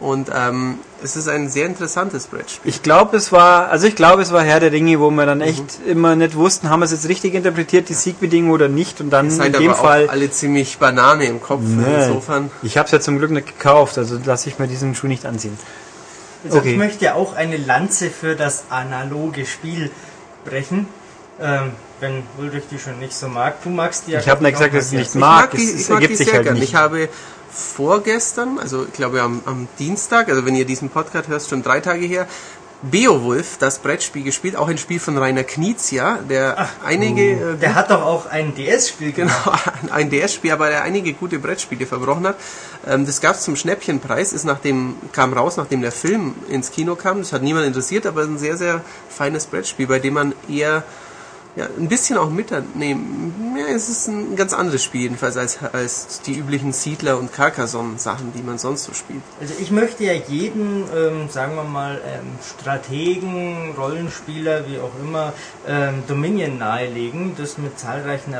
[SPEAKER 2] Und ähm, es ist ein sehr interessantes Brettspiel.
[SPEAKER 1] Ich glaube, es war, also ich glaube, es war Herr der Ringe, wo wir dann echt
[SPEAKER 2] Mhm.
[SPEAKER 1] immer nicht wussten, haben wir es jetzt richtig interpretiert, die Siegbedingungen oder nicht und dann
[SPEAKER 2] Ihr
[SPEAKER 1] in
[SPEAKER 2] seid
[SPEAKER 1] dem
[SPEAKER 2] aber
[SPEAKER 1] Fall.
[SPEAKER 2] auch alle ziemlich Banane im Kopf.
[SPEAKER 1] Nee.
[SPEAKER 2] Insofern
[SPEAKER 1] Ich habe es ja zum Glück nicht gekauft, also lasse ich mir diesen Schuh nicht anziehen.
[SPEAKER 3] Also
[SPEAKER 1] Okay.
[SPEAKER 3] ich möchte auch eine Lanze für das analoge Spiel brechen. Ähm, wenn Ulrich die schon nicht so mag. Du magst die ja
[SPEAKER 1] Ich habe
[SPEAKER 3] glaub
[SPEAKER 1] nicht gesagt,
[SPEAKER 3] auch
[SPEAKER 1] dass ich
[SPEAKER 3] mal
[SPEAKER 1] nicht
[SPEAKER 3] sehr.
[SPEAKER 1] mag, es es ergibt sich halt
[SPEAKER 2] gern.
[SPEAKER 1] nicht.
[SPEAKER 2] Ich habe vorgestern, also ich glaube am, am Dienstag, also wenn ihr diesen Podcast hört, schon drei Tage her, Beowulf, das Brettspiel gespielt, auch ein Spiel von Rainer Knizia, der einige äh,
[SPEAKER 3] Der hat doch auch ein DS-Spiel gemacht.
[SPEAKER 2] Genau, ein DS-Spiel, aber der einige gute Brettspiele verbrochen hat. Ähm, das gab es zum Schnäppchenpreis, ist nachdem, kam raus, nachdem der Film ins Kino kam. Das hat niemand interessiert, aber ein sehr, sehr feines Brettspiel, bei dem man eher ja, ein bisschen auch mitnehmen. Ja, es ist ein ganz anderes Spiel jedenfalls als, als die üblichen Siedler- und Carcassonne-Sachen, die man sonst so spielt.
[SPEAKER 3] Also ich möchte ja jeden, ähm, sagen wir mal, ähm, Strategen, Rollenspieler, wie auch immer, ähm, Dominion nahelegen, das mit zahlreichen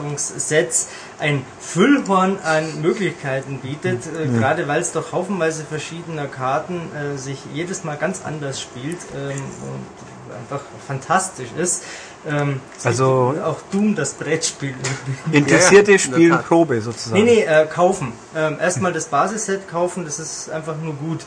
[SPEAKER 3] Erweiterungssets ein Füllhorn an Möglichkeiten bietet, äh, gerade weil es doch haufenweise verschiedener Karten äh, sich jedes Mal ganz anders spielt ähm, und einfach fantastisch ist. Ähm,
[SPEAKER 1] Also-
[SPEAKER 3] auch Doom, das Brettspiel
[SPEAKER 1] Interessierte
[SPEAKER 2] Ja, ja, in der
[SPEAKER 1] spielen
[SPEAKER 2] Tat.
[SPEAKER 1] Probe sozusagen.
[SPEAKER 3] Nee, nee, äh, kaufen. Ähm, Erstmal das Basisset kaufen, das ist einfach nur gut.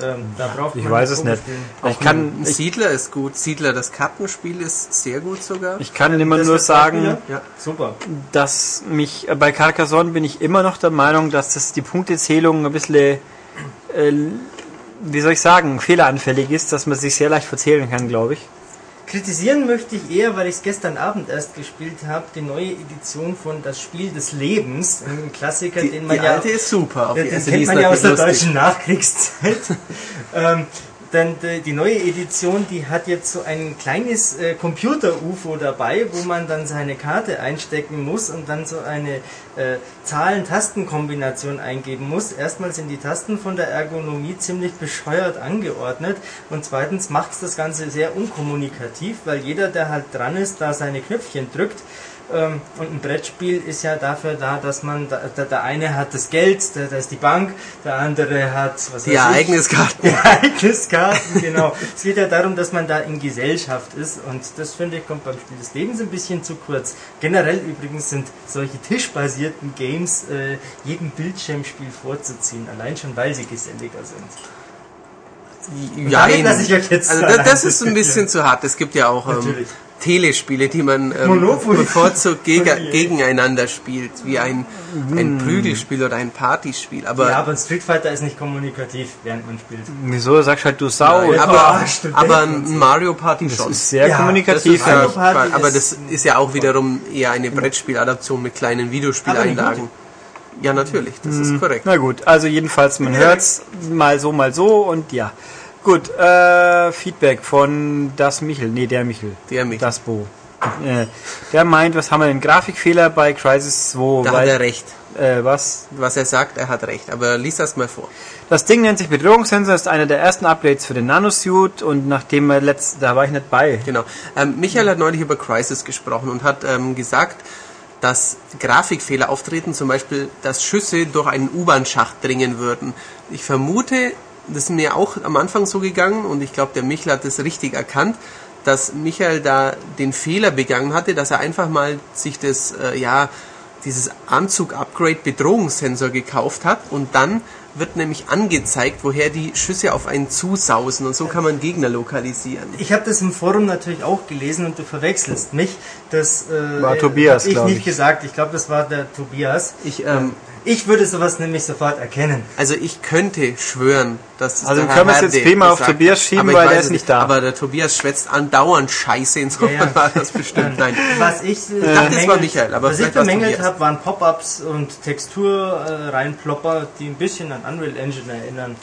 [SPEAKER 3] Ähm, da braucht
[SPEAKER 1] Ich
[SPEAKER 3] man
[SPEAKER 1] weiß es
[SPEAKER 3] Probe
[SPEAKER 1] nicht.
[SPEAKER 3] spielen.
[SPEAKER 1] Ich kann,
[SPEAKER 2] ein
[SPEAKER 1] ich,
[SPEAKER 2] Siedler ist gut, Siedler, das Kartenspiel ist sehr gut sogar.
[SPEAKER 1] ich kann immer
[SPEAKER 3] Das
[SPEAKER 1] nur
[SPEAKER 3] ist auch wieder-
[SPEAKER 1] sagen,
[SPEAKER 2] ja.
[SPEAKER 3] Super.
[SPEAKER 1] dass mich äh, bei Carcassonne bin ich immer noch der Meinung, dass das die Punktezählung ein bisschen, äh, wie soll ich sagen, fehleranfällig ist, dass man sich sehr leicht verzählen kann, glaube ich.
[SPEAKER 3] Kritisieren möchte ich eher, weil ich es gestern Abend erst gespielt habe, die neue Edition von Das Spiel des Lebens, ein Klassiker,
[SPEAKER 2] Die,
[SPEAKER 3] den man
[SPEAKER 2] die
[SPEAKER 3] ja
[SPEAKER 2] alte ist super. auf-
[SPEAKER 3] Den, den
[SPEAKER 2] also die
[SPEAKER 3] kennt
[SPEAKER 2] ist
[SPEAKER 3] man ja aus der
[SPEAKER 2] natürlich lustig.
[SPEAKER 3] deutschen Nachkriegszeit. ähm, denn die, die neue Edition, die hat jetzt so ein kleines äh, Computer-UFO dabei, wo man dann seine Karte einstecken muss und dann so eine äh, Zahlen-Tasten-Kombination eingeben muss. Erstmal sind die Tasten von der Ergonomie ziemlich bescheuert angeordnet und zweitens macht es das Ganze sehr unkommunikativ, weil jeder, der halt dran ist, da seine Knöpfchen drückt. Ähm, und ein Brettspiel ist ja dafür da, dass man, da, da, der eine hat das Geld, der, da ist die Bank, der andere hat, was
[SPEAKER 2] Die
[SPEAKER 3] weiß ich,
[SPEAKER 2] Ereigniskarten.
[SPEAKER 3] Ereigniskarten, genau. es geht ja darum, dass man da in Gesellschaft ist und das finde ich kommt beim Spiel des Lebens ein bisschen zu kurz. Generell übrigens sind solche tischbasierten Games äh, jedem Bildschirmspiel vorzuziehen, allein schon weil sie geselliger sind.
[SPEAKER 2] Ja,
[SPEAKER 3] damit lasse ich euch jetzt
[SPEAKER 2] also das,
[SPEAKER 3] allein.
[SPEAKER 2] das ist ein bisschen zu hart. Es gibt ja auch ähm,
[SPEAKER 3] Natürlich.
[SPEAKER 2] Telespiele, die man ähm,
[SPEAKER 3] Monopoly.
[SPEAKER 2] bevorzugt
[SPEAKER 3] Von
[SPEAKER 2] geg
[SPEAKER 3] EA.
[SPEAKER 2] gegeneinander spielt, wie ein, ein Prügelspiel oder ein Partyspiel. Aber,
[SPEAKER 3] Mhm. ja, aber ein Street Fighter ist nicht kommunikativ, während man spielt.
[SPEAKER 1] Wieso sagst halt du Sau?
[SPEAKER 2] aber,
[SPEAKER 3] ja,
[SPEAKER 2] aber,
[SPEAKER 3] verarscht und
[SPEAKER 2] aber
[SPEAKER 3] denkt und
[SPEAKER 2] ein Mario Party
[SPEAKER 1] das
[SPEAKER 2] schon.
[SPEAKER 1] ist sehr
[SPEAKER 3] Ja,
[SPEAKER 2] das
[SPEAKER 1] kommunikativ.
[SPEAKER 2] ist ja,
[SPEAKER 3] Mario Party
[SPEAKER 2] aber
[SPEAKER 3] ist- Mhm.
[SPEAKER 2] das ist ja auch wiederum eher eine Brettspieladaption mit kleinen Videospieleinlagen. Ja, natürlich, das ist korrekt.
[SPEAKER 1] Na gut, also jedenfalls, man
[SPEAKER 3] Ja.
[SPEAKER 1] hört's mal so, mal so und ja. Gut, äh, Feedback von das Michel, nee, der Michel.
[SPEAKER 2] Der Michel.
[SPEAKER 1] Das Bo. Äh, der meint, was haben wir denn? Grafikfehler bei Crisis 2.
[SPEAKER 2] Da hat er recht.
[SPEAKER 1] äh, was?
[SPEAKER 2] Was er sagt, er hat recht. Aber lies das mal vor.
[SPEAKER 1] Das Ding nennt sich Bedrohungssensor, ist einer der ersten Updates für den Nanosuit und nachdem wir letzt, da war ich nicht bei.
[SPEAKER 2] Genau. Ähm, Michael hat neulich über Crisis gesprochen und hat ähm, gesagt, dass Grafikfehler auftreten, zum Beispiel, dass Schüsse durch einen U-Bahn-Schacht dringen würden. Ich vermute, das ist mir auch am Anfang so gegangen und ich glaube, der Michael hat das richtig erkannt, dass Michael da den Fehler begangen hatte, dass er einfach mal sich das, äh, ja, dieses Anzug-Upgrade Bedrohungssensor gekauft hat und dann wird nämlich angezeigt, woher die Schüsse auf einen zusausen und so kann man Gegner lokalisieren.
[SPEAKER 3] Ich habe das im Forum natürlich auch gelesen und du verwechselst mich. Das äh,
[SPEAKER 1] War Tobias,
[SPEAKER 3] hab ich
[SPEAKER 1] glaub
[SPEAKER 3] nicht
[SPEAKER 1] ich.
[SPEAKER 3] gesagt. Ich glaube, das war der Tobias.
[SPEAKER 2] Ich ähm,
[SPEAKER 3] Ich würde sowas nämlich sofort erkennen.
[SPEAKER 2] Also ich könnte schwören, dass das
[SPEAKER 1] Also
[SPEAKER 2] der
[SPEAKER 1] können wir
[SPEAKER 2] Herr
[SPEAKER 1] es jetzt
[SPEAKER 2] Herde
[SPEAKER 1] prima auf
[SPEAKER 2] gesagt
[SPEAKER 1] Tobias
[SPEAKER 2] hat.
[SPEAKER 1] schieben,
[SPEAKER 2] Aber ich
[SPEAKER 1] weil der
[SPEAKER 2] weiß
[SPEAKER 1] ist
[SPEAKER 2] es
[SPEAKER 1] nicht da.
[SPEAKER 2] Aber der Tobias schwätzt andauernd Scheiße ins
[SPEAKER 3] Ja, ja.
[SPEAKER 2] Roman. war Das bestimmt, nein.
[SPEAKER 3] Was ich äh,
[SPEAKER 2] dachte, es war
[SPEAKER 3] bemängelt-
[SPEAKER 2] Michael, aber
[SPEAKER 3] was ich
[SPEAKER 2] vielleicht war's
[SPEAKER 3] bemängelt
[SPEAKER 2] Tobias.
[SPEAKER 3] habe, waren Pop-ups und Textur-Reinplopper, die ein bisschen an Unreal Engine erinnern.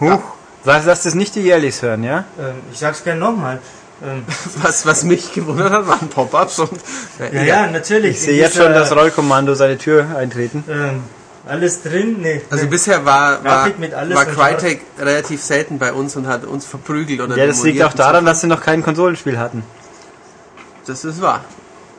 [SPEAKER 1] Huch. Lass, lass das nicht die Yearlies hören, ja?
[SPEAKER 3] Ähm, ich sag's gerne nochmal. Ähm,
[SPEAKER 2] Was, was mich gewundert hat, waren Pop-Ups und... Na,
[SPEAKER 3] ja,
[SPEAKER 2] egal.
[SPEAKER 3] ja, natürlich.
[SPEAKER 1] Ich sehe jetzt
[SPEAKER 2] äh,
[SPEAKER 1] schon das Rollkommando seine Tür eintreten.
[SPEAKER 3] ähm, Alles drin? Nee.
[SPEAKER 2] Also
[SPEAKER 3] nee.
[SPEAKER 2] bisher war, war,
[SPEAKER 3] Grafik mit alles
[SPEAKER 2] war
[SPEAKER 3] und
[SPEAKER 2] Crytek relativ selten bei uns und hat uns verprügelt oder
[SPEAKER 1] Ja, das liegt
[SPEAKER 2] demoliert
[SPEAKER 1] auch
[SPEAKER 2] und so.
[SPEAKER 1] daran, dass sie noch kein Konsolenspiel hatten.
[SPEAKER 2] Das ist wahr.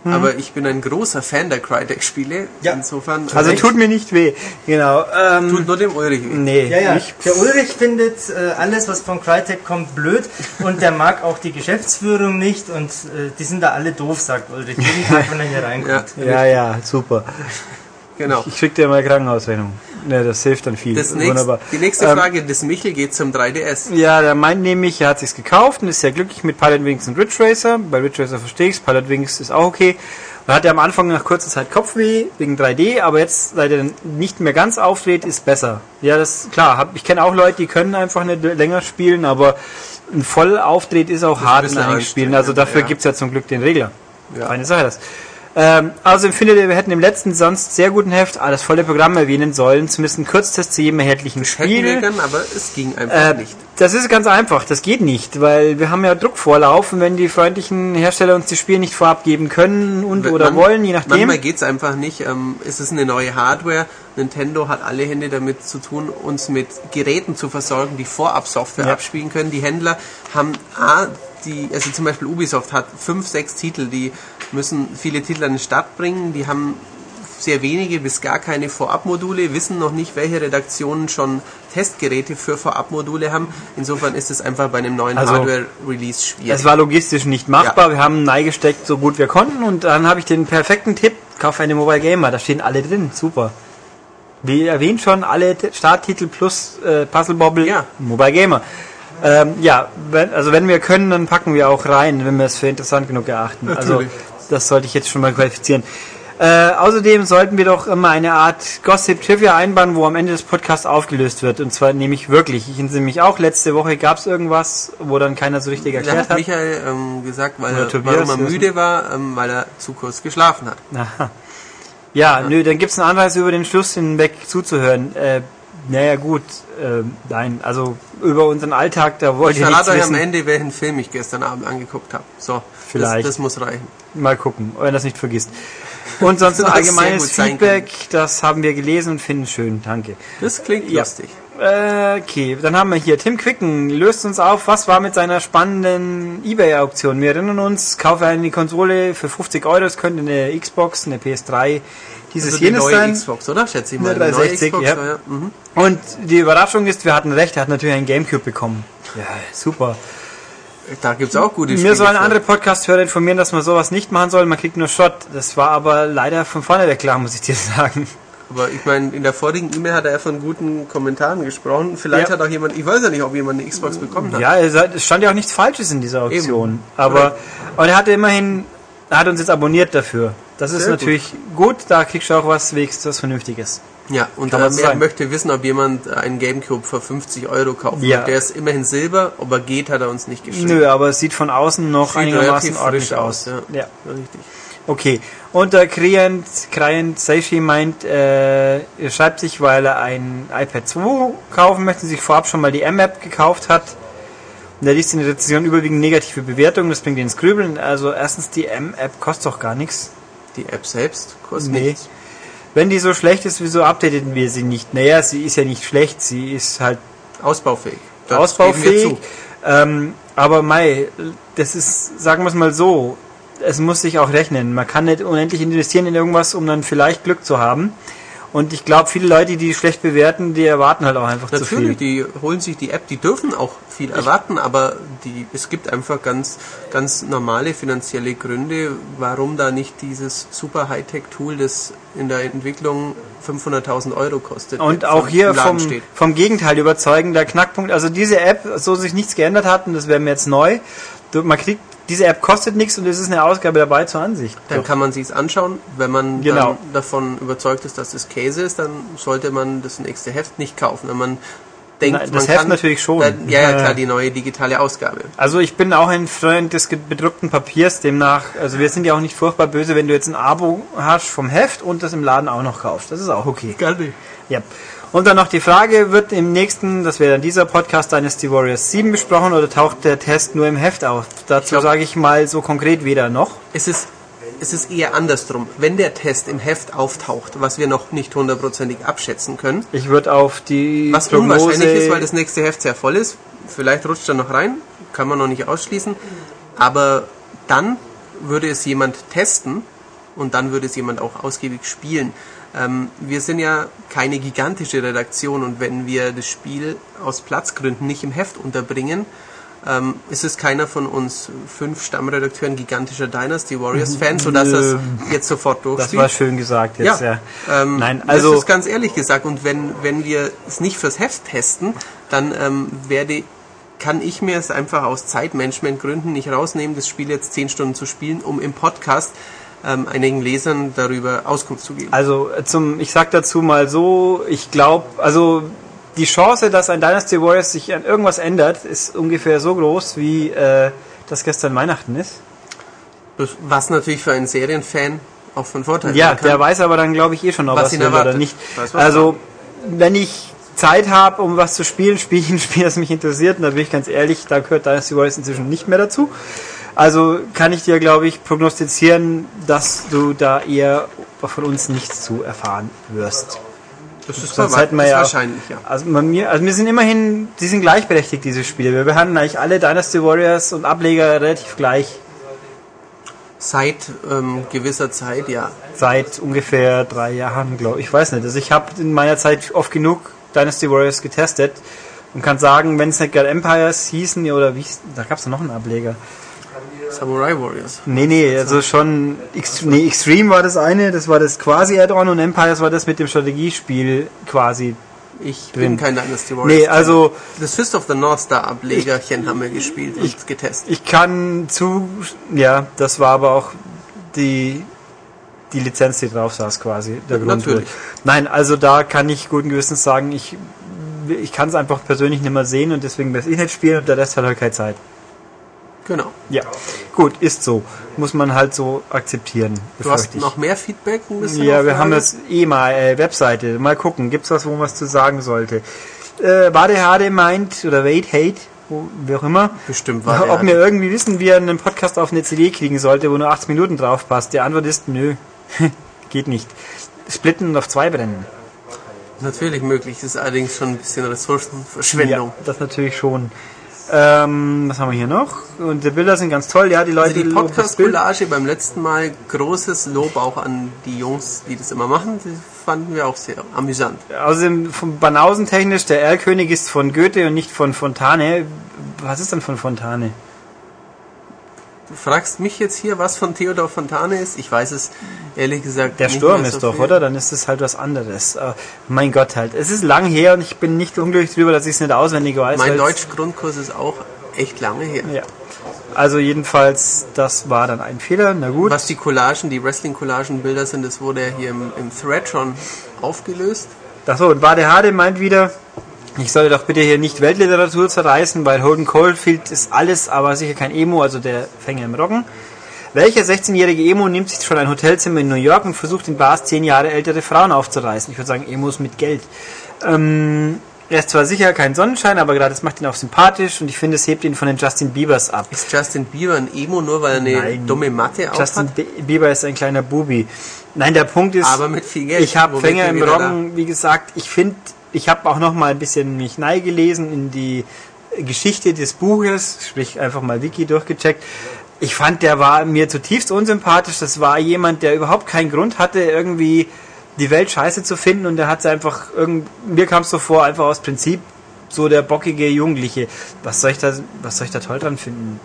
[SPEAKER 1] Hm.
[SPEAKER 2] Aber ich bin ein großer Fan der Crytek-Spiele.
[SPEAKER 3] Ja.
[SPEAKER 2] Insofern.
[SPEAKER 1] Also tut mir nicht weh. Genau. Ähm,
[SPEAKER 2] tut nur dem Ulrich weh.
[SPEAKER 1] nee,
[SPEAKER 3] Ja, ja.
[SPEAKER 1] ich
[SPEAKER 3] der Ulrich findet äh, alles, was von Crytek kommt, blöd und der mag auch die Geschäftsführung nicht und äh, die sind da alle doof, sagt Ulrich. Jeden Tag, wenn er hier
[SPEAKER 2] Ja,
[SPEAKER 3] reinkommt.
[SPEAKER 1] Ja, ja, super.
[SPEAKER 2] genau.
[SPEAKER 1] Ich schick dir mal Krankenhausrechnung. Ja, das hilft dann viel.
[SPEAKER 2] Das nächste, die nächste
[SPEAKER 1] Ähm,
[SPEAKER 2] Frage des Michel geht zum 3DS.
[SPEAKER 1] Ja, der meint nämlich, er hat sich's gekauft und ist sehr glücklich mit Pilot Wings und Ridge Racer. Bei Ridge Racer verstehe ich's, Pilot Wings ist auch okay. Und hatte am Anfang nach kurzer Zeit Kopfweh wegen 3D, aber jetzt, seit er dann nicht mehr ganz aufdreht, ist besser. Ja, das klar. Hab, ich kenne auch Leute, die können einfach nicht länger spielen, aber ein voll aufdreht ist auch hart in
[SPEAKER 2] bisschen
[SPEAKER 1] einigen Spielen. Also
[SPEAKER 2] anstrengend,
[SPEAKER 1] dafür
[SPEAKER 2] ja.
[SPEAKER 1] gibt's ja zum Glück den Regler.
[SPEAKER 2] Ja.
[SPEAKER 1] Feine Sache das. Ähm, also empfindet ihr, wir hätten im letzten sonst sehr guten Heft ah, das volle Programm erwähnen sollen, zumindest einen Kurztest zu jedem erhältlichen
[SPEAKER 2] Hätten wir
[SPEAKER 1] Spiel.
[SPEAKER 2] gern, aber es ging einfach
[SPEAKER 1] Äh,
[SPEAKER 2] nicht.
[SPEAKER 1] Das ist ganz einfach, das geht nicht, weil wir haben ja Druckvorlauf und wenn die freundlichen Hersteller uns die Spiele nicht vorab geben können und oder
[SPEAKER 2] Man-
[SPEAKER 1] wollen, je nachdem.
[SPEAKER 2] Manchmal geht es einfach nicht. Ähm, es ist eine neue Hardware. Nintendo hat alle Hände damit zu tun, uns mit Geräten zu versorgen, die vorab Software
[SPEAKER 1] Ja.
[SPEAKER 2] abspielen können. Die Händler haben A, die, also zum Beispiel Ubisoft hat fünf, sechs Titel, die müssen viele Titel an den Start bringen. Die haben sehr wenige bis gar keine Vorabmodule, wissen noch nicht, welche Redaktionen schon Testgeräte für Vorabmodule haben. Insofern ist es einfach bei einem neuen
[SPEAKER 1] Also,
[SPEAKER 2] Hardware-Release schwierig.
[SPEAKER 1] Es war logistisch nicht machbar. Wir haben neigesteckt, so gut wir konnten. Und dann habe ich den perfekten Tipp: Kauf eine Mobile Gamer. Da stehen alle drin. Super. Wie erwähnt schon, alle T- Starttitel plus äh, Puzzle Bobble,
[SPEAKER 2] Ja.
[SPEAKER 1] Mobile Gamer. Ähm, ja, wenn, also wenn wir können, dann packen wir auch rein, wenn wir es für interessant genug erachten. Also
[SPEAKER 2] Natürlich.
[SPEAKER 1] das sollte ich jetzt schon mal qualifizieren. Äh, außerdem sollten wir doch immer eine Art Gossip-Trivia einbauen, wo am Ende des Podcasts aufgelöst wird. Und zwar nämlich wirklich. Ich entsinne mich auch, letzte Woche gab es irgendwas, wo dann keiner so richtig
[SPEAKER 2] Da
[SPEAKER 1] erklärt
[SPEAKER 2] hat
[SPEAKER 1] hat.
[SPEAKER 2] Michael ähm, gesagt, weil
[SPEAKER 1] Oder
[SPEAKER 2] er,
[SPEAKER 1] Tobias,
[SPEAKER 2] warum
[SPEAKER 1] der
[SPEAKER 2] er
[SPEAKER 1] ist
[SPEAKER 2] müde war, ähm, weil er zu kurz geschlafen hat.
[SPEAKER 1] Aha. Ja, nö, dann gibt's einen Anweis, über den Schluss hinweg zuzuhören. Äh, naja, gut, äh, nein, also über unseren Alltag, da wollt
[SPEAKER 2] Ich
[SPEAKER 1] ihr nichts
[SPEAKER 2] verrate euch am
[SPEAKER 1] wissen.
[SPEAKER 2] Ende, welchen Film ich gestern Abend angeguckt habe. So,
[SPEAKER 1] Vielleicht.
[SPEAKER 2] Das, das muss reichen.
[SPEAKER 1] Mal gucken, wenn ihr das nicht vergisst. Und sonst ein
[SPEAKER 2] Was sehr
[SPEAKER 1] allgemeines
[SPEAKER 2] gut sein
[SPEAKER 1] Feedback, das haben wir gelesen und finden schön, danke.
[SPEAKER 2] Das klingt
[SPEAKER 1] Ja.
[SPEAKER 2] lustig.
[SPEAKER 1] Äh, okay, dann haben wir hier Tim Quicken, löst uns auf, was war mit seiner spannenden Ebay-Auktion? Wir erinnern uns, kaufe eine Konsole für 50 Euro, es könnte eine Xbox, eine PS3, dieses
[SPEAKER 2] Also die
[SPEAKER 1] jenes
[SPEAKER 2] neue
[SPEAKER 1] sein.
[SPEAKER 2] Xbox, oder? Schätze ich mal.
[SPEAKER 1] Eine
[SPEAKER 2] Die neue
[SPEAKER 1] 360,
[SPEAKER 2] Xbox,
[SPEAKER 1] ja.
[SPEAKER 2] ja. Mhm.
[SPEAKER 1] Und die Überraschung ist, wir hatten recht, er hat natürlich einen Gamecube bekommen. Ja, super.
[SPEAKER 2] Da gibt es auch gute
[SPEAKER 1] Mir sollen
[SPEAKER 2] für.
[SPEAKER 1] andere Podcast-Hörer informieren, dass man sowas nicht machen soll, man kriegt nur Shot. Das war aber leider von vorne weg klar, muss ich dir sagen.
[SPEAKER 2] Aber ich meine, in der vorigen E-Mail hat er von guten Kommentaren gesprochen. Vielleicht
[SPEAKER 1] Ja.
[SPEAKER 2] hat auch jemand, ich weiß ja nicht, ob jemand eine Xbox bekommen hat.
[SPEAKER 1] Ja, es hat- es stand ja auch nichts Falsches in dieser Auktion.
[SPEAKER 2] Eben.
[SPEAKER 1] Aber, und er hatte immerhin, er hat uns jetzt abonniert dafür. Das ist
[SPEAKER 2] Sehr gut.
[SPEAKER 1] natürlich gut. da kriegst du auch was, wenigstens was Vernünftiges.
[SPEAKER 2] Ja, und
[SPEAKER 1] Kann
[SPEAKER 2] wer
[SPEAKER 1] man so sagen.
[SPEAKER 2] möchte wissen, ob jemand einen Gamecube für 50 Euro kauft.
[SPEAKER 1] Ja.
[SPEAKER 2] Der ist immerhin Silber, ob er geht, hat er uns nicht geschrieben.
[SPEAKER 1] Nö, aber es sieht von außen noch
[SPEAKER 2] Sieht
[SPEAKER 1] einigermaßen
[SPEAKER 2] relativ
[SPEAKER 1] ordentlich
[SPEAKER 2] frisch
[SPEAKER 1] aus.
[SPEAKER 2] aus. Ja.
[SPEAKER 1] ja.
[SPEAKER 2] Richtig.
[SPEAKER 1] Okay, und der Krient, Krient Seishi meint, äh, er schreibt sich, weil er ein iPad 2 kaufen möchte, sich vorab schon mal die M-App gekauft hat. Und er liest in der Rezension überwiegend negative Bewertungen, das bringt ihn ins Grübeln. Also erstens, die M-App kostet doch gar nichts.
[SPEAKER 2] Die App selbst kostet
[SPEAKER 1] Nee.
[SPEAKER 2] nichts.
[SPEAKER 1] Wenn die so schlecht ist, wieso updateten wir sie nicht? Naja, sie ist ja nicht schlecht, sie ist halt
[SPEAKER 2] Ausbaufähig. Das
[SPEAKER 1] ausbaufähig.
[SPEAKER 2] geben wir zu.
[SPEAKER 1] Ähm, aber Mai, das ist, sagen wir es mal so, es muss sich auch rechnen. Man kann nicht unendlich investieren in irgendwas, um dann vielleicht Glück zu haben. Und ich glaube, viele Leute, die schlecht bewerten, die erwarten halt auch einfach
[SPEAKER 2] Natürlich,
[SPEAKER 1] zu viel.
[SPEAKER 2] die holen sich die App, die dürfen auch viel erwarten, aber die, es gibt einfach ganz, ganz normale finanzielle Gründe, warum da nicht dieses super Hightech-Tool, das in der Entwicklung 500.000 Euro kostet.
[SPEAKER 1] Und
[SPEAKER 2] vom-
[SPEAKER 1] auch hier
[SPEAKER 2] im Laden
[SPEAKER 1] vom,
[SPEAKER 2] steht.
[SPEAKER 1] vom Gegenteil überzeugen, der Knackpunkt, also diese App, so sich nichts geändert hat, und das wäre mir jetzt neu, du- man kriegt diese App kostet nichts und es ist eine Ausgabe dabei zur Ansicht.
[SPEAKER 2] Dann kann man sich's anschauen. Wenn man
[SPEAKER 1] Genau.
[SPEAKER 2] dann davon überzeugt ist, dass es Käse ist, dann sollte man das nächste Heft nicht kaufen. Wenn man denkt,
[SPEAKER 1] Nein,
[SPEAKER 2] man
[SPEAKER 1] das Heft natürlich schon.
[SPEAKER 2] Dann, ja, ja,
[SPEAKER 1] Äh.
[SPEAKER 2] klar, die neue digitale Ausgabe.
[SPEAKER 1] Also ich bin auch ein Freund des ge- bedruckten Papiers, demnach, also wir sind ja auch nicht furchtbar böse, wenn du jetzt ein Abo hast vom Heft und das im Laden auch noch kaufst. Das ist auch okay.
[SPEAKER 2] Gar nicht.
[SPEAKER 1] Ja. Und dann noch die Frage, wird im nächsten, das wäre dann dieser Podcast Dynasty Warriors 7 besprochen oder taucht der Test nur im Heft auf? Dazu
[SPEAKER 2] glaub-
[SPEAKER 1] sage ich mal so konkret weder noch.
[SPEAKER 2] Es ist, es ist eher andersrum. Wenn der Test im Heft auftaucht, was wir noch nicht hundertprozentig abschätzen können,
[SPEAKER 1] Ich würde auf die
[SPEAKER 2] Hm, was unwahrscheinlich ist, weil das nächste Heft sehr voll ist, vielleicht rutscht er noch rein, kann man noch nicht ausschließen, aber dann würde es jemand testen und dann würde es jemand auch ausgiebig spielen. Ähm, wir sind ja keine gigantische Redaktion und wenn wir das Spiel aus Platzgründen nicht im Heft unterbringen, ähm, ist es keiner von uns fünf Stammredakteuren gigantischer Dynasty Warriors Fans, sodass er es jetzt sofort
[SPEAKER 1] Mhm. das
[SPEAKER 2] durchspielt.
[SPEAKER 1] war schön gesagt jetzt, ja.
[SPEAKER 2] Ähm,
[SPEAKER 1] Nein,
[SPEAKER 2] das
[SPEAKER 1] also
[SPEAKER 2] ist ganz ehrlich gesagt. Und wenn, wenn wir es nicht fürs Heft testen, dann ähm, werde, kann ich mir es einfach aus Zeitmanagementgründen nicht rausnehmen, das Spiel jetzt zehn Stunden zu spielen, um im Podcast ähm, einigen Lesern darüber Auskunft zu geben.
[SPEAKER 1] Also äh, zum, ich sag dazu mal so, ich glaube, also die Chance, dass ein Dynasty Warriors sich an irgendwas ändert, ist ungefähr so groß wie äh, das gestern Weihnachten ist.
[SPEAKER 2] Das- Was natürlich für einen Serienfan auch von Vorteil
[SPEAKER 1] Ja,
[SPEAKER 2] sein Also kann.
[SPEAKER 1] der weiß aber dann, glaube ich, eh schon, ob
[SPEAKER 2] Was
[SPEAKER 1] was
[SPEAKER 2] ihn
[SPEAKER 1] will oder
[SPEAKER 2] erwartet.
[SPEAKER 1] nicht.
[SPEAKER 2] Weiß, was
[SPEAKER 1] Also, wenn ich Zeit habe, um was zu spielen, spiele ich ein Spiel, das mich interessiert. Und da bin ich ganz ehrlich, da gehört Dynasty Warriors inzwischen nicht mehr dazu. Also kann ich dir, glaube ich, prognostizieren, dass du da eher von uns nichts zu erfahren wirst.
[SPEAKER 2] das ist,
[SPEAKER 1] sonst
[SPEAKER 2] verwa-
[SPEAKER 1] hätten wir
[SPEAKER 2] ist
[SPEAKER 1] ja-
[SPEAKER 2] wahrscheinlich, ja.
[SPEAKER 1] Also, bei mir, also wir sind immerhin, die sind gleichberechtigt, diese Spiele. Wir behandeln eigentlich alle Dynasty Warriors und Ableger relativ gleich
[SPEAKER 2] Seit ähm, gewisser Zeit, ja.
[SPEAKER 1] seit ungefähr drei Jahren, glaube ich. Ich weiß nicht. Also ich habe in meiner Zeit oft genug Dynasty Warriors getestet und kann sagen, wenn es nicht gerade Empires hießen oder wie hieß, da gab es noch einen Ableger.
[SPEAKER 2] Samurai Warriors.
[SPEAKER 1] Nee, nee, also schon Ext nee, Extreme war das eine, das war das quasi Add-on und Empires war das mit dem Strategiespiel quasi.
[SPEAKER 2] Ich
[SPEAKER 1] Drin.
[SPEAKER 2] bin kein Dynasty Warriors.
[SPEAKER 1] Nee, also
[SPEAKER 2] Das Fist of the North Star Ablegerchen haben wir gespielt und getestet.
[SPEAKER 1] Ich kann zu. Ja, das war aber auch die, die Lizenz, die drauf saß, quasi. Der Grund
[SPEAKER 2] Natürlich.
[SPEAKER 1] Nein, also da kann ich guten Gewissens sagen, ich, ich kann es einfach persönlich nicht mehr sehen und deswegen werde ich nicht spielen und der Rest hat halt keine Zeit.
[SPEAKER 2] Genau.
[SPEAKER 1] Ja, gut, ist so. Muss man halt so akzeptieren.
[SPEAKER 2] Du hast
[SPEAKER 1] befürchte ich.
[SPEAKER 2] noch mehr Feedback ein bisschen?
[SPEAKER 1] Ja,
[SPEAKER 2] auf
[SPEAKER 1] wir
[SPEAKER 2] Lager?
[SPEAKER 1] haben jetzt eh mal äh, Webseite. Mal gucken, gibt's was, wo man was zu sagen sollte. Äh, Wadehade meint, oder Wade Hate, wo, wie auch immer,
[SPEAKER 2] Bestimmt war
[SPEAKER 1] ob
[SPEAKER 2] der.
[SPEAKER 1] wir irgendwie wissen, wie er einen Podcast auf eine CD kriegen sollte, wo nur 8 Minuten drauf passt. Die Antwort ist nö. Geht nicht. Splitten und auf zwei brennen.
[SPEAKER 2] Natürlich möglich, das ist allerdings schon ein bisschen Ressourcenverschwendung.
[SPEAKER 1] das natürlich schon. Ähm, was haben wir hier noch? Und die Bilder sind ganz toll. Ja, die Leute
[SPEAKER 2] Also die
[SPEAKER 1] loben das Bild.
[SPEAKER 2] Podcast-Collage beim letzten Mal, großes Lob auch an die Jungs, die das immer machen, die fanden wir auch sehr amüsant.
[SPEAKER 1] Außerdem vom Banausen technisch, der Erlkönig ist von Goethe und nicht von Fontane. Was ist denn von Fontane?
[SPEAKER 2] Du fragst mich jetzt hier, was von Theodor Fontane ist? Ich weiß es ehrlich gesagt
[SPEAKER 1] Der
[SPEAKER 2] nicht
[SPEAKER 1] Sturm
[SPEAKER 2] mehr so
[SPEAKER 1] ist doch,
[SPEAKER 2] viel.
[SPEAKER 1] oder? Dann ist es halt was anderes. Äh, mein Gott halt. Es ist lang her und ich bin nicht unglücklich drüber, dass ich es nicht auswendig weiß.
[SPEAKER 2] Mein
[SPEAKER 1] weil's-
[SPEAKER 2] Deutsch-Grundkurs ist auch echt lange her.
[SPEAKER 1] Ja. Also jedenfalls, das war dann ein Fehler. Na gut.
[SPEAKER 2] Was die Collagen, die Wrestling-Collagen-Bilder sind, das wurde ja hier im, im Thread schon aufgelöst.
[SPEAKER 1] Achso, und Badehade meint wieder, ich solle doch bitte hier nicht Weltliteratur zerreißen, weil Holden Caulfield ist alles, aber sicher kein Emo, also der Fänger im Roggen. Welcher 16-jährige Emo nimmt sich schon ein Hotelzimmer in New York und versucht in Bars 10 Jahre ältere Frauen aufzureißen? Ich würde sagen, Emos mit Geld. Ähm, er ist zwar sicher kein Sonnenschein, aber gerade das macht ihn auch sympathisch und ich finde, es hebt ihn von den Justin Biebers ab.
[SPEAKER 2] Ist Justin Bieber ein Emo, nur weil er eine
[SPEAKER 1] Nein.
[SPEAKER 2] dumme Matte
[SPEAKER 1] Justin
[SPEAKER 2] aufhat?
[SPEAKER 1] Bi- Bieber ist ein kleiner Bubi. Nein, der Punkt ist,
[SPEAKER 2] Aber mit viel Geld.
[SPEAKER 1] ich habe
[SPEAKER 2] Womit
[SPEAKER 1] Fänger
[SPEAKER 2] wir
[SPEAKER 1] im
[SPEAKER 2] wieder
[SPEAKER 1] Roggen, wie gesagt, ich finde, ich habe auch noch mal ein bisschen mich gelesen in die äh, Geschichte des Buches, sprich einfach mal Wiki durchgecheckt. Ich fand, der war mir zutiefst unsympathisch. Das war jemand, der überhaupt keinen Grund hatte, irgendwie die Welt scheiße zu finden und der hat einfach irgend mir kam es so vor, einfach aus Prinzip so der bockige Jugendliche. Was soll ich da, was soll ich da toll dran finden?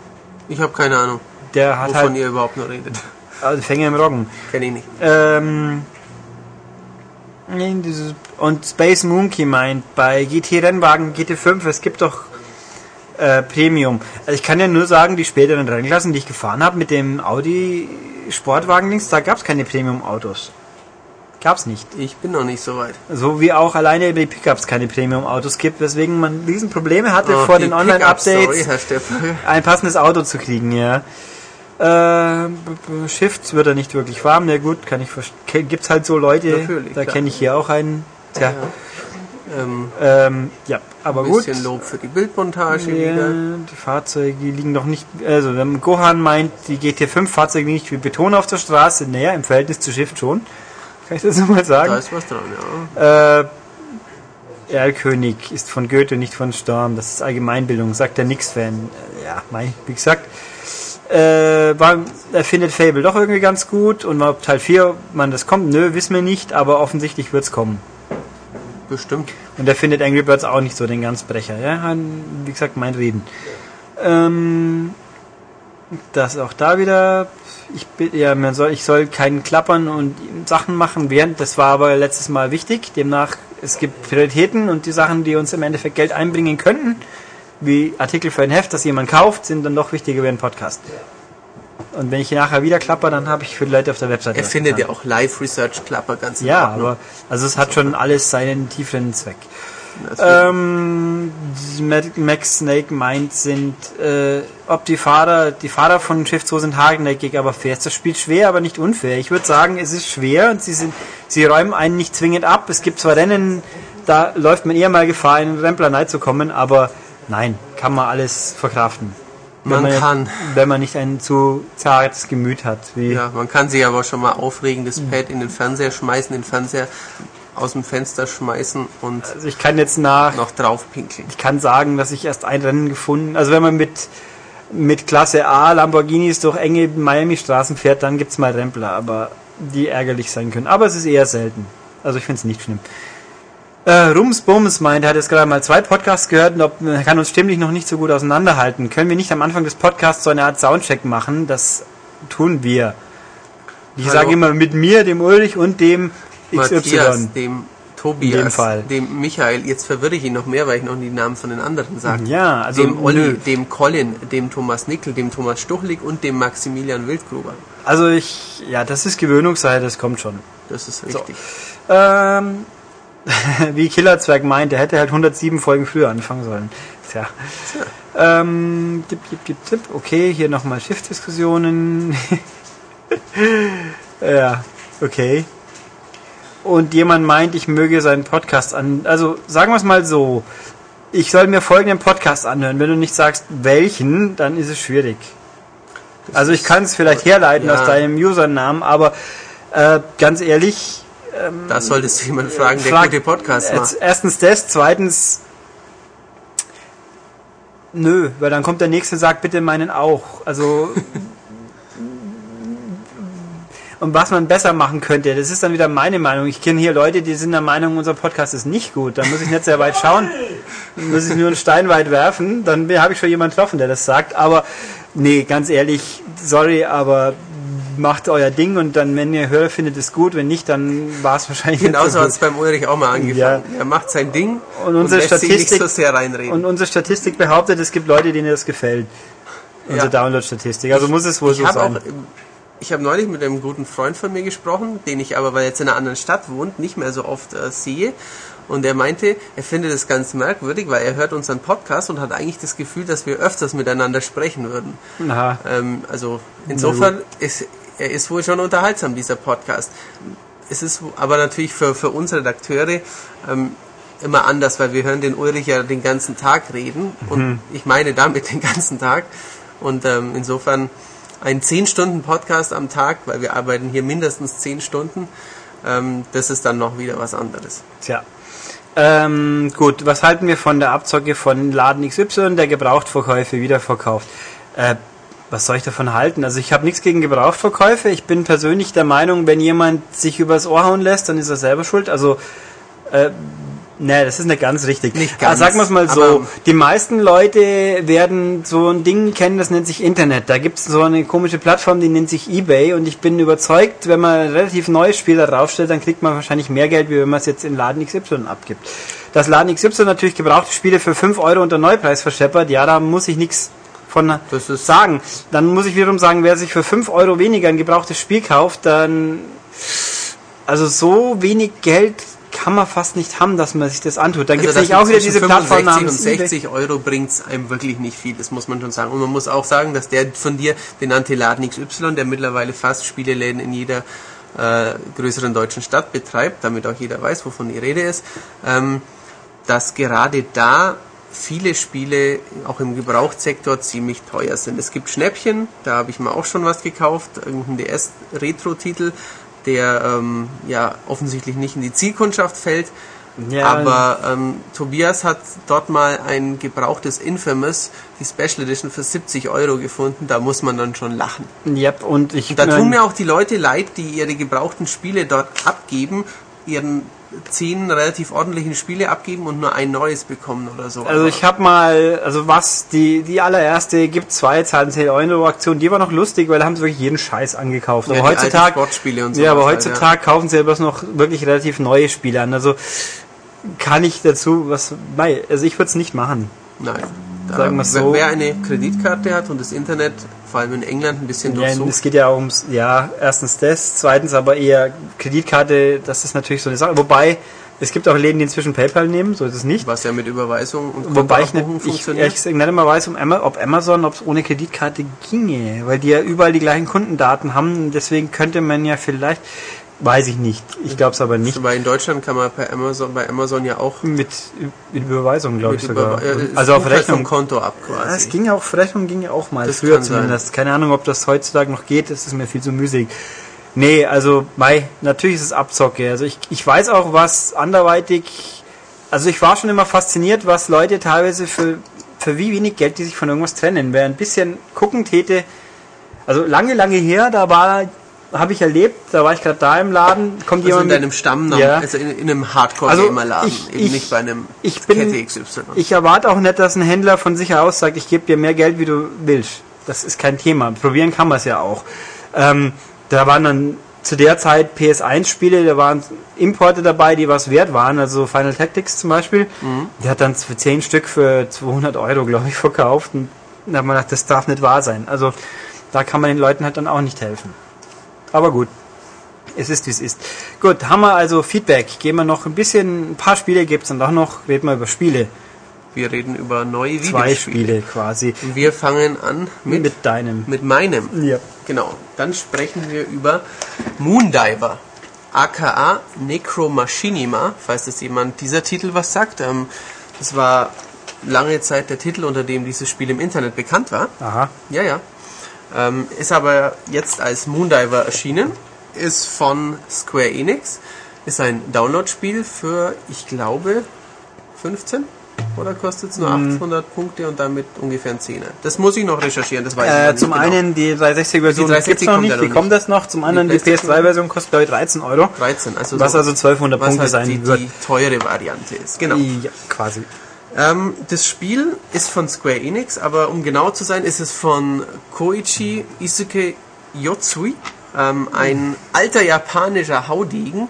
[SPEAKER 2] Ich habe keine Ahnung,
[SPEAKER 1] Der hat
[SPEAKER 2] wovon
[SPEAKER 1] halt
[SPEAKER 2] ihr überhaupt noch redet.
[SPEAKER 1] also Fänger im Roggen.
[SPEAKER 2] Kenn ich nicht.
[SPEAKER 1] Ähm, nee, dieses- und Space Monkey meint bei GT Rennwagen GT5, es gibt doch äh, Premium. Also ich kann ja nur sagen, die späteren Rennklassen, die ich gefahren habe mit dem Audi Sportwagen links, da gab es keine Premium-Autos. Gab es nicht.
[SPEAKER 2] Ich bin noch nicht so weit.
[SPEAKER 1] So wie auch alleine bei Pickups keine Premium-Autos gibt, weswegen man diesen Probleme hatte,
[SPEAKER 2] Oh,
[SPEAKER 1] vor
[SPEAKER 2] die
[SPEAKER 1] den
[SPEAKER 2] Pickup-Story,
[SPEAKER 1] Online-Updates
[SPEAKER 2] Herr Steffen.
[SPEAKER 1] ein passendes Auto zu kriegen, ja. Äh, b- b- Shifts wird er nicht wirklich warm, na gut, kann ich verstehen. Gibt's halt so Leute,
[SPEAKER 2] Natürlich,
[SPEAKER 1] da
[SPEAKER 2] klar.
[SPEAKER 1] kenne ich hier auch einen. Tja,
[SPEAKER 2] Ähm,
[SPEAKER 1] ja, ähm, ja aber
[SPEAKER 2] ein
[SPEAKER 1] gut.
[SPEAKER 2] bisschen Lob für die Bildmontage
[SPEAKER 1] Ja,
[SPEAKER 2] wieder.
[SPEAKER 1] die Fahrzeuge die liegen noch nicht, also wenn Gohan meint, die GT5-Fahrzeuge liegen nicht wie Beton auf der Straße, naja, im Verhältnis zu Shift schon, kann ich das nur mal
[SPEAKER 2] Da
[SPEAKER 1] sagen.
[SPEAKER 2] ist was dran, ja.
[SPEAKER 1] Äh, Erlkönig ist von Goethe, nicht von Storm, das ist Allgemeinbildung, sagt der Nix-Fan. Äh, Ja, mei, wie gesagt. Äh, war, er findet Fable doch irgendwie ganz gut und ob Teil 4, ob man das kommt, nö, wissen wir nicht, aber offensichtlich wird's kommen.
[SPEAKER 2] Bestimmt.
[SPEAKER 1] Und er findet Angry Birds auch nicht so den Ganzbrecher. Ja? Ein- Wie gesagt, mein Reden. Ähm, das auch da wieder. Ich, bin- ja, man soll, ich soll keinen Klappern und Sachen machen während. Das war aber letztes Mal wichtig. Demnach, es gibt Prioritäten und die Sachen, die uns im Endeffekt Geld einbringen könnten, wie Artikel für ein Heft, das jemand kauft, sind dann doch wichtiger wie ein Podcast. Und wenn ich hier nachher wieder klapper, dann habe ich für die Leute auf der Webseite.
[SPEAKER 2] Er
[SPEAKER 1] was
[SPEAKER 2] findet
[SPEAKER 1] getan.
[SPEAKER 2] ja auch Live-Research-Klapper ganz in
[SPEAKER 1] Ja,
[SPEAKER 2] Ordnung.
[SPEAKER 1] aber also es hat schon alles seinen tieferen Zweck.
[SPEAKER 2] Natürlich.
[SPEAKER 1] Ähm, die Mad- Max Snake meint, sind, äh, ob die Fahrer, die Fahrer von Shift 2 sind hartnäckig, aber fair. Das Spiel schwer, aber nicht unfair. Ich würde sagen, es ist schwer und sie sind, sie räumen einen nicht zwingend ab. Es gibt zwar Rennen, da läuft man eher mal Gefahr, in Rempler Neid zu kommen, aber nein, kann man alles verkraften.
[SPEAKER 2] Man kann.
[SPEAKER 1] Wenn man nicht ein zu zartes Gemüt hat, wie
[SPEAKER 2] Ja, man kann sich aber schon mal aufregen, das
[SPEAKER 1] Hm.
[SPEAKER 2] Pad in den Fernseher schmeißen, den Fernseher aus dem Fenster schmeißen und
[SPEAKER 1] also ich kann jetzt nach
[SPEAKER 2] noch drauf pinkeln.
[SPEAKER 1] ich kann sagen, dass ich erst ein Rennen gefunden Also wenn man mit, mit Klasse A Lamborghinis durch enge Miami-Straßen fährt, dann gibt's mal Rempler, aber die ärgerlich sein können. Aber es ist eher selten. Also ich find's nicht schlimm. Äh, Rumsbums meint, er hat jetzt gerade mal zwei Podcasts gehört und ob, er kann uns stimmlich noch nicht so gut auseinanderhalten. Können wir nicht am Anfang des Podcasts so eine Art Soundcheck machen? Das tun wir. Ich
[SPEAKER 2] Hallo.
[SPEAKER 1] sage immer mit mir, dem Ulrich und dem XY.
[SPEAKER 2] Matthias, dem Tobias,
[SPEAKER 1] In dem Fall.
[SPEAKER 2] dem Michael, jetzt verwirre ich ihn noch mehr, weil ich noch die Namen von den anderen sage.
[SPEAKER 1] Ja, also
[SPEAKER 2] dem Olli,
[SPEAKER 1] nö.
[SPEAKER 2] dem Colin, dem Thomas Nickel, dem Thomas Stuchlik und dem Maximilian Wildgruber.
[SPEAKER 1] Also ich, ja, das ist Gewöhnungssache, das kommt schon.
[SPEAKER 2] Das ist richtig.
[SPEAKER 1] Ähm, wie Killerzwerg meint, er hätte halt 107 Folgen früher anfangen sollen. Tja. Ähm, tipp, tipp, tipp, tipp. Okay, hier nochmal Schiffdiskussionen. ja, okay. Und jemand meint, ich möge seinen Podcast an. Also sagen wir es mal so. Ich soll mir folgenden Podcast anhören. Wenn du nicht sagst, welchen, dann ist es schwierig. also ich kann es vielleicht herleiten
[SPEAKER 2] Ja.
[SPEAKER 1] aus deinem Usernamen, aber äh, ganz ehrlich,
[SPEAKER 2] Da solltest du jemanden fragen, der
[SPEAKER 1] Frag-
[SPEAKER 2] gute Podcasts
[SPEAKER 1] Jetzt
[SPEAKER 2] macht.
[SPEAKER 1] Erstens das, zweitens. Nö, weil dann kommt der nächste und sagt, bitte meinen auch. Also. und was man besser machen könnte, das ist dann wieder meine Meinung. Ich kenne hier Leute, die sind der Meinung, unser Podcast ist nicht gut. Da muss ich nicht sehr weit schauen. Dann muss ich nur einen Stein weit werfen. Dann habe ich schon jemanden getroffen, der das sagt. Aber nee, ganz ehrlich, sorry, aber macht euer Ding und dann, wenn ihr Hörer findet, ist gut. Wenn nicht, dann war es wahrscheinlich nicht
[SPEAKER 2] Genauso
[SPEAKER 1] gut.
[SPEAKER 2] hat es beim Ulrich auch mal angefangen. Er macht sein Ding
[SPEAKER 1] Und unsere
[SPEAKER 2] lässt sich nicht
[SPEAKER 1] Statistik-
[SPEAKER 2] so sehr reinreden.
[SPEAKER 1] Und unsere Statistik behauptet, es gibt Leute, denen das gefällt. Unsere
[SPEAKER 2] Ja.
[SPEAKER 1] Download-Statistik. Also muss es wohl so
[SPEAKER 2] Ich habe
[SPEAKER 1] sein.
[SPEAKER 2] auch, ähm, ich habe neulich mit einem guten Freund von mir gesprochen, den ich aber, weil er jetzt in einer anderen Stadt wohnt, nicht mehr so oft äh, sehe. Und er meinte, er findet es ganz merkwürdig, weil er hört unseren Podcast und hat eigentlich das Gefühl, dass wir öfters miteinander sprechen würden.
[SPEAKER 1] Aha.
[SPEAKER 2] Ähm, also insofern ist er ist wohl schon unterhaltsam dieser Podcast. Es ist aber natürlich für für uns Redakteure ähm, immer anders, weil wir hören den Ulrich ja den ganzen Tag reden und ich meine damit den ganzen Tag und ähm, insofern ein 10 Stunden Podcast am Tag, weil wir arbeiten hier mindestens 10 Stunden. Ähm, das ist dann noch wieder was anderes.
[SPEAKER 1] Tja. Ähm, gut, was halten wir von der Abzocke von Laden XY, der Gebrauchtverkäufe wiederverkauft? Äh, was soll ich davon halten? Also ich habe nichts gegen Gebrauchtverkäufe. Ich bin persönlich der Meinung, wenn jemand sich übers Ohr hauen lässt, dann ist er selber schuld. Also äh, Nee, das ist nicht ganz richtig.
[SPEAKER 2] Nicht
[SPEAKER 1] Ah,
[SPEAKER 2] ganz,
[SPEAKER 1] Sagen wir es mal so.
[SPEAKER 2] aber-
[SPEAKER 1] Die meisten Leute werden so ein Ding kennen, das nennt sich Internet. Da gibt es so eine komische Plattform, die nennt sich Ebay. Und ich bin überzeugt, wenn man ein relativ neues Spiel da draufstellt, dann kriegt man wahrscheinlich mehr Geld, wie wenn man es jetzt in Laden XY abgibt. Dass Laden XY natürlich gebrauchte Spiele für 5 Euro unter Neupreis verscheppert, ja, da muss ich nichts von
[SPEAKER 2] Das ist-
[SPEAKER 1] sagen. Dann muss ich wiederum sagen, wer sich für 5 Euro weniger ein gebrauchtes Spiel kauft, dann also so wenig Geld kann man fast nicht haben, dass man sich das antut. Dann
[SPEAKER 2] Also
[SPEAKER 1] gibt's gibt es
[SPEAKER 2] das
[SPEAKER 1] nicht auch wieder
[SPEAKER 2] zwischen
[SPEAKER 1] diese Plattform
[SPEAKER 2] 65 und
[SPEAKER 1] namens eBay.
[SPEAKER 2] 60 Euro bringt es einem wirklich nicht viel, das muss man schon sagen. Und man muss auch sagen, dass der von dir, den Antiladen XY, der mittlerweile fast Spieleläden in jeder äh, größeren deutschen Stadt betreibt, damit auch jeder weiß, wovon die Rede ist, ähm, dass gerade da viele Spiele auch im Gebrauchtsektor ziemlich teuer sind. Es gibt Schnäppchen, da habe ich mir auch schon was gekauft, irgendein DS-Retro-Titel, der ähm, ja offensichtlich nicht in die Zielkundschaft fällt.
[SPEAKER 1] Ja.
[SPEAKER 2] Aber ähm, Tobias hat dort mal ein gebrauchtes Infamous, die Special Edition, für 70 Euro gefunden. Da muss man dann schon lachen.
[SPEAKER 1] Yep, und ich
[SPEAKER 2] Da tun
[SPEAKER 1] mein,
[SPEAKER 2] mir auch die Leute leid, die ihre gebrauchten Spiele dort abgeben, ihren zehn relativ ordentlichen Spiele abgeben und nur ein neues bekommen oder so.
[SPEAKER 1] also
[SPEAKER 2] Aber
[SPEAKER 1] ich habe mal, also was, die, die allererste gibt zwei Zahlen 10 Euro Aktion, die war noch lustig, weil da haben sie wirklich jeden Scheiß angekauft.
[SPEAKER 2] ja,
[SPEAKER 1] aber
[SPEAKER 2] die alten
[SPEAKER 1] heutzutage,
[SPEAKER 2] Sportspiele und halt, so
[SPEAKER 1] ja, aber heutzutage kaufen sie ja bloß noch wirklich relativ neue Spiele an. Also kann ich dazu was, mei, also ich würde es nicht machen.
[SPEAKER 2] Nein.
[SPEAKER 1] Sagen
[SPEAKER 2] Ähm,
[SPEAKER 1] wir's so.
[SPEAKER 2] Wer eine Kreditkarte hat und das Internet, vor allem in England, ein bisschen
[SPEAKER 1] Ja,
[SPEAKER 2] durchsucht,
[SPEAKER 1] es geht ja ums, ja, erstens das, zweitens aber eher Kreditkarte, das ist natürlich so eine Sache. Wobei, es gibt auch Läden, die inzwischen PayPal nehmen, so ist es nicht.
[SPEAKER 2] was ja mit Überweisung und
[SPEAKER 1] Wobei ich nicht,
[SPEAKER 2] Kontoabbuchung
[SPEAKER 1] ich, ehrlich gesagt nicht immer weiß, um Ama- ob Amazon, ob es ohne Kreditkarte ginge, weil die ja überall die gleichen Kundendaten haben, deswegen könnte man ja vielleicht, weiß ich nicht, ich glaube es aber nicht,
[SPEAKER 2] Aber in Deutschland kann man per Amazon, bei Amazon ja auch
[SPEAKER 1] mit, mit Überweisung, glaube
[SPEAKER 2] mit
[SPEAKER 1] ich sogar.
[SPEAKER 2] Überwe- äh, es
[SPEAKER 1] also auf
[SPEAKER 2] bucht halt vom
[SPEAKER 1] Rechnung.
[SPEAKER 2] Konto ab
[SPEAKER 1] Ja,
[SPEAKER 2] quasi.
[SPEAKER 1] Ah,
[SPEAKER 2] Also
[SPEAKER 1] es ging ja auch, Rechnung ging ja auch mal,
[SPEAKER 2] Das
[SPEAKER 1] früher
[SPEAKER 2] kann sein.
[SPEAKER 1] zumindest. Keine Ahnung, ob das heutzutage noch geht, das ist mir viel zu müßig. Nee, also, mei, natürlich ist es Abzocke. Also ich, ich weiß auch, was anderweitig, also ich war schon immer fasziniert, was Leute teilweise für, für wie wenig Geld die sich von irgendwas trennen. Wer ein bisschen gucken täte, also lange, lange her, da war, habe ich erlebt, da war ich gerade da im Laden, kommt
[SPEAKER 2] also
[SPEAKER 1] jemand
[SPEAKER 2] in
[SPEAKER 1] mit-
[SPEAKER 2] deinem Stammnamen,
[SPEAKER 1] Ja.
[SPEAKER 2] also in, in einem Hardcore-Gamer-Laden,
[SPEAKER 1] Also ich-
[SPEAKER 2] eben
[SPEAKER 1] ich-
[SPEAKER 2] nicht bei einem
[SPEAKER 1] ich bin-
[SPEAKER 2] Kette XY.
[SPEAKER 1] Ich erwarte auch nicht, dass ein Händler von sich aus sagt, ich gebe dir mehr Geld, wie du willst. Das ist kein Thema. Probieren kann man es ja auch. Ähm, da waren dann zu der Zeit PS1-Spiele, da waren Importe dabei, die was wert waren. Also Final Tactics zum Beispiel.
[SPEAKER 2] Mhm.
[SPEAKER 1] Der hat dann für 10 Stück für 200 Euro, glaube ich, verkauft. Und da hat man gedacht, das darf nicht wahr sein. Also da kann man den Leuten halt dann auch nicht helfen. Aber gut. Es ist, wie es ist. Gut, haben wir also Feedback. Gehen wir noch ein bisschen, ein paar Spiele gibt es dann doch noch. Reden wir über Spiele.
[SPEAKER 2] Wir reden über neue
[SPEAKER 1] Zwei
[SPEAKER 2] Videospiele.
[SPEAKER 1] Spiele quasi.
[SPEAKER 2] Wir fangen an
[SPEAKER 1] Mit,
[SPEAKER 2] mit, mit,
[SPEAKER 1] deinem.
[SPEAKER 2] meinem.
[SPEAKER 1] Ja.
[SPEAKER 2] Genau. Dann sprechen wir über Moondiver, aka Necromachinima, falls das jemand dieser Titel was sagt. Ähm, das war lange Zeit der Titel, unter dem dieses Spiel im Internet bekannt war.
[SPEAKER 1] Aha.
[SPEAKER 2] Ja, ja. Ähm, ist aber jetzt als Moondiver erschienen. Ist von Square Enix. Ist ein Download-Spiel für, ich glaube, 15? Oder kostet es nur
[SPEAKER 1] Hm.
[SPEAKER 2] 800 Punkte und damit ungefähr ein Zehner? Das muss ich noch recherchieren, das weiß ich noch
[SPEAKER 1] Äh,
[SPEAKER 2] nicht
[SPEAKER 1] zum
[SPEAKER 2] genau.
[SPEAKER 1] einen die 360-Version
[SPEAKER 2] Die 360
[SPEAKER 1] gibt's noch
[SPEAKER 2] kommt ja
[SPEAKER 1] nicht, die
[SPEAKER 2] noch
[SPEAKER 1] kommt erst noch. Zum anderen die,
[SPEAKER 2] PlayStation-
[SPEAKER 1] PS3-Version kostet, glaube ich, 13 Euro.
[SPEAKER 2] 13, also
[SPEAKER 1] was
[SPEAKER 2] so-
[SPEAKER 1] also 1200
[SPEAKER 2] was
[SPEAKER 1] Punkte
[SPEAKER 2] halt
[SPEAKER 1] sein
[SPEAKER 2] die,
[SPEAKER 1] wird.
[SPEAKER 2] die teure Variante ist. Genau.
[SPEAKER 1] Ja, quasi.
[SPEAKER 2] Ähm, das Spiel ist von Square Enix, aber um genau zu sein, ist es von Koichi Isuke Yotsui, ähm, ein alter japanischer Haudegen,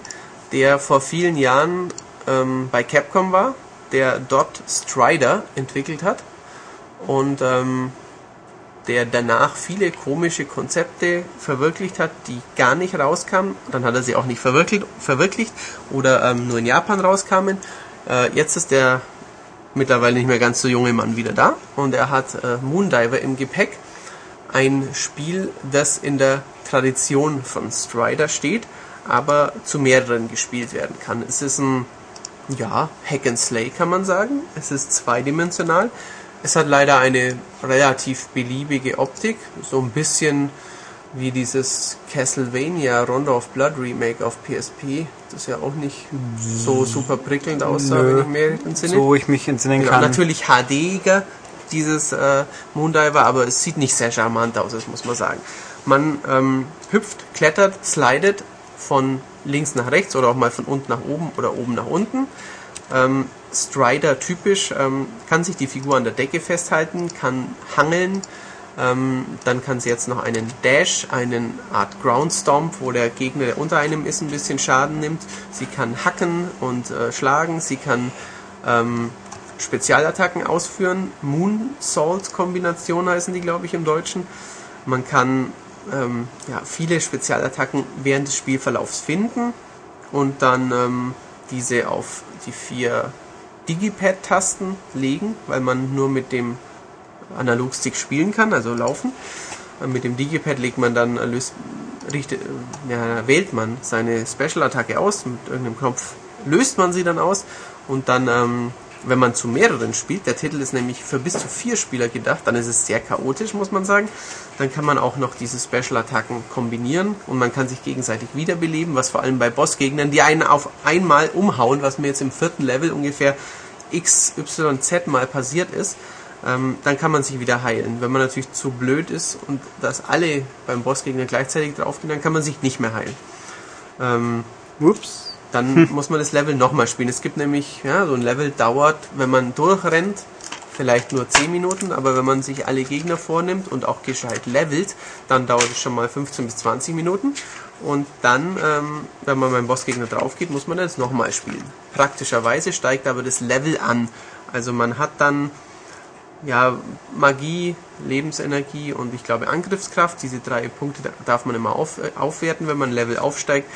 [SPEAKER 2] der vor vielen Jahren ähm, bei Capcom war, der dort Strider entwickelt hat und ähm, der danach viele komische Konzepte verwirklicht hat, die gar nicht rauskamen. Dann hat er sie auch nicht verwirklicht, verwirklicht oder ähm, nur in Japan rauskamen. Äh, jetzt ist der mittlerweile nicht mehr ganz so junge Mann wieder da und er hat äh, Moondiver im Gepäck. Ein Spiel, das in der Tradition von Strider steht, aber zu mehreren gespielt werden kann. Es ist ein ja, Hack and Slay kann man sagen. Es ist zweidimensional. Es hat leider eine relativ beliebige Optik, so ein bisschen wie dieses Castlevania Rondo of Blood Remake auf PSP, das ja auch nicht so super prickelnd aussah,
[SPEAKER 1] Nö.
[SPEAKER 2] wenn ich mir entsinne.
[SPEAKER 1] So ich mich entsinnen
[SPEAKER 2] Ja,
[SPEAKER 1] kann.
[SPEAKER 2] Genau, natürlich HDiger, dieses äh, Moondiver, aber es sieht nicht sehr charmant aus, das muss man sagen. Man ähm, hüpft, klettert, slidet von links nach rechts oder auch mal von unten nach oben oder oben nach unten. Ähm, Strider typisch, ähm, kann sich die Figur an der Decke festhalten, kann hangeln, ähm, dann kann sie jetzt noch einen Dash, einen Art Ground Stomp, wo der Gegner, der unter einem ist, ein bisschen Schaden nimmt. Sie kann hacken und äh, schlagen, sie kann ähm, Spezialattacken ausführen. Moonsault-Kombination heißen die, glaube ich, im Deutschen. Man kann ähm, ja, viele Spezialattacken während des Spielverlaufs finden und dann ähm, diese auf die vier Digipad-Tasten legen, weil man nur mit dem Analogstick spielen kann, also laufen. Und Mit dem Digipad legt man dann äh, löst, richtet, äh, ja, wählt man seine Special-Attacke aus, mit irgendeinem Knopf löst man sie dann aus und dann, ähm, wenn man zu mehreren spielt, der Titel ist nämlich für bis zu vier Spieler gedacht, dann ist es sehr chaotisch, muss man sagen. Dann kann man auch noch diese Special-Attacken kombinieren und man kann sich gegenseitig wiederbeleben, was vor allem bei Bossgegnern, die einen auf einmal umhauen, was mir jetzt im vierten Level ungefähr XYZ mal passiert ist ähm, dann kann man sich wieder heilen. Wenn man natürlich zu blöd ist und dass alle beim Bossgegner gleichzeitig draufgehen, dann kann man sich nicht mehr heilen. Ähm,
[SPEAKER 1] Ups.
[SPEAKER 2] dann muss man das Level nochmal spielen. Es gibt nämlich, ja, so ein Level dauert, wenn man durchrennt, vielleicht nur 10 Minuten, aber wenn man sich alle Gegner vornimmt und auch gescheit levelt, dann dauert es schon mal 15 bis 20 Minuten. Und dann, ähm, wenn man beim Bossgegner drauf geht, muss man das nochmal spielen. Praktischerweise steigt aber das Level an. Also man hat dann ja, Magie, Lebensenergie und ich glaube Angriffskraft. Diese drei Punkte da- darf man immer auf, äh, aufwerten, wenn man Level aufsteigt.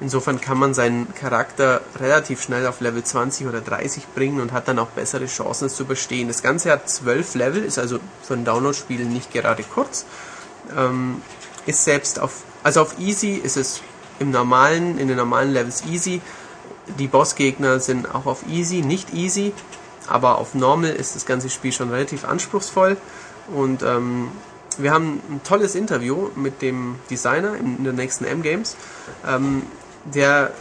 [SPEAKER 2] Insofern kann man seinen Charakter relativ schnell auf Level 20 oder 30 bringen und hat dann auch bessere Chancen, es zu überstehen. Das Ganze hat 12 Level, ist also für ein Download-Spiel nicht gerade kurz. Ähm, ist selbst auf, also auf Easy ist es im normalen, in den normalen Levels easy. Die Bossgegner sind auch auf easy, nicht easy, aber auf normal ist das ganze Spiel schon relativ anspruchsvoll. Und ähm, wir haben ein tolles Interview mit dem Designer in, in der nächsten M-Games, ähm, der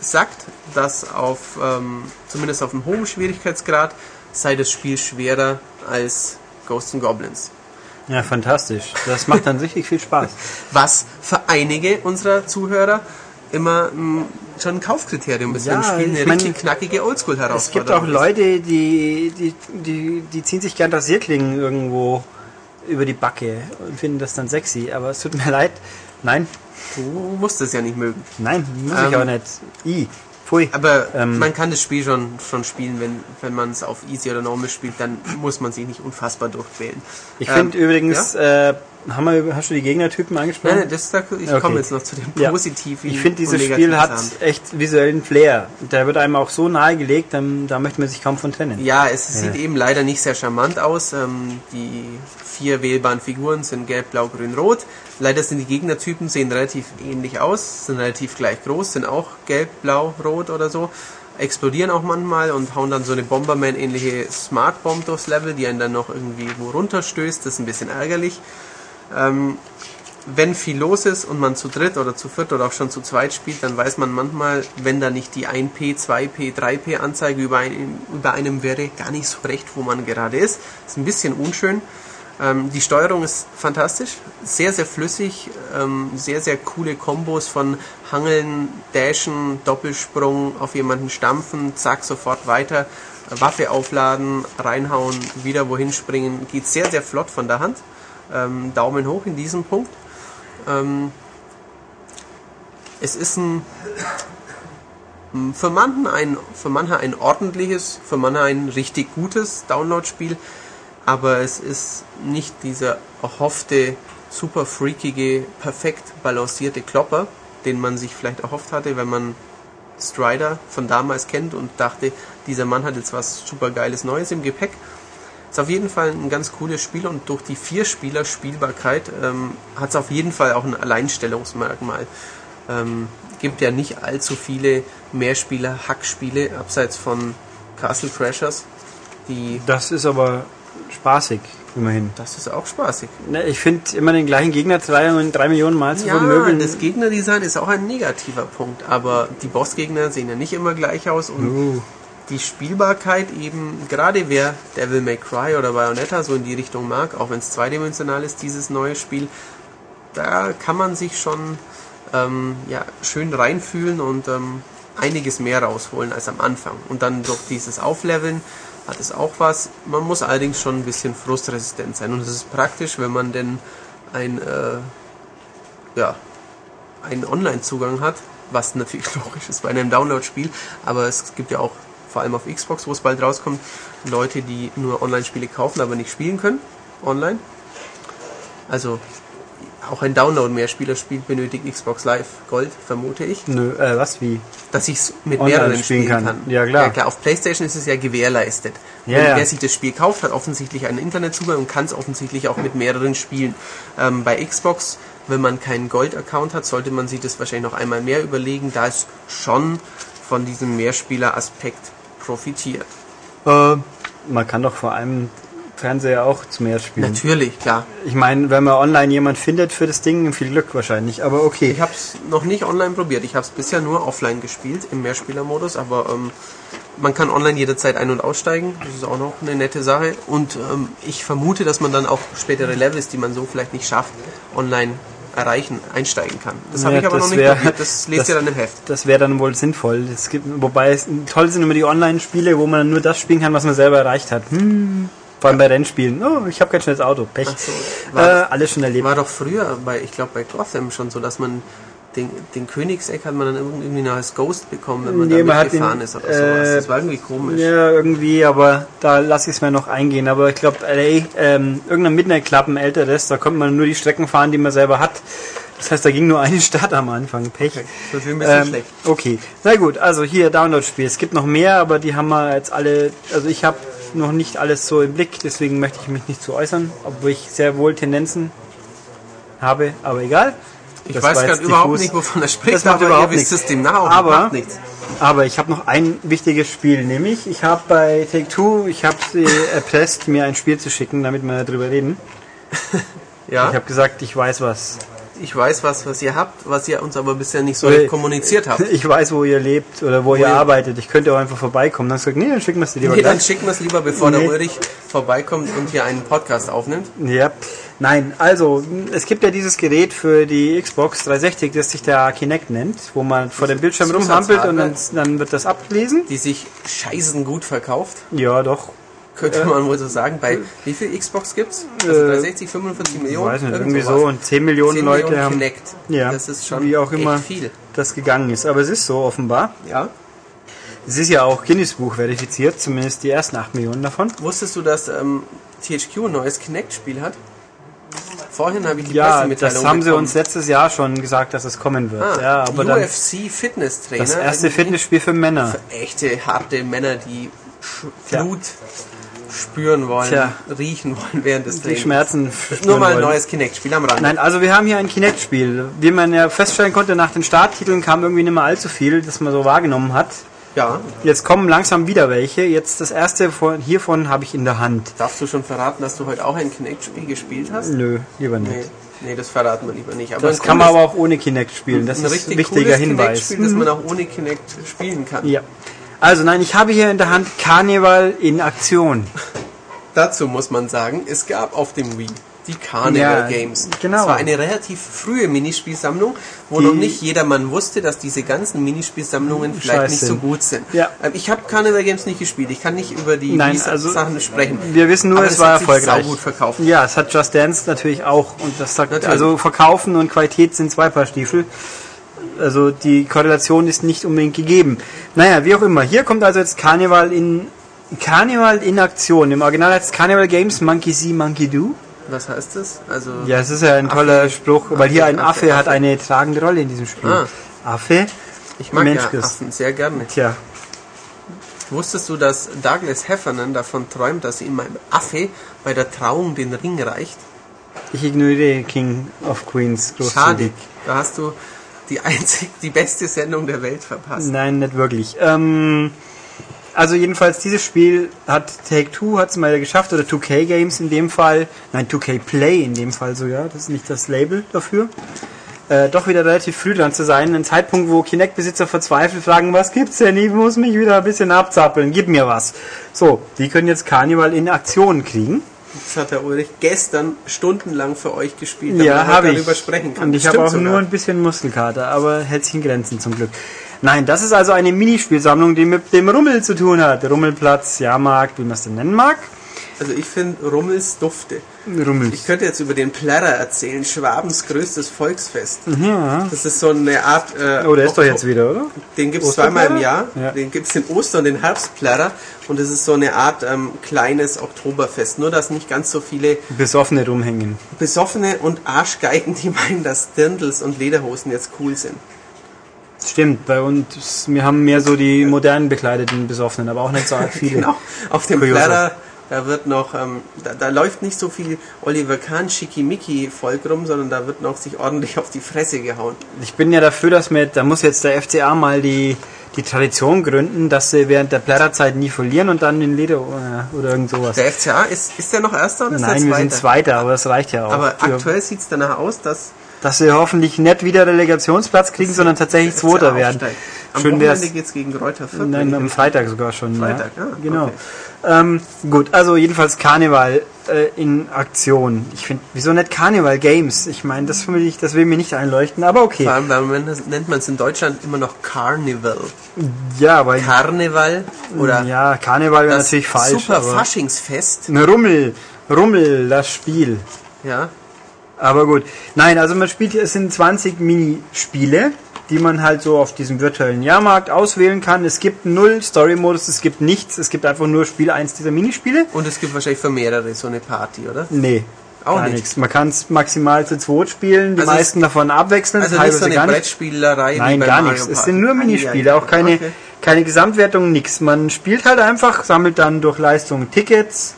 [SPEAKER 2] sagt, dass auf, ähm, zumindest auf einem hohen Schwierigkeitsgrad, sei das Spiel schwerer als Ghosts and Goblins.
[SPEAKER 1] Ja, fantastisch. Das macht dann richtig viel Spaß.
[SPEAKER 2] was für einige unserer Zuhörer immer mh, schon ein Kaufkriterium ist,
[SPEAKER 1] Ja,
[SPEAKER 2] wenn ein Spiel
[SPEAKER 1] ich
[SPEAKER 2] eine
[SPEAKER 1] meine,
[SPEAKER 2] richtig knackige
[SPEAKER 1] Es gibt auch
[SPEAKER 2] Oldschool-Herausforderung ist.
[SPEAKER 1] Leute, die, die, die, die ziehen sich gern Rasierklingen irgendwo über die Backe und finden das dann sexy. Aber es tut mir leid. Nein,
[SPEAKER 2] Du musst es ja nicht mögen.
[SPEAKER 1] nein, muss ich
[SPEAKER 2] Ähm,
[SPEAKER 1] auch nicht. I, pfui.
[SPEAKER 2] Aber
[SPEAKER 1] Ähm,
[SPEAKER 2] man kann das Spiel schon, schon spielen, wenn, wenn man es auf Easy oder Normal spielt, dann muss man sich nicht unfassbar durchquälen.
[SPEAKER 1] ich
[SPEAKER 2] ähm,
[SPEAKER 1] finde übrigens, äh, haben wir, hast du die Gegnertypen angesprochen?
[SPEAKER 2] Nein, nein, das, da- ich
[SPEAKER 1] Okay.
[SPEAKER 2] komme jetzt noch zu dem
[SPEAKER 1] Ja.
[SPEAKER 2] positiven.
[SPEAKER 1] Ich finde, dieses
[SPEAKER 2] und
[SPEAKER 1] Spiel
[SPEAKER 2] negativen
[SPEAKER 1] hat
[SPEAKER 2] Sachen.
[SPEAKER 1] echt visuellen Flair. Der wird einem auch so nahegelegt, dann, da möchte man sich kaum von trennen.
[SPEAKER 2] Ja, es sieht eben leider nicht sehr charmant aus. Ähm, die vier wählbaren Figuren sind gelb, blau, grün, rot. Leider sind die Gegnertypen sehen relativ ähnlich aus, sind relativ gleich groß, sind auch gelb, blau, rot oder so. Explodieren auch manchmal und hauen dann so eine Bomberman-ähnliche Smart Bomb durchs Level, die einen dann noch irgendwie wo runterstößt. Das ist ein bisschen ärgerlich. Ähm, wenn viel los ist und man zu dritt oder zu viert oder auch schon zu zweit spielt, dann weiß man manchmal, wenn da nicht die 1P, 2P, 3P Anzeige über einem, über einem wäre, gar nicht so recht, wo man gerade ist. Ist ein bisschen unschön. Ähm, die Steuerung ist fantastisch, sehr, sehr flüssig, ähm, sehr, sehr coole Kombos von Hangeln, Dashen, Doppelsprung, auf jemanden stampfen, zack, sofort weiter, Waffe aufladen, reinhauen, wieder wohin springen, geht sehr, sehr flott von der Hand. Ähm, Daumen hoch in diesem Punkt. Ähm, es ist ein m, für manchen ein für manche ein ordentliches, für manche ein richtig gutes Download-Spiel, aber es ist nicht dieser erhoffte, super freakige, perfekt balancierte Klopper, den man sich vielleicht erhofft hatte, wenn man Strider von damals kennt und dachte, dieser Mann hat jetzt was super geiles Neues im Gepäck. Ist auf jeden Fall ein ganz cooles Spiel und durch die Vier-Spieler-Spielbarkeit ähm, hat es auf jeden Fall auch ein Alleinstellungsmerkmal. Ähm, gibt ja nicht allzu viele Mehrspieler-Hackspiele abseits von Castle Crashers. Die,
[SPEAKER 1] Das ist aber spaßig, immerhin.
[SPEAKER 2] das ist auch spaßig.
[SPEAKER 1] Ne, Ich finde immer den gleichen Gegner drei, drei Millionen Mal zu vermöbeln.
[SPEAKER 2] das Gegnerdesign ist auch ein negativer Punkt, aber die Bossgegner sehen ja nicht immer gleich aus und
[SPEAKER 1] Uh,
[SPEAKER 2] die Spielbarkeit eben, gerade wer Devil May Cry oder Bayonetta so in die Richtung mag, auch wenn es zweidimensional ist, dieses neue Spiel, da kann man sich schon ähm, ja, schön reinfühlen und ähm, einiges mehr rausholen als am Anfang. Und dann durch dieses Aufleveln hat es auch was. Man muss allerdings schon ein bisschen frustresistent sein. Und es ist praktisch, wenn man denn ein, äh, ja, einen Online-Zugang hat, was natürlich logisch ist bei einem Download-Spiel, aber es gibt ja auch vor allem auf Xbox, wo es bald rauskommt, Leute, die nur Online-Spiele kaufen, aber nicht spielen können, online. Also auch ein Download mehr Spieler spielt, benötigt Xbox Live Gold, vermute ich,
[SPEAKER 1] Nö, äh, was wie?
[SPEAKER 2] dass ich es mit
[SPEAKER 1] Online
[SPEAKER 2] mehreren
[SPEAKER 1] spielen
[SPEAKER 2] spielen
[SPEAKER 1] kann.
[SPEAKER 2] kann.
[SPEAKER 1] Ja, klar.
[SPEAKER 2] Auf PlayStation ist es ja gewährleistet.
[SPEAKER 1] Ja,
[SPEAKER 2] und
[SPEAKER 1] ja.
[SPEAKER 2] Wer sich das Spiel kauft, hat offensichtlich einen Internetzugang und kann es offensichtlich auch mit mehreren spielen. Ähm, bei Xbox, wenn man keinen Gold-Account hat, sollte man sich das wahrscheinlich noch einmal mehr überlegen, da es schon von diesem Mehrspieler-Aspekt profitiert.
[SPEAKER 1] Äh, man kann doch vor allem Fernseher auch zu mehr spielen.
[SPEAKER 2] Natürlich, klar.
[SPEAKER 1] Ich meine, wenn man online jemand findet für das Ding, viel Glück wahrscheinlich, aber okay.
[SPEAKER 2] Ich habe es noch nicht online probiert. Ich habe es bisher nur offline gespielt im Mehrspielermodus, aber ähm, man kann online jederzeit ein- und aussteigen. Das ist auch noch eine nette Sache. Und ähm, ich vermute, dass man dann auch spätere Levels, die man so vielleicht nicht schafft, online erreichen, einsteigen kann. Das habe
[SPEAKER 1] Ja,
[SPEAKER 2] ich aber
[SPEAKER 1] das
[SPEAKER 2] noch nicht
[SPEAKER 1] wär-
[SPEAKER 2] probiert. Das lest
[SPEAKER 1] das-
[SPEAKER 2] ihr dann im Heft.
[SPEAKER 1] Das wäre dann wohl sinnvoll. Es gibt, wobei es toll sind immer die Online-Spiele, wo man nur das spielen kann, was man selber erreicht hat. Hm. Vor allem bei Rennspielen. Oh, ich habe kein schnelles Auto. Pech.
[SPEAKER 2] Ach so.
[SPEAKER 1] äh, alles schon erlebt.
[SPEAKER 2] War doch früher bei, ich glaube bei Gotham schon so, dass man den, den Königseck hat man dann irgendwie noch als Ghost bekommen, wenn man
[SPEAKER 1] Nee,
[SPEAKER 2] nee,
[SPEAKER 1] man
[SPEAKER 2] da
[SPEAKER 1] hat
[SPEAKER 2] mitgefahren
[SPEAKER 1] den,
[SPEAKER 2] ist oder sowas.
[SPEAKER 1] äh,
[SPEAKER 2] Das war irgendwie komisch.
[SPEAKER 1] Ja, irgendwie, aber da lasse ich es mir noch eingehen. Aber ich glaube, LA, ähm, irgendein Midnight Club, ein älteres, da konnte man nur die Strecken fahren, die man selber hat. Das heißt, da ging nur eine Stadt am Anfang. Pech.
[SPEAKER 2] Das wird ein
[SPEAKER 1] Ähm,
[SPEAKER 2] bisschen schlecht.
[SPEAKER 1] Okay, na gut, also hier Download-Spiel. Es gibt noch mehr, aber die haben wir jetzt alle, also ich habe noch nicht alles so im Blick, deswegen möchte ich mich nicht zu äußern, obwohl ich sehr wohl Tendenzen habe, aber egal.
[SPEAKER 2] Ich
[SPEAKER 1] Das
[SPEAKER 2] weiß
[SPEAKER 1] war jetzt
[SPEAKER 2] gerade überhaupt
[SPEAKER 1] diffus.
[SPEAKER 2] nicht, wovon er spricht,
[SPEAKER 1] Das macht
[SPEAKER 2] aber
[SPEAKER 1] überhaupt
[SPEAKER 2] ihr wisst
[SPEAKER 1] nichts.
[SPEAKER 2] es dem nach und
[SPEAKER 1] Aber-
[SPEAKER 2] macht nichts.
[SPEAKER 1] Aber ich habe noch ein wichtiges Spiel, nämlich ich habe bei Take Two, ich habe sie erpresst, mir ein Spiel zu schicken, damit wir darüber reden.
[SPEAKER 2] Ja,
[SPEAKER 1] Ich
[SPEAKER 2] ich,
[SPEAKER 1] habe gesagt, ich weiß was.
[SPEAKER 2] weiß was, was ihr habt, was ihr uns aber bisher nicht so recht kommuniziert habt.
[SPEAKER 1] Ich weiß, wo ihr lebt oder wo, ihr
[SPEAKER 2] ihr-
[SPEAKER 1] arbeitet. Ich könnte auch einfach vorbeikommen. Dann hast du gesagt, nee, dann schicken wir es dir lieber
[SPEAKER 2] Nee, dann
[SPEAKER 1] gleich.
[SPEAKER 2] schicken wir es lieber, bevor
[SPEAKER 1] Nee.
[SPEAKER 2] der Ulrich vorbeikommt und hier einen Podcast aufnimmt.
[SPEAKER 1] Ja. Nein, also, es gibt ja dieses Gerät für die Xbox 360, das sich der Kinect nennt, wo man vor dem Bildschirm rumhampelt und dann, dann wird das abgelesen.
[SPEAKER 2] Die sich scheißen gut verkauft,
[SPEAKER 1] Ja, doch.
[SPEAKER 2] könnte man wohl so sagen. Bei wie viel Xbox gibt's? Also 360, 45
[SPEAKER 1] Ich
[SPEAKER 2] Millionen?
[SPEAKER 1] weiß nicht,
[SPEAKER 2] Irgend
[SPEAKER 1] irgendwie
[SPEAKER 2] sowas.
[SPEAKER 1] so. Und 10 Millionen
[SPEAKER 2] 10
[SPEAKER 1] Leute
[SPEAKER 2] Millionen
[SPEAKER 1] haben.
[SPEAKER 2] Kinect.
[SPEAKER 1] Ja,
[SPEAKER 2] Das ist schon
[SPEAKER 1] wie auch immer
[SPEAKER 2] echt viel.
[SPEAKER 1] das gegangen ist. Aber es ist so offenbar.
[SPEAKER 2] Ja.
[SPEAKER 1] Es ist ja auch Guinness Buch verifiziert, zumindest die ersten 8 Millionen davon.
[SPEAKER 2] Wusstest du, dass ähm, THQ ein neues Kinect-Spiel hat? Vorhin habe ich die
[SPEAKER 1] Ja,
[SPEAKER 2] Pressemitteilung
[SPEAKER 1] das haben sie
[SPEAKER 2] bekommen.
[SPEAKER 1] uns letztes Jahr schon gesagt, dass es kommen wird.
[SPEAKER 2] Ah,
[SPEAKER 1] ja, aber dann
[SPEAKER 2] UFC Fitness Trainer.
[SPEAKER 1] das erste
[SPEAKER 2] ne? irgendwie
[SPEAKER 1] Fitnessspiel für Männer.
[SPEAKER 2] also echte harte Männer, die Sch
[SPEAKER 1] Tja.
[SPEAKER 2] Blut spüren wollen,
[SPEAKER 1] Tja.
[SPEAKER 2] riechen wollen während des
[SPEAKER 1] Die
[SPEAKER 2] Trainings.
[SPEAKER 1] Schmerzen.
[SPEAKER 2] Nur mal ein
[SPEAKER 1] wollen.
[SPEAKER 2] neues Kinect-Spiel am Rand.
[SPEAKER 1] Nein, also wir haben hier ein Kinect-Spiel. Wie man ja feststellen konnte, nach den Starttiteln kam irgendwie nicht mehr allzu viel, das man so wahrgenommen hat.
[SPEAKER 2] Ja,
[SPEAKER 1] Jetzt kommen langsam wieder welche. Jetzt das erste von, hiervon habe ich in der Hand.
[SPEAKER 2] darfst du schon verraten, dass du heute auch ein Kinect-Spiel gespielt hast?
[SPEAKER 1] Nö, lieber nicht.
[SPEAKER 2] Nee, nee, das verraten wir lieber nicht. Aber
[SPEAKER 1] Das
[SPEAKER 2] ein
[SPEAKER 1] kann man
[SPEAKER 2] cooles-
[SPEAKER 1] aber auch ohne Kinect spielen. Das
[SPEAKER 2] ein
[SPEAKER 1] ist
[SPEAKER 2] richtig
[SPEAKER 1] ein wichtiger
[SPEAKER 2] cooles
[SPEAKER 1] Hinweis. Mhm.
[SPEAKER 2] Kinect-Spiel, dass man auch ohne Kinect spielen kann.
[SPEAKER 1] Ja. Also nein, ich habe hier in der Hand Karneval in Aktion.
[SPEAKER 2] Dazu muss man sagen, es gab auf dem Wii die
[SPEAKER 1] Ja,
[SPEAKER 2] Carnival Games.
[SPEAKER 1] genau.
[SPEAKER 2] Es war eine relativ frühe Minispielsammlung, wo
[SPEAKER 1] Die-
[SPEAKER 2] noch nicht jedermann wusste, dass diese ganzen Minispielsammlungen vielleicht
[SPEAKER 1] Scheiß
[SPEAKER 2] nicht so
[SPEAKER 1] sind.
[SPEAKER 2] gut sind.
[SPEAKER 1] Ja.
[SPEAKER 2] Ähm, Ich habe Carnival Games nicht gespielt. Ich kann nicht über die
[SPEAKER 1] Nein,
[SPEAKER 2] Wii-Sachen
[SPEAKER 1] also,
[SPEAKER 2] sprechen.
[SPEAKER 1] Wir wissen nur,
[SPEAKER 2] Aber
[SPEAKER 1] es
[SPEAKER 2] das
[SPEAKER 1] war
[SPEAKER 2] hat sich
[SPEAKER 1] erfolgreich.
[SPEAKER 2] saugut verkauft.
[SPEAKER 1] Ja, es hat Just Dance natürlich auch. Und das sagt,
[SPEAKER 2] Natürlich.
[SPEAKER 1] also Verkaufen und Qualität sind zwei Paar Stiefel. Also die Korrelation ist nicht unbedingt gegeben. Naja, wie auch immer. Hier kommt also jetzt Karneval in Karneval in Aktion. Im Original heißt es Carnival Games Monkey See, Monkey Do.
[SPEAKER 2] Was heißt das? Also
[SPEAKER 1] Ja, es ist ja ein toller Spruch, weil hier ein Affe,
[SPEAKER 2] Affe,
[SPEAKER 1] hat
[SPEAKER 2] Affe.
[SPEAKER 1] eine tragende Rolle in diesem Spiel.
[SPEAKER 2] Ah.
[SPEAKER 1] Affe?
[SPEAKER 2] ich mag ja
[SPEAKER 1] Menschkes.
[SPEAKER 2] Affen sehr gerne.
[SPEAKER 1] Tja,
[SPEAKER 2] Wusstest du, dass Douglas Heffernan davon träumt, dass ihm ein Affe bei der Trauung den Ring reicht?
[SPEAKER 1] ich ignoriere King of Queens
[SPEAKER 2] Schade.
[SPEAKER 1] großzügig.
[SPEAKER 2] Da hast du die einzig, die beste Sendung der Welt verpasst.
[SPEAKER 1] Nein, nicht wirklich. Ähm, also jedenfalls, dieses Spiel hat Take-Two hat es mal geschafft, oder 2K Games in dem Fall, nein, 2K Play in dem Fall sogar, das ist nicht das Label dafür, äh, doch wieder relativ früh dran zu sein. Ein Zeitpunkt, wo Kinect-Besitzer verzweifelt fragen, was gibt's denn? Ich muss mich wieder ein bisschen abzappeln, gib mir was. So, die können jetzt Carnival in Aktion kriegen.
[SPEAKER 2] Das hat der Ulrich gestern stundenlang für euch gespielt,
[SPEAKER 1] ja,
[SPEAKER 2] man
[SPEAKER 1] habe ich.
[SPEAKER 2] darüber sprechen kann.
[SPEAKER 1] Und ich
[SPEAKER 2] Stimmt
[SPEAKER 1] habe auch
[SPEAKER 2] sogar.
[SPEAKER 1] nur ein bisschen Muskelkater, aber hält sich in Grenzen zum Glück. Nein, das ist also eine Minispielsammlung, die mit dem Rummel zu tun hat. Rummelplatz, Jahrmarkt, wie man es denn nennen mag.
[SPEAKER 2] Also ich finde Rummels dufte.
[SPEAKER 1] Rummel.
[SPEAKER 2] Ich könnte jetzt über den Plärrer erzählen, Schwabens größtes Volksfest.
[SPEAKER 1] Mhm, Ja.
[SPEAKER 2] Das ist so eine Art... Äh,
[SPEAKER 1] Oh, der ist doch jetzt wieder, oder?
[SPEAKER 2] Den gibt es
[SPEAKER 1] Osterplärrer?
[SPEAKER 2] zweimal im Jahr.
[SPEAKER 1] Ja.
[SPEAKER 2] Den gibt es den Oster- und den Herbstplärrer. Und das ist so eine Art ähm, kleines Oktoberfest. Nur, dass nicht ganz so viele
[SPEAKER 1] Besoffene rumhängen.
[SPEAKER 2] Besoffene und Arschgeigen, die meinen, dass Dirndls und Lederhosen jetzt cool sind.
[SPEAKER 1] Stimmt, bei uns, wir haben mehr so die modernen bekleideten Besoffenen, aber auch nicht so arg viele.
[SPEAKER 2] Genau. Auf dem
[SPEAKER 1] Kurioser.
[SPEAKER 2] Plärrer, da wird noch, ähm, da, da läuft nicht so viel Oliver Kahn, Schickimicki Volk rum, sondern da wird noch sich ordentlich auf die Fresse gehauen.
[SPEAKER 1] Ich bin ja dafür, dass wir, da muss jetzt der FCA mal die, die Tradition gründen, dass sie während der Plärrerzeit nie verlieren und dann den Leder äh, oder irgend sowas.
[SPEAKER 2] Der FCA, ist, ist der noch Erster oder ist
[SPEAKER 1] Nein,
[SPEAKER 2] der
[SPEAKER 1] wir
[SPEAKER 2] Zweiter?
[SPEAKER 1] sind Zweiter, aber das reicht ja auch.
[SPEAKER 2] Aber
[SPEAKER 1] für-
[SPEAKER 2] aktuell sieht es danach aus, dass
[SPEAKER 1] dass wir hoffentlich nicht wieder Relegationsplatz kriegen, sondern tatsächlich
[SPEAKER 2] der
[SPEAKER 1] Zweiter
[SPEAKER 2] FCA
[SPEAKER 1] werden.
[SPEAKER 2] aufsteigt. Am
[SPEAKER 1] Schön wär's.
[SPEAKER 2] Wochenende geht es gegen Reuter Fürth.
[SPEAKER 1] Nein, am Freitag sogar schon.
[SPEAKER 2] Freitag,
[SPEAKER 1] ja.
[SPEAKER 2] ah,
[SPEAKER 1] genau.
[SPEAKER 2] okay.
[SPEAKER 1] Ähm, gut, also jedenfalls Karneval äh, in Aktion. Ich finde, wieso nicht Karneval Games? Ich meine, das, will ich- das will mir nicht einleuchten, aber okay.
[SPEAKER 2] Vor allem, weil man das, nennt man es in Deutschland immer noch Carnival.
[SPEAKER 1] Ja, weil
[SPEAKER 2] Karneval oder
[SPEAKER 1] ja, Karneval wäre
[SPEAKER 2] das
[SPEAKER 1] natürlich falsch.
[SPEAKER 2] Super
[SPEAKER 1] Aber
[SPEAKER 2] Faschingsfest.
[SPEAKER 1] ein Rummel, Rummel, das Spiel.
[SPEAKER 2] Ja.
[SPEAKER 1] Aber gut. Nein, also man spielt, es sind 20 Minispiele, die man halt so auf diesem virtuellen Jahrmarkt auswählen kann. Es gibt null Story-Modus, es gibt nichts, es gibt einfach nur Spiel 1 dieser Minispiele.
[SPEAKER 2] Und es gibt wahrscheinlich für mehrere so eine Party, oder?
[SPEAKER 1] Nee.
[SPEAKER 2] Auch
[SPEAKER 1] gar
[SPEAKER 2] nicht.
[SPEAKER 1] nichts. Man kann es maximal zu zweit spielen, die
[SPEAKER 2] Also es-
[SPEAKER 1] meisten davon abwechseln,
[SPEAKER 2] Also nicht
[SPEAKER 1] teilweise
[SPEAKER 2] so eine
[SPEAKER 1] gar nicht.
[SPEAKER 2] Brettspielerei wie
[SPEAKER 1] Nein,
[SPEAKER 2] bei
[SPEAKER 1] gar
[SPEAKER 2] Mario
[SPEAKER 1] nichts. Es
[SPEAKER 2] Party.
[SPEAKER 1] sind nur Minispiele, auch keine,
[SPEAKER 2] Okay.
[SPEAKER 1] keine Gesamtwertung, nichts. Man spielt halt einfach, sammelt dann durch Leistung Tickets,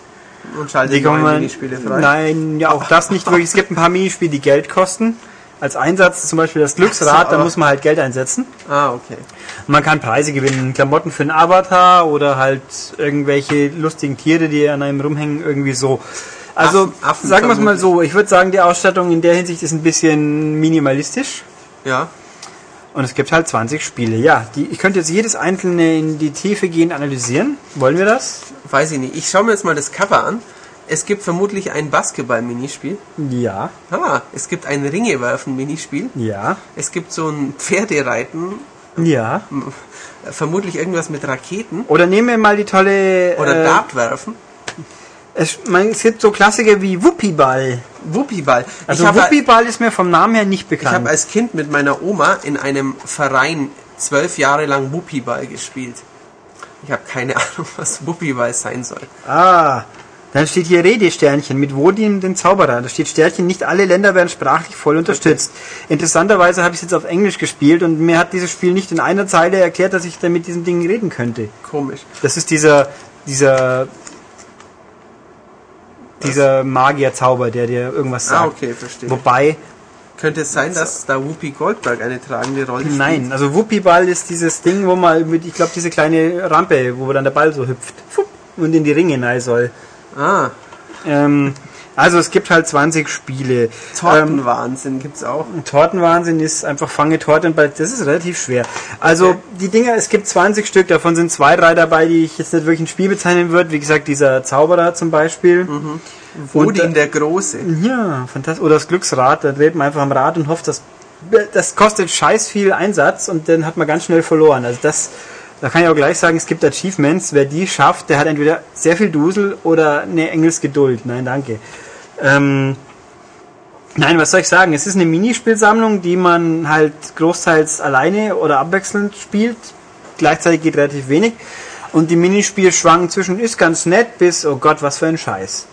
[SPEAKER 2] Und schalte
[SPEAKER 1] Also Die
[SPEAKER 2] die
[SPEAKER 1] kann
[SPEAKER 2] neuen
[SPEAKER 1] man,
[SPEAKER 2] Minispiele frei.
[SPEAKER 1] Nein, ja, auch das nicht wirklich. Es gibt ein paar Minispiele, die Geld kosten. Als Einsatz zum Beispiel das
[SPEAKER 2] Ach so,
[SPEAKER 1] Glücksrad, da
[SPEAKER 2] aber-
[SPEAKER 1] muss man halt Geld einsetzen.
[SPEAKER 2] Ah, okay.
[SPEAKER 1] Man kann Preise gewinnen, Klamotten für einen Avatar oder halt irgendwelche lustigen Tiere, die an einem rumhängen, irgendwie so. Also,
[SPEAKER 2] Affen- Affen
[SPEAKER 1] sagen wir es mal so, ich würde sagen, die Ausstattung in der Hinsicht ist ein bisschen minimalistisch.
[SPEAKER 2] Ja.
[SPEAKER 1] Und es gibt halt 20 Spiele. Ja, die, ich könnte jetzt jedes einzelne in die Tiefe gehen analysieren. Wollen wir das?
[SPEAKER 2] Weiß ich nicht. Ich schaue mir jetzt mal das Cover an. Es gibt vermutlich ein Basketball-Minispiel.
[SPEAKER 1] Ja,
[SPEAKER 2] Ah, es gibt ein Ringewerfen-Minispiel.
[SPEAKER 1] ja,
[SPEAKER 2] Es gibt so ein Pferdereiten.
[SPEAKER 1] ja.
[SPEAKER 2] Vermutlich irgendwas mit Raketen.
[SPEAKER 1] Oder nehmen wir mal die tolle.
[SPEAKER 2] Oder
[SPEAKER 1] äh,
[SPEAKER 2] Dartwerfen.
[SPEAKER 1] Es, man, es gibt so Klassiker wie Wuppiball.
[SPEAKER 2] Wuppiball.
[SPEAKER 1] Also
[SPEAKER 2] ich habe
[SPEAKER 1] Wuppiball ist mir vom Namen her nicht
[SPEAKER 2] ich habe
[SPEAKER 1] bekannt.
[SPEAKER 2] als Kind mit meiner Oma in einem Verein zwölf Jahre lang Wuppiball gespielt. Ich habe keine Ahnung, was Wuppiball sein soll.
[SPEAKER 1] ah, dann steht hier Redesternchen mit Wodin den Zauberer. Da steht Sternchen, nicht alle Länder werden sprachlich voll unterstützt. Interessanterweise habe ich es jetzt auf Englisch gespielt und mir hat dieses Spiel nicht in einer Zeile erklärt, dass ich dann mit diesen Dingen reden könnte.
[SPEAKER 2] Komisch.
[SPEAKER 1] Das ist dieser, dieser, dieser Magierzauber, der dir irgendwas sagt.
[SPEAKER 2] Ah, okay, verstehe.
[SPEAKER 1] Wobei,
[SPEAKER 2] Könnte es sein, dass da Whoopi Goldberg eine tragende Rolle spielt?
[SPEAKER 1] Nein, also Wuppiball ist dieses Ding, wo man mit, ich glaube, diese kleine Rampe, wo dann der Ball so hüpft Fupp, und in die Ringe rein soll.
[SPEAKER 2] Ah,
[SPEAKER 1] Ähm, also es gibt halt 20 Spiele.
[SPEAKER 2] Tortenwahnsinn gibt's auch.
[SPEAKER 1] Ähm, Tortenwahnsinn ist einfach fange Torten bei, das ist relativ schwer. Also
[SPEAKER 2] Okay.
[SPEAKER 1] die Dinger, es gibt 20 Stück, davon sind zwei, drei dabei, die ich jetzt nicht wirklich ein Spiel bezeichnen würde. Wie gesagt, dieser Zauberer zum Beispiel. Und,
[SPEAKER 2] Odin der Große.
[SPEAKER 1] Ja, fantastisch. Oder das Glücksrad, da dreht man einfach am Rad und hofft, dass das kostet scheiß viel Einsatz und dann hat man ganz schnell verloren. Also das, da kann ich auch gleich sagen, es gibt Achievements, wer die schafft, der hat entweder sehr viel Dusel oder eine Engelsgeduld. Nein, danke. Ähm, nein, was soll ich sagen? Es ist eine Minispielsammlung, die man halt großteils alleine oder abwechselnd spielt. Gleichzeitig geht relativ wenig. Und die Minispiele schwanken zwischen ist ganz nett bis, oh Gott, was für ein Scheiß.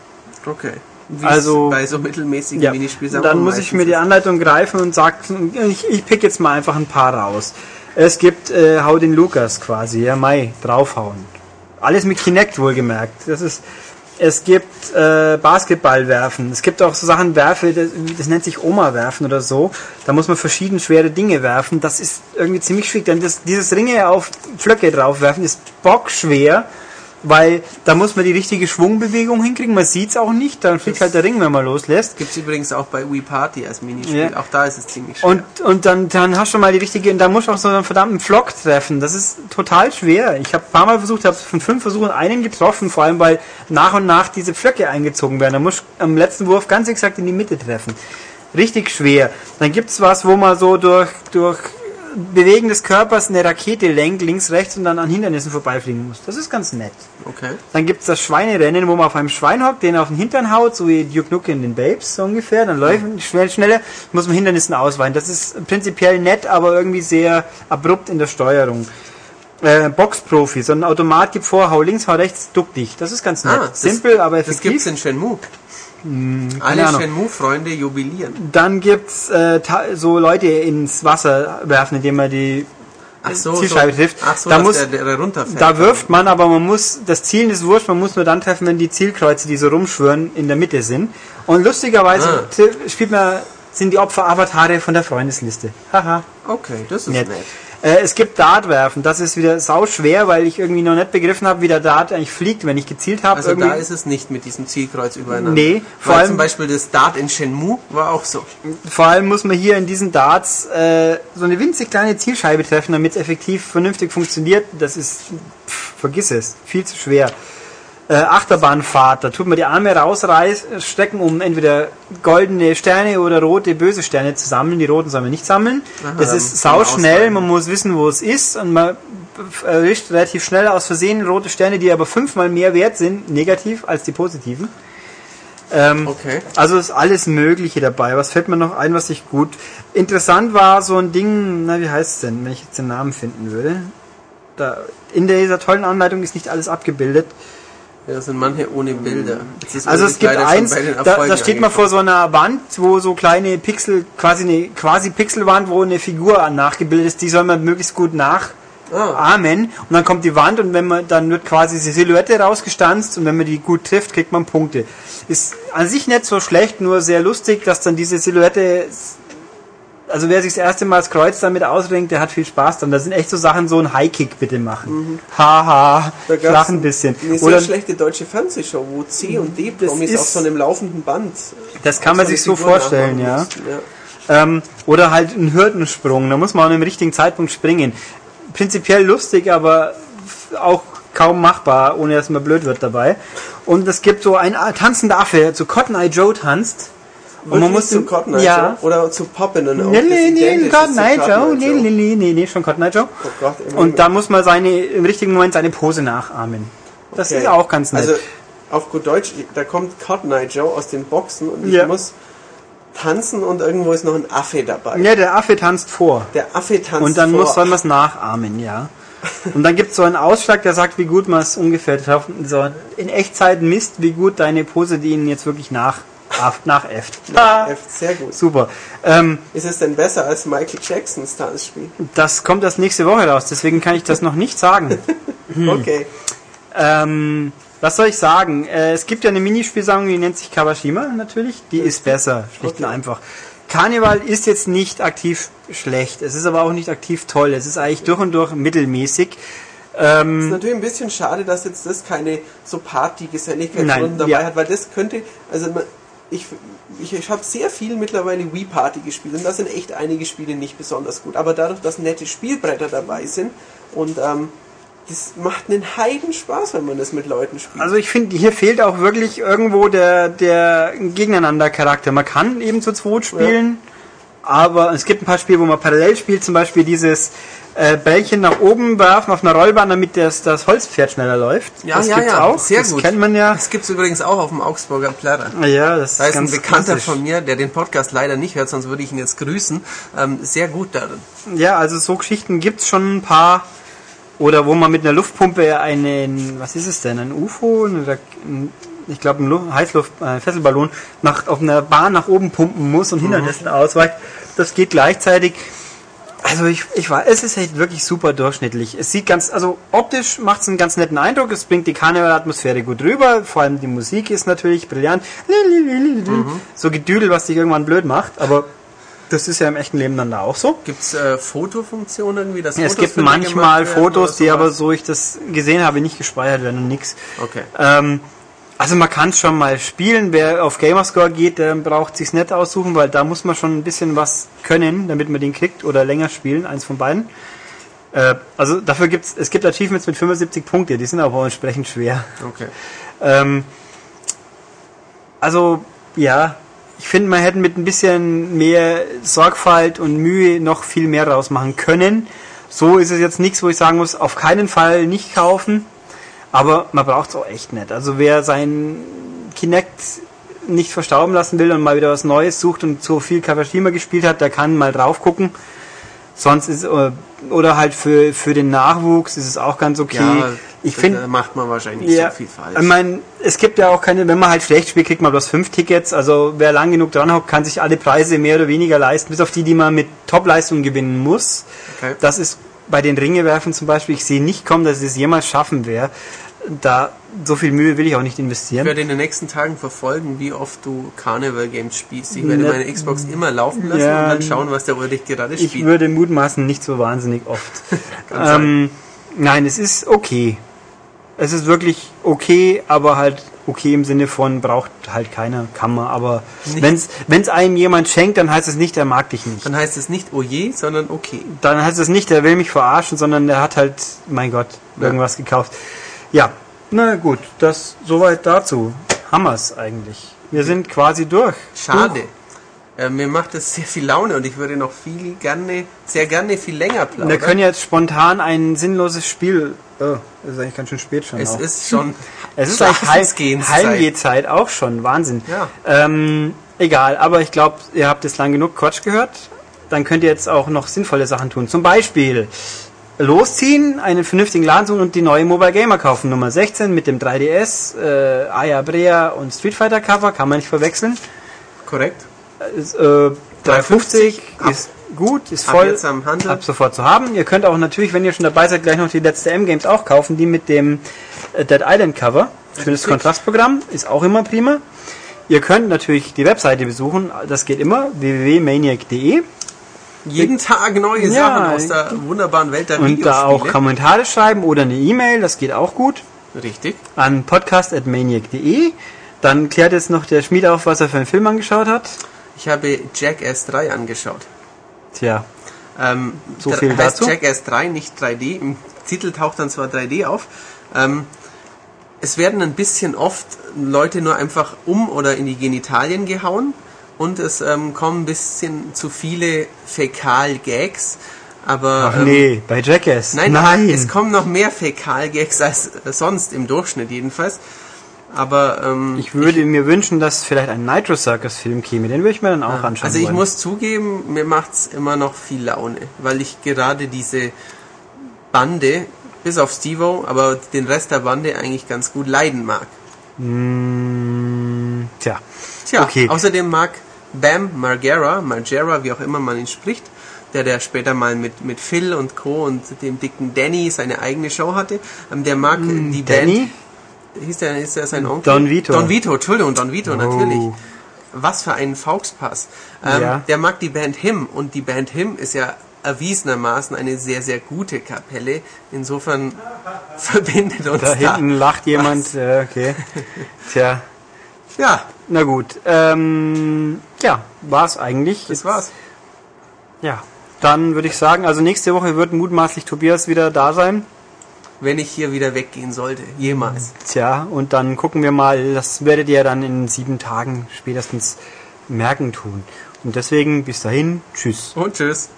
[SPEAKER 2] Okay. Wie
[SPEAKER 1] Also-
[SPEAKER 2] es bei so mittelmäßigen
[SPEAKER 1] Ja,
[SPEAKER 2] Minispielsammlungen
[SPEAKER 1] dann muss ich
[SPEAKER 2] meistens
[SPEAKER 1] mir die
[SPEAKER 2] ist.
[SPEAKER 1] Anleitung greifen und sag, ich, ich pick jetzt mal einfach ein paar raus. Es gibt äh, Hau den Lukas quasi, ja, Mai, draufhauen. Alles mit Kinect wohlgemerkt. Das ist, es gibt äh, Basketball werfen. Es gibt auch so Sachen werfe, das, das nennt sich Oma werfen oder so. Da muss man verschieden schwere Dinge werfen. Das ist irgendwie ziemlich schwierig, denn das, dieses Ringe auf Flöcke draufwerfen ist bockschwer. Weil da muss man die richtige Schwungbewegung hinkriegen, man sieht's auch nicht, dann fliegt halt der Ring, wenn man loslässt.
[SPEAKER 2] Gibt's übrigens auch bei Wii Party als Minispiel.
[SPEAKER 1] Ja.
[SPEAKER 2] Auch da ist es ziemlich schwer.
[SPEAKER 1] Und, und dann, dann hast du mal die richtige, und dann musst du auch so einen verdammten Flock treffen. Das ist total schwer. Ich habe ein paar Mal versucht, habe von fünf Versuchen einen getroffen, vor allem weil nach und nach diese Pflöcke eingezogen werden. Da musst du am letzten Wurf ganz exakt in die Mitte treffen. Richtig schwer. Dann gibt's was, wo man so durch, durch Bewegen des Körpers eine Rakete lenkt, links, rechts und dann an Hindernissen vorbeifliegen muss. Das ist ganz nett.
[SPEAKER 2] Okay.
[SPEAKER 1] Dann gibt's das Schweinerennen, wo man auf einem Schwein hockt, den auf den Hintern haut, so wie Duke Nukem in den Babes so ungefähr. Dann läuft schnell, schneller, muss man Hindernissen ausweichen. Das ist prinzipiell nett, aber irgendwie sehr abrupt in der Steuerung. Äh, Boxprofi, so ein Automat gibt vor, hau links, hau rechts, duck dich. Das ist ganz nett.
[SPEAKER 2] Ah, das-
[SPEAKER 1] Simpel, aber
[SPEAKER 2] Das
[SPEAKER 1] effektiv. Hm,
[SPEAKER 2] gibt's in Shenmue. Alle
[SPEAKER 1] Ahnung.
[SPEAKER 2] Shenmue-Freunde jubilieren.
[SPEAKER 1] Dann gibt's äh, ta- so Leute ins Wasser werfen, indem man die
[SPEAKER 2] Ach so,
[SPEAKER 1] Zielscheibe
[SPEAKER 2] so,
[SPEAKER 1] trifft.
[SPEAKER 2] Ach so,
[SPEAKER 1] Da
[SPEAKER 2] dass
[SPEAKER 1] muss-
[SPEAKER 2] der, der runterfällt.
[SPEAKER 1] Da wirft man, aber man muss, das Zielen ist wurscht, man muss nur dann treffen, wenn die Zielkreuze, die so rumschwören, in der Mitte sind. Und lustigerweise
[SPEAKER 2] Ah.
[SPEAKER 1] t- spielt man, sind die Opfer Avatare von der Freundesliste. Haha,
[SPEAKER 2] okay, das ist
[SPEAKER 1] nett.
[SPEAKER 2] nett.
[SPEAKER 1] Äh, es gibt Dartwerfen, das ist wieder sauschwer, weil ich irgendwie noch nicht begriffen habe, wie der Dart eigentlich fliegt, wenn ich gezielt habe.
[SPEAKER 2] Also
[SPEAKER 1] irgendwie
[SPEAKER 2] da ist es nicht mit diesem Zielkreuz übereinander.
[SPEAKER 1] Nee, vor
[SPEAKER 2] vor Weil
[SPEAKER 1] allem-
[SPEAKER 2] allem zum Beispiel das Dart in Shenmue war auch so.
[SPEAKER 1] Vor allem muss man hier in diesen Darts äh, so eine winzig kleine Zielscheibe treffen, damit es effektiv vernünftig funktioniert. Das ist, pff, vergiss es, viel zu schwer. Äh, Achterbahnfahrt, da tut man die Arme rausstecken, um entweder goldene Sterne oder rote böse Sterne zu sammeln. Die roten soll man nicht sammeln. das
[SPEAKER 2] dann
[SPEAKER 1] ist
[SPEAKER 2] kann man
[SPEAKER 1] sauschnell,
[SPEAKER 2] ausweichen.
[SPEAKER 1] man muss wissen, wo es ist und man f- erwischt relativ schnell aus Versehen rote Sterne, die aber fünfmal mehr wert sind, negativ, als die positiven. Ähm,
[SPEAKER 2] Okay.
[SPEAKER 1] also ist alles Mögliche dabei. Was fällt mir noch ein, was ich gut. Interessant war so ein Ding, na, wie heißt es denn, wenn ich jetzt den Namen finden würde? Da, in dieser tollen Anleitung ist nicht alles abgebildet.
[SPEAKER 2] Ja, das sind manche ohne Bilder. Jetzt ist
[SPEAKER 1] Also
[SPEAKER 2] man
[SPEAKER 1] es gibt
[SPEAKER 2] leider schon
[SPEAKER 1] eins,
[SPEAKER 2] bei den
[SPEAKER 1] da,
[SPEAKER 2] Erfolgen
[SPEAKER 1] da steht man
[SPEAKER 2] angekommen.
[SPEAKER 1] vor so einer Wand, wo so kleine Pixel, quasi eine quasi Pixelwand, wo eine Figur an- nachgebildet ist, die soll man möglichst gut nachahmen.
[SPEAKER 2] Ah.
[SPEAKER 1] Und dann kommt die Wand und wenn man dann wird quasi die Silhouette rausgestanzt und wenn man die gut trifft, kriegt man Punkte. Ist an sich nicht so schlecht, nur sehr lustig, dass dann diese Silhouette also wer sich das erste Mal das Kreuz damit ausrenkt, der hat viel Spaß dann. Da sind echt so Sachen, so ein Highkick bitte machen. Haha,
[SPEAKER 4] Da gab's
[SPEAKER 1] lach ein bisschen.
[SPEAKER 4] Eine sehr
[SPEAKER 1] Oder
[SPEAKER 4] schlechte deutsche Fernsehshow, wo C und D-Promis
[SPEAKER 1] Das
[SPEAKER 4] auf
[SPEAKER 1] ist-
[SPEAKER 4] so einem laufenden Band.
[SPEAKER 1] das kann man
[SPEAKER 4] so eine
[SPEAKER 1] sich so
[SPEAKER 4] Figur
[SPEAKER 1] vorstellen,
[SPEAKER 4] nachmachen
[SPEAKER 1] ja.
[SPEAKER 4] mussten, ja.
[SPEAKER 1] Ähm, oder halt einen Hürdensprung. Da muss man an dem richtigen Zeitpunkt springen. Prinzipiell lustig, aber auch kaum machbar, ohne dass man blöd wird dabei. Und es gibt so ein äh, tanzender Affe, zu Cotton Eye Joe tanzt. Und
[SPEAKER 4] Wirklich zu
[SPEAKER 1] den-
[SPEAKER 4] Cotton Eye
[SPEAKER 1] ja.
[SPEAKER 4] Joe? Oder zu Poppin und auch.
[SPEAKER 1] Nee,
[SPEAKER 4] das
[SPEAKER 1] nee, nee,
[SPEAKER 4] Identisch
[SPEAKER 1] Cotton
[SPEAKER 4] ist zu
[SPEAKER 1] Eye Joe.
[SPEAKER 4] Eye
[SPEAKER 1] Nee, nee, nee, nee, nee, schon Cotton Eye Joe.
[SPEAKER 4] Oh Gott, immer
[SPEAKER 1] Und
[SPEAKER 4] wieder.
[SPEAKER 1] da muss man seine, im richtigen Moment seine Pose nachahmen. Das
[SPEAKER 4] Okay.
[SPEAKER 1] ist auch ganz nett.
[SPEAKER 4] Also auf gut Deutsch, da kommt Cotton Eye Joe aus den Boxen und ich
[SPEAKER 1] Ja.
[SPEAKER 4] muss tanzen und irgendwo ist noch ein Affe dabei.
[SPEAKER 1] ja, der Affe tanzt vor.
[SPEAKER 4] Der Affe tanzt
[SPEAKER 1] Und dann
[SPEAKER 4] vor.
[SPEAKER 1] muss, soll man es nachahmen, ja. Und dann gibt es so einen Ausschlag, der sagt, wie gut man es ungefähr trifft. So in Echtzeit misst, wie gut deine Pose die ihn jetzt wirklich nach, nachäfft. Ah,
[SPEAKER 4] F, sehr gut.
[SPEAKER 1] super. Ähm,
[SPEAKER 4] Ist es denn besser als Michael Jacksons Tanzspiel?
[SPEAKER 1] das kommt erst nächste Woche raus, deswegen kann ich das noch nicht sagen. Mhm.
[SPEAKER 4] Okay.
[SPEAKER 1] Ähm, was soll ich sagen? Äh, es gibt ja eine Minispielsammlung, die nennt sich Kawashima natürlich. Die ist besser, schlicht und
[SPEAKER 4] Okay.
[SPEAKER 1] einfach. Karneval ist jetzt nicht aktiv schlecht. Es ist aber auch nicht aktiv toll. Es ist eigentlich durch und durch mittelmäßig.
[SPEAKER 2] Mhm.
[SPEAKER 1] Ähm,
[SPEAKER 4] Ist natürlich ein bisschen schade, dass jetzt das keine so
[SPEAKER 1] Nein,
[SPEAKER 4] Party-Geselligkeitsrunden dabei
[SPEAKER 1] ja.
[SPEAKER 4] hat, weil das könnte, also man, ich, ich, ich habe sehr viel mittlerweile Wii Party gespielt und da sind echt einige Spiele nicht besonders gut. Aber dadurch, dass nette Spielbretter dabei sind und ähm, das macht einen heiden Spaß, wenn man das mit Leuten spielt.
[SPEAKER 1] Also ich finde, hier fehlt auch wirklich irgendwo der, der Gegeneinander-Charakter. Man kann eben zu zweit spielen, aber es gibt ein paar Spiele, wo man parallel spielt, zum Beispiel dieses äh, Bällchen nach oben werfen auf einer Rollbahn, damit das, das Holzpferd schneller läuft.
[SPEAKER 2] Ja,
[SPEAKER 1] das
[SPEAKER 2] ja,
[SPEAKER 1] gibt's
[SPEAKER 2] ja,
[SPEAKER 1] auch.
[SPEAKER 2] sehr
[SPEAKER 1] das
[SPEAKER 2] gut.
[SPEAKER 1] kennt man ja.
[SPEAKER 2] Das gibt's übrigens auch auf dem Augsburger Plärrer.
[SPEAKER 1] Ja, das
[SPEAKER 2] Da ist ein
[SPEAKER 1] ganz
[SPEAKER 2] Bekannter
[SPEAKER 1] klassisch.
[SPEAKER 2] von mir, der den Podcast leider nicht hört, sonst würde ich ihn jetzt grüßen. Ähm, sehr gut darin.
[SPEAKER 1] Ja, also so Geschichten gibt's schon ein paar. Oder wo man mit einer Luftpumpe einen, was ist es denn, ein UFO, eine Rak- ein- ich glaube ein Lu- Heißluft, äh, Fesselballon, nach, auf einer Bahn nach oben pumpen muss und Hindernissen ausweicht. Das geht gleichzeitig. Also ich, ich war, es ist echt wirklich super durchschnittlich. Es sieht ganz, also optisch macht es einen ganz netten Eindruck. Es bringt die Karnevalatmosphäre gut rüber. Vor allem die Musik ist natürlich brillant. So Gedüdel, was dich irgendwann blöd macht. Aber das ist ja im echten Leben dann da auch so.
[SPEAKER 2] Gibt's äh, Fotofunktion irgendwie? Dass
[SPEAKER 1] Es
[SPEAKER 2] Fotos
[SPEAKER 1] gibt
[SPEAKER 2] von dir gemacht
[SPEAKER 1] manchmal
[SPEAKER 2] werden oder
[SPEAKER 1] Fotos, die
[SPEAKER 2] sowas?
[SPEAKER 1] aber so ich das gesehen habe, nicht gespeichert werden und nix.
[SPEAKER 2] Okay.
[SPEAKER 1] Ähm, also man kann schon mal spielen. Wer auf Gamerscore geht, der braucht sich's nicht aussuchen, weil da muss man schon ein bisschen was können, damit man den kriegt oder länger spielen, eins von beiden. Äh, also dafür gibt's es gibt Achievements mit 75 Punkte, die sind aber auch entsprechend schwer.
[SPEAKER 2] Okay.
[SPEAKER 1] Ähm, also ja, Ich finde, man hätte mit ein bisschen mehr Sorgfalt und Mühe noch viel mehr draus machen können. So ist es jetzt nichts, wo ich sagen muss, auf keinen Fall nicht kaufen. Aber man braucht es auch echt nicht. Also wer sein Kinect nicht verstauben lassen will und mal wieder was Neues sucht und so viel Kawashima gespielt hat, der kann mal drauf gucken. Sonst ist äh, oder halt für, für den Nachwuchs ist es auch ganz okay.
[SPEAKER 2] Ja,
[SPEAKER 1] ich äh,
[SPEAKER 2] da-
[SPEAKER 1] finde
[SPEAKER 2] da macht man wahrscheinlich nicht so viel falsch.
[SPEAKER 1] ich meine, es gibt ja auch keine, wenn man halt schlecht spielt, kriegt man bloß fünf Tickets. Also wer lang genug dran hockt, kann sich alle Preise mehr oder weniger leisten, bis auf die, die man mit Top-Leistung gewinnen muss.
[SPEAKER 2] Okay.
[SPEAKER 1] Das ist bei den Ringewerfen zum Beispiel, ich sehe nicht kommen, dass es das jemals schaffen wäre. Da so viel Mühe will ich auch nicht
[SPEAKER 2] ich
[SPEAKER 1] investieren.
[SPEAKER 2] werde in den nächsten Tagen verfolgen, wie oft du Carnival Games spielst. Ich werde
[SPEAKER 1] Ne-
[SPEAKER 2] meine Xbox immer laufen lassen
[SPEAKER 1] Ja.
[SPEAKER 2] und dann schauen, was der Ulrich gerade
[SPEAKER 1] Ich
[SPEAKER 2] spielt.
[SPEAKER 1] würde mutmaßen, nicht so wahnsinnig oft.
[SPEAKER 2] Kann sein.
[SPEAKER 1] ähm, nein, es ist okay. Es ist wirklich okay, aber halt okay im Sinne von braucht halt keiner, kann man. Aber wenn es einem jemand schenkt, dann heißt es nicht, er mag dich nicht.
[SPEAKER 2] Dann heißt es nicht oh je, sondern okay.
[SPEAKER 1] Dann heißt es nicht, er will mich verarschen, sondern er hat halt, mein Gott,
[SPEAKER 2] Ja.
[SPEAKER 1] irgendwas gekauft. Ja, na gut, das soweit dazu. Hammers eigentlich. Wir sind quasi durch.
[SPEAKER 2] Schade. Äh, mir macht das sehr viel Laune und ich würde noch viel gerne, sehr gerne viel länger
[SPEAKER 1] Wir
[SPEAKER 2] plaudern.
[SPEAKER 1] können jetzt spontan ein sinnloses Spiel. Oh, das ist eigentlich ganz schön spät schon.
[SPEAKER 2] es
[SPEAKER 1] auch.
[SPEAKER 2] ist schon
[SPEAKER 1] Es ist eigentlich Heim
[SPEAKER 2] Schlafensgehenszeit.
[SPEAKER 1] Heimgehzeit auch schon, Wahnsinn.
[SPEAKER 2] Ja.
[SPEAKER 1] Ähm, egal, aber ich glaube, ihr habt jetzt lang genug Quatsch gehört. Dann könnt ihr jetzt auch noch sinnvolle Sachen tun. Zum Beispiel losziehen, einen vernünftigen Laden suchen und die neue Mobile Gamer kaufen. Nummer 16 mit dem 3DS, äh, Aya Brea und Street Fighter Cover, kann man nicht verwechseln.
[SPEAKER 2] Korrekt.
[SPEAKER 1] Ist, äh, 350
[SPEAKER 2] ab-
[SPEAKER 1] ist gut, ist
[SPEAKER 2] ab
[SPEAKER 1] voll
[SPEAKER 2] jetzt am Handel.
[SPEAKER 1] ab sofort zu haben. Ihr könnt auch natürlich, wenn ihr schon dabei seid, gleich noch die letzte M-Games auch kaufen, die mit dem äh, Dead Island Cover. Schönes Kontrastprogramm, ist auch immer prima. Ihr könnt natürlich die Webseite besuchen, das geht immer, www.maniac.de
[SPEAKER 2] Jeden Tag neue
[SPEAKER 1] Ja,
[SPEAKER 2] Sachen aus der wunderbaren Welt der
[SPEAKER 1] und da auch
[SPEAKER 2] Videospiele.
[SPEAKER 1] Kommentare schreiben oder eine E-Mail, das geht auch gut.
[SPEAKER 2] Richtig.
[SPEAKER 1] An podcast.maniac.de. Dann klärt jetzt noch der Schmied auf, was er für einen Film angeschaut hat.
[SPEAKER 2] Ich habe Jackass 3 angeschaut.
[SPEAKER 1] Tja,
[SPEAKER 2] Ähm,
[SPEAKER 1] So
[SPEAKER 2] da-
[SPEAKER 1] viel
[SPEAKER 2] heißt
[SPEAKER 1] dazu.
[SPEAKER 2] Jackass 3, nicht 3D. Im Titel taucht dann zwar 3D auf. Ähm, es werden ein bisschen oft Leute nur einfach um oder in die Genitalien gehauen und es ähm, kommen ein bisschen zu viele Fäkal-Gags. Aber
[SPEAKER 1] ach
[SPEAKER 2] ähm,
[SPEAKER 1] nee, bei Jackass.
[SPEAKER 2] Nein, es kommen noch mehr Fäkal-Gags als sonst im Durchschnitt jedenfalls. Aber ähm,
[SPEAKER 1] Ich würde mir wünschen, dass vielleicht ein Nitro Circus Film käme. Den würde ich mir dann auch anschauen.
[SPEAKER 2] also ich
[SPEAKER 1] wollen.
[SPEAKER 2] muss zugeben, mir macht's immer noch viel Laune, weil ich gerade diese Bande, bis auf Stevo, aber den Rest der Bande eigentlich ganz gut leiden mag.
[SPEAKER 1] Mm, tja.
[SPEAKER 2] Tja,
[SPEAKER 1] Okay.
[SPEAKER 2] außerdem mag Bam Margera, Margera, wie auch immer man ihn spricht, der der später mal mit, mit Phil und Co. und dem dicken Danny seine eigene Show hatte, ähm, der mag die
[SPEAKER 1] Mm,
[SPEAKER 2] Band.
[SPEAKER 1] Danny?
[SPEAKER 2] Hieß der, ist der sein Onkel?
[SPEAKER 1] Don Vito.
[SPEAKER 2] Don Vito, Entschuldigung, Don Vito,
[SPEAKER 1] Oh.
[SPEAKER 2] natürlich. Was für ein Fauxpass. Ähm,
[SPEAKER 1] Ja.
[SPEAKER 2] Der mag die Band Him und die Band Him ist ja erwiesenermaßen eine sehr, sehr gute Kapelle. Insofern verbindet uns
[SPEAKER 1] Da
[SPEAKER 2] da.
[SPEAKER 1] hinten lacht jemand. Äh, okay. Tja.
[SPEAKER 2] Ja,
[SPEAKER 1] Na gut. Ähm, ja, war's eigentlich.
[SPEAKER 2] das war's.
[SPEAKER 1] Ja. Dann würde ich sagen, also nächste Woche wird mutmaßlich Tobias wieder da sein.
[SPEAKER 2] Wenn ich hier wieder weggehen sollte, jemals.
[SPEAKER 1] Tja, und dann gucken wir mal, das werdet ihr dann in sieben Tagen spätestens merken tun. Und deswegen bis dahin, tschüss.
[SPEAKER 2] Und tschüss.